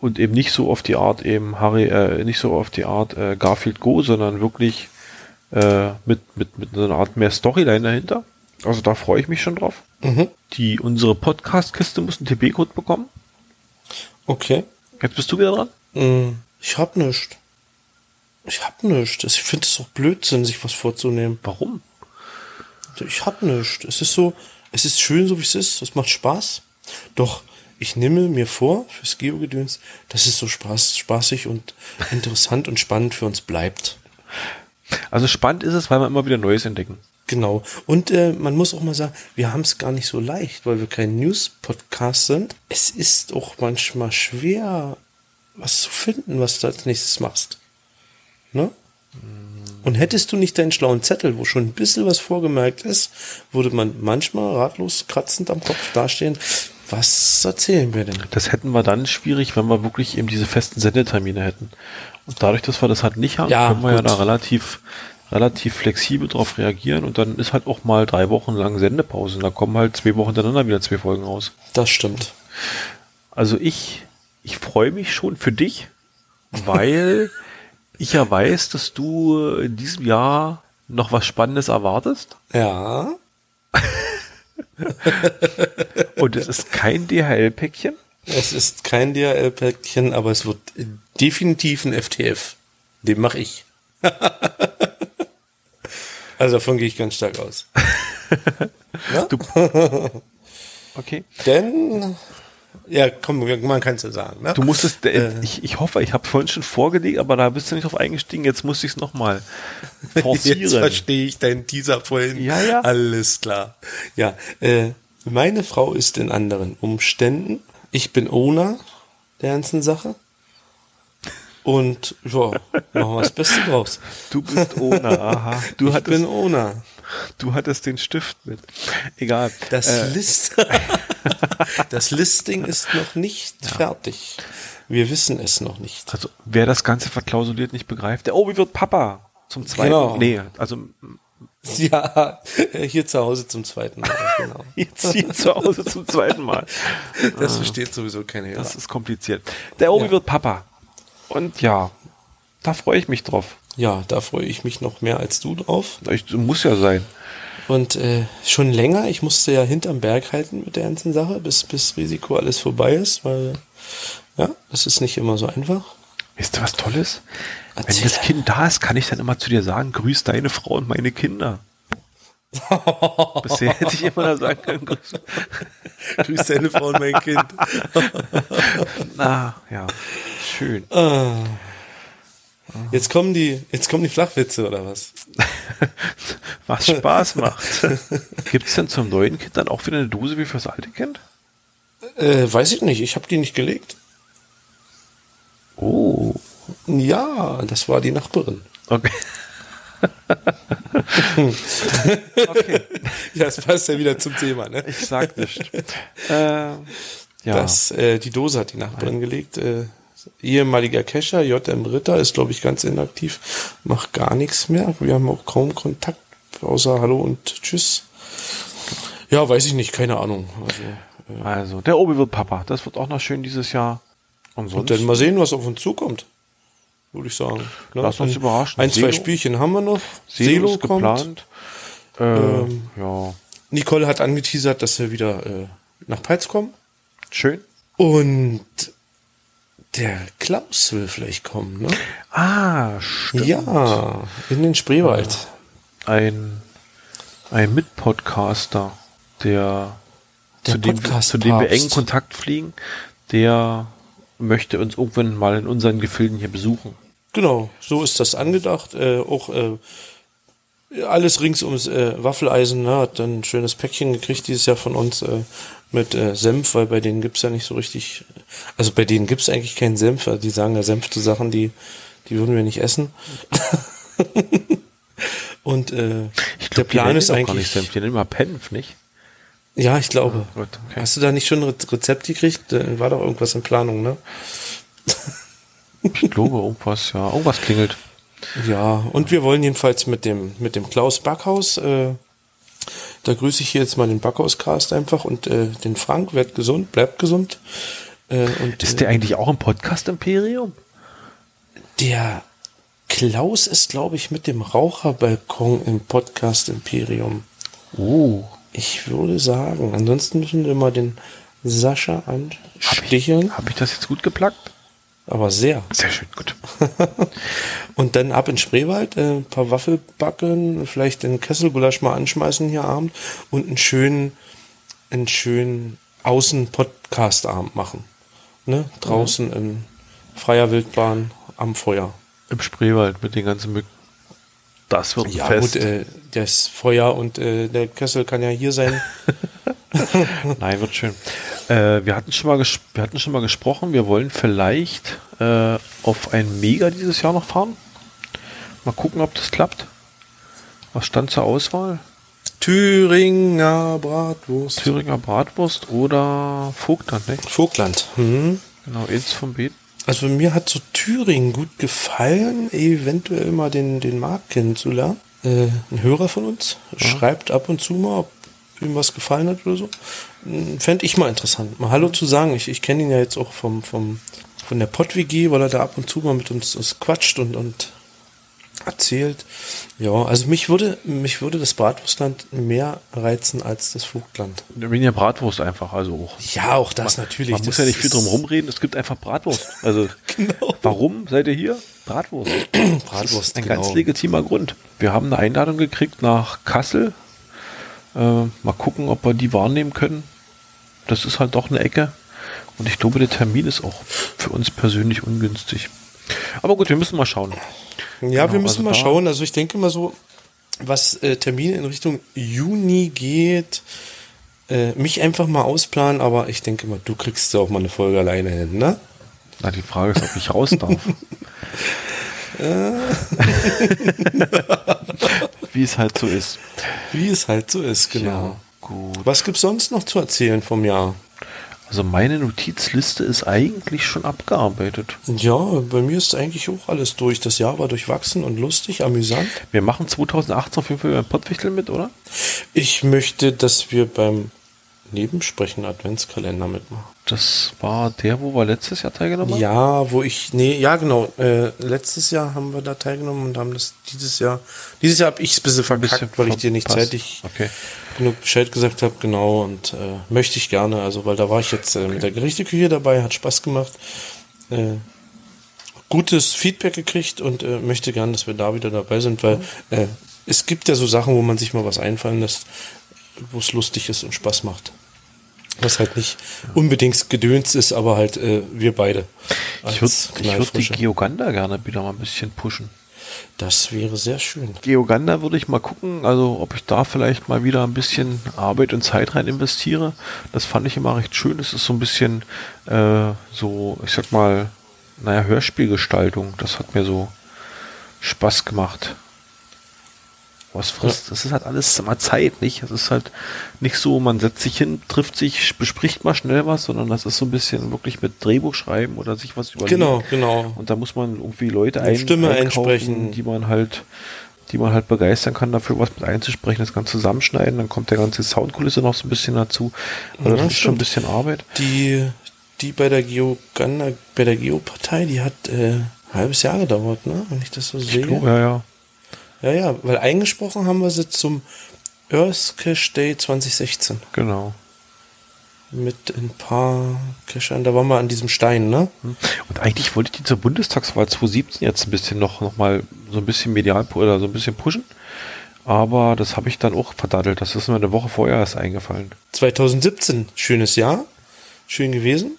Und eben nicht so auf die Art eben Harry, äh, nicht so auf die Art äh, Garfield Go, sondern wirklich äh, mit, mit, mit so einer Art mehr Storyline dahinter. Also da freue ich mich schon drauf. Die, unsere Podcast-Kiste muss einen TB-Code bekommen.
Okay.
Jetzt bist du wieder dran.
Mm, Ich hab nichts. Ich hab nichts. Ich finde es doch Blödsinn, sich was vorzunehmen. Also,
Warum?
Ich hab nichts. Es ist so, es ist schön, so wie es ist. Es macht Spaß. Doch ich nehme mir vor, fürs Geo-Gedöns, dass es so Spaß, spaßig und interessant und spannend für uns bleibt.
Also spannend ist es, weil wir immer wieder Neues entdecken.
Genau. Und äh, man muss auch mal sagen, wir haben es gar nicht so leicht, weil wir kein News-Podcast sind. Es ist auch manchmal schwer, was zu finden, was du als nächstes machst. Ne? Und hättest du nicht deinen schlauen Zettel, wo schon ein bisschen was vorgemerkt ist, würde man manchmal ratlos kratzend am Kopf dastehen. Was erzählen wir denn?
Das hätten wir dann schwierig, wenn wir wirklich eben diese festen Sendetermine hätten. Und dadurch, dass wir das halt nicht haben,
Ja,
können wir ja
gut.
da relativ, relativ flexibel drauf reagieren. Und dann ist halt auch mal drei Wochen lang Sendepause. Und da kommen halt zwei Wochen hintereinander wieder zwei Folgen raus.
Das stimmt.
Also ich, ich freue mich schon für dich,
[laughs]
weil ich ja weiß, dass du in diesem Jahr noch was Spannendes erwartest.
Ja.
Und es ist kein DHL-Päckchen.
Es ist kein DHL-Päckchen, aber es wird definitiv ein FTF. Den mache ich. [laughs] also davon gehe ich ganz stark aus. Na?
Okay.
Denn, ja, komm, man kann es ja sagen. Ne?
Du musstest, äh, ich, ich hoffe, ich habe vorhin schon vorgelegt, aber da bist du nicht drauf eingestiegen, jetzt musste ich es nochmal
[laughs] Jetzt
forcieren.
verstehe ich deinen Teaser vorhin.
Ja, ja.
Alles klar. Ja, äh, meine Frau ist in anderen Umständen. Ich bin Owner der ganzen Sache. Und ja, machen wir das Beste draus.
Du bist ohne, aha. Du,
ich
hattest,
bin Owner.
du hattest den Stift mit. Egal.
Das
äh,
List [laughs] das Listing ist noch nicht fertig. Wir wissen es noch nicht.
also, wer das Ganze verklausuliert nicht begreift, der Obi wird Papa. Zum zweiten.
Genau.
Nee, also [laughs]
[laughs] Ja, äh, hier zu Hause zum zweiten Mal. Genau.
jetzt hier zu Hause zum zweiten Mal.
Das versteht sowieso kein Hörer.
Das ist kompliziert. Der Obi
Ja.
wird Papa. Und ja, da freue ich mich drauf.
Ja, da freue ich mich noch mehr als du drauf.
Ich, muss ja sein.
Und äh, schon länger, ich musste ja hinterm Berg halten mit der ganzen Sache, bis bis Risiko alles vorbei ist, weil ja, das ist nicht immer so einfach.
Weißt du, was Tolles? Wenn
Erzähl.
das Kind da ist, kann ich dann immer zu dir sagen, grüß deine Frau und meine Kinder. Bisher hätte ich immer da sagen können, grüß.
[laughs] Grüß deine Frau und mein Kind.
Na, ja. Schön. [laughs]
Jetzt kommen die, jetzt kommen die Flachwitze oder was?
Was Spaß macht. Gibt es denn zum neuen Kind dann auch wieder eine Dose wie fürs alte Kind?
Äh, weiß ich nicht, ich habe die nicht gelegt.
Oh.
Ja, das war die Nachbarin.
Okay. okay,
Ja, das passt ja wieder zum Thema, ne?
ich sag [laughs] nicht. Äh, ja.
Das, äh, die Dose hat die Nachbarin gelegt. Äh, ehemaliger Kescher, JM Ritter, ist, glaube ich, ganz inaktiv. Macht gar nichts mehr. Wir haben auch kaum Kontakt, außer Hallo und Tschüss. Ja, weiß ich nicht, keine Ahnung. Also, äh,
Also, der Obi wird Papa. Das wird auch noch schön dieses Jahr. Und sonst.
und dann mal sehen, was auf uns zukommt. Würde ich sagen. Ne?
Lass uns
Dann
überraschen.
Ein, zwei
Selo-
Spielchen haben wir noch.
Selo
Selo Ähm.
ist geplant. Äh, ja.
Nicole hat angeteasert, dass wir wieder äh, nach Peitz kommen.
Schön.
Und der Klaus will vielleicht kommen, ne?
Ah, stimmt.
Ja, in den Spreewald.
Ein, ein Mitpodcaster, der,
Der
zu, dem, wir- zu dem wir
Podcast-Papst.
engen Kontakt fliegen, der möchte uns irgendwann mal in unseren Gefilden hier besuchen.
Genau, so ist das angedacht. Äh, auch äh, alles rings ums äh, Waffeleisen ne, hat dann ein schönes Päckchen gekriegt dieses Jahr von uns äh, mit äh, Senf, weil bei denen gibt's ja nicht so richtig, also bei denen gibt's eigentlich keinen Senf. Also die sagen ja Senf zu Sachen, die, die würden wir nicht essen. [laughs] Und äh, der
glaub, die
Plan
nennen
ist
ihn auch Gar
eigentlich.
nicht Senf. Die nennen immer Penf, nicht?
Ja, ich glaube.
Ah, gut, okay.
Hast du da nicht schon ein Re- Rezept gekriegt? Da war doch irgendwas in Planung, ne?
Ich glaube, irgendwas, ja. Irgendwas klingelt.
Ja, und wir wollen jedenfalls mit dem, mit dem Klaus Backhaus, äh, da grüße ich hier jetzt mal den Backhauscast einfach und äh, den Frank, werd gesund, bleibt gesund. Äh, und
Ist der eigentlich auch im Podcast-Imperium?
der Klaus ist, glaube ich, mit dem Raucherbalkon im Podcast Imperium.
Oh.
Ich würde sagen, ansonsten müssen wir mal den Sascha ansticheln,
Habe ich das jetzt gut geplagt?
aber sehr.
Sehr schön, gut.
[laughs] Und dann ab in Spreewald, äh, ein paar Waffel backen, vielleicht den Kesselgulasch mal anschmeißen hier Abend und einen schönen, einen schönen Außen-Podcast-Abend machen. Ne? Draußen in freier Wildbahn am Feuer.
Im Spreewald mit den ganzen Mücken. Das wird
Ja,
ein fest.
gut, äh, das Feuer und äh, der Kessel kann ja hier sein.
Nein, wird schön. Äh, wir, hatten schon mal ges- wir hatten schon mal gesprochen, wir wollen vielleicht äh, auf ein Mega dieses Jahr noch fahren. Mal gucken, ob das klappt. Was stand zur Auswahl?
Thüringer Bratwurst.
Thüringer Bratwurst oder Vogtland, ne?
Vogtland. Mhm.
Genau, eins vom Beet.
Also mir hat so Thüringen gut gefallen, eventuell mal den, den Marc kennenzulernen. Äh, ein Hörer von uns schreibt ab und zu mal, ob ihm was gefallen hat oder so. Fände ich mal interessant, mal Hallo zu sagen. Ich, ich kenne ihn ja jetzt auch vom, vom, von der Pott-WG, weil er da ab und zu mal mit uns, uns quatscht und, und erzählt. Ja, also mich würde, mich würde das Bratwurstland mehr reizen als das Vogtland.
Weniger Bratwurst einfach, also auch.
Ja, auch das natürlich.
Man muss ja nicht viel drum rumreden, es gibt einfach Bratwurst. Also,
[laughs] Genau.
warum seid ihr hier? Bratwurst. genau. Das ist
Bratwurst,
ein ganz legitimer Grund. Wir haben eine Einladung gekriegt nach Kassel. Äh, mal gucken, ob wir die wahrnehmen können. Das ist halt doch eine Ecke. Und ich glaube, der Termin ist auch für uns persönlich ungünstig. Aber gut, wir müssen mal schauen.
Ja, wir
Genau,
müssen
also
mal
da-
schauen. Also ich denke mal so, was äh, Termine in Richtung Juni geht, äh, mich einfach mal ausplanen, aber ich denke mal, du kriegst ja auch mal eine Folge alleine hin, ne?
Na, die Frage ist, ob ich raus [laughs] darf. Wie es halt so ist.
Wie es halt so ist, genau.
gut.
Was gibt's sonst noch zu erzählen vom Jahr?
Also meine Notizliste ist eigentlich schon abgearbeitet.
Ja, bei mir ist eigentlich auch alles durch. Das Jahr war durchwachsen und lustig, amüsant.
Wir machen 2018 auf jeden Fall beim Pottwichtel mit, oder?
Ich möchte, dass wir beim Nebensprechen Adventskalender mitmachen.
Das war der, wo wir letztes Jahr teilgenommen haben?
Ja, wo ich, nee, ja genau, äh, letztes Jahr haben wir da teilgenommen und haben das dieses Jahr, dieses Jahr habe ich es ein bisschen verkackt,
bisschen
weil ich dir nicht
verpasst.
zeitig
Okay.
genug Bescheid gesagt habe, genau, und äh, möchte ich gerne, also weil da war ich jetzt äh, mit der Gerichteküche dabei, hat Spaß gemacht, äh, gutes Feedback gekriegt und äh, möchte gerne, dass wir da wieder dabei sind, weil äh, es gibt ja so Sachen, wo man sich mal was einfallen lässt, wo es lustig ist und Spaß macht. Was halt nicht unbedingt gedöns ist, aber halt äh, wir beide.
Ich würde
als
würd die
Knallfrische.
Geoganda gerne wieder mal ein bisschen pushen.
das wäre sehr schön.
Geoganda würde ich mal gucken, also ob ich da vielleicht mal wieder ein bisschen Arbeit und Zeit rein investiere. Das fand ich immer recht schön. Es ist so ein bisschen äh, so, ich sag mal, naja, Hörspielgestaltung. Das hat mir so Spaß gemacht. Was frisst? Das ist halt alles immer Zeit, nicht? Es ist halt nicht so, man setzt sich hin, trifft sich, bespricht mal schnell was, sondern das ist so ein bisschen wirklich mit Drehbuch schreiben oder sich was überlegen.
Genau, genau.
Und da muss man irgendwie Leute
Eine
ein,
Stimme
einkaufen,
einsprechen.
die man halt, die man halt begeistern kann, dafür was mit einzusprechen, das Ganze zusammenschneiden, dann kommt der ganze Soundkulisse noch so ein bisschen dazu. Also das
Ja,
ist schon ein
stimmt.
bisschen Arbeit.
Die, die bei der Geoganda, bei der Geopartei, die hat äh, ein halbes Jahr gedauert, ne? Wenn ich das so sehe.
Ich glaube, ja, ja.
Ja, ja, weil eingesprochen haben wir sie zum Earth Cash Day 2016
Genau.
mit ein paar Cachern. Da waren wir an diesem Stein, ne?
Hm. Und eigentlich wollte ich die zur Bundestagswahl 2017 jetzt ein bisschen noch, noch mal so ein bisschen medial pu- oder so ein bisschen pushen. Aber das habe ich dann auch verdattelt. Das ist mir eine Woche vorher erst eingefallen.
2017, schönes Jahr, schön gewesen.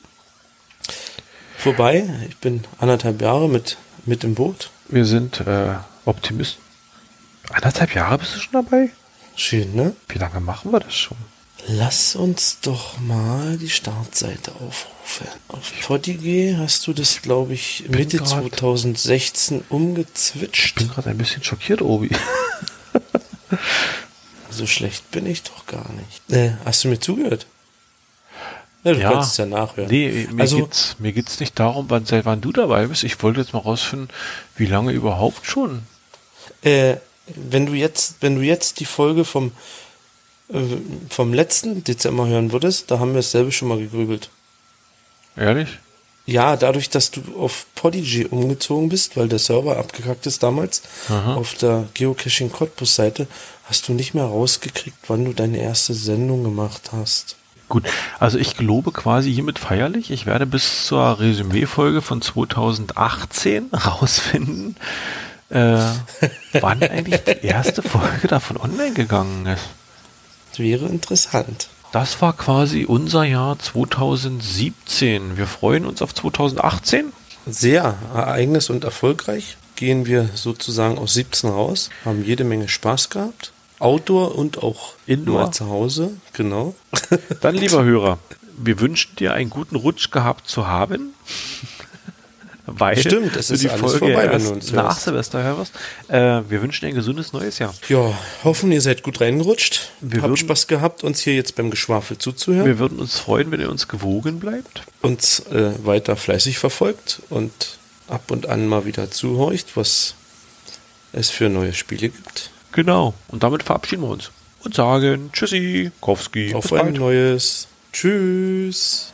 Vorbei, ich bin anderthalb Jahre mit, mit im Boot.
Wir sind äh, Optimisten. Anderthalb Jahre bist du schon dabei?
Schön, ne?
Wie lange machen wir das schon?
Lass uns doch mal die Startseite aufrufen. Auf PodiG hast du das, glaube ich, Mitte
grad-
2016 umgezwitscht.
Ich bin gerade ein bisschen schockiert, Obi.
So schlecht bin ich doch gar nicht. Äh, hast du mir zugehört? Ja, du
Ja.
kannst es ja nachhören.
Nee, mir,
also,
geht's, mir geht's nicht darum, wann, seit wann du dabei bist. Ich wollte jetzt mal rausfinden, wie lange überhaupt schon.
äh, wenn du jetzt, wenn du jetzt die Folge vom, äh, vom letzten Dezember hören würdest, da haben wir dasselbe schon mal gegrübelt.
Ehrlich?
Ja, dadurch, dass du auf Podigy umgezogen bist, weil der Server abgekackt ist damals,
Aha.
auf der Geocaching Cottbus Seite, hast du nicht mehr rausgekriegt, wann du deine erste Sendung gemacht hast.
Gut, also ich gelobe quasi hiermit feierlich. Ich werde bis zur Resümee-Folge von 2018 rausfinden,
[laughs]
äh, wann eigentlich die erste Folge davon online gegangen ist.
Das wäre interessant.
Das war quasi unser Jahr 2017. Wir freuen uns auf 2018.
Sehr ereignis- und erfolgreich gehen wir sozusagen aus 17 raus, haben jede Menge Spaß gehabt. Outdoor und auch
Indoor.
mal zu Hause, genau. [laughs]
Dann, lieber Hörer, wir wünschen dir einen guten Rutsch gehabt zu haben. [laughs] Weil
Stimmt, es
du
ist
die
alles
Folge
vorbei, wenn
erst
du uns
nach
hörst.
Silvester hörst. Äh, wir wünschen dir ein gesundes neues Jahr.
ja, hoffen, ihr seid gut reingerutscht.
Wir
Habt
würden-
Spaß gehabt, uns hier jetzt beim Geschwafel zuzuhören.
Wir würden uns freuen, wenn ihr uns gewogen bleibt.
uns äh, weiter fleißig verfolgt und ab und an mal wieder zuhorcht, was es für neue Spiele gibt.
Genau. Und damit verabschieden wir uns und sagen Tschüssi, Kowski.
Auf ein neues. Tschüss.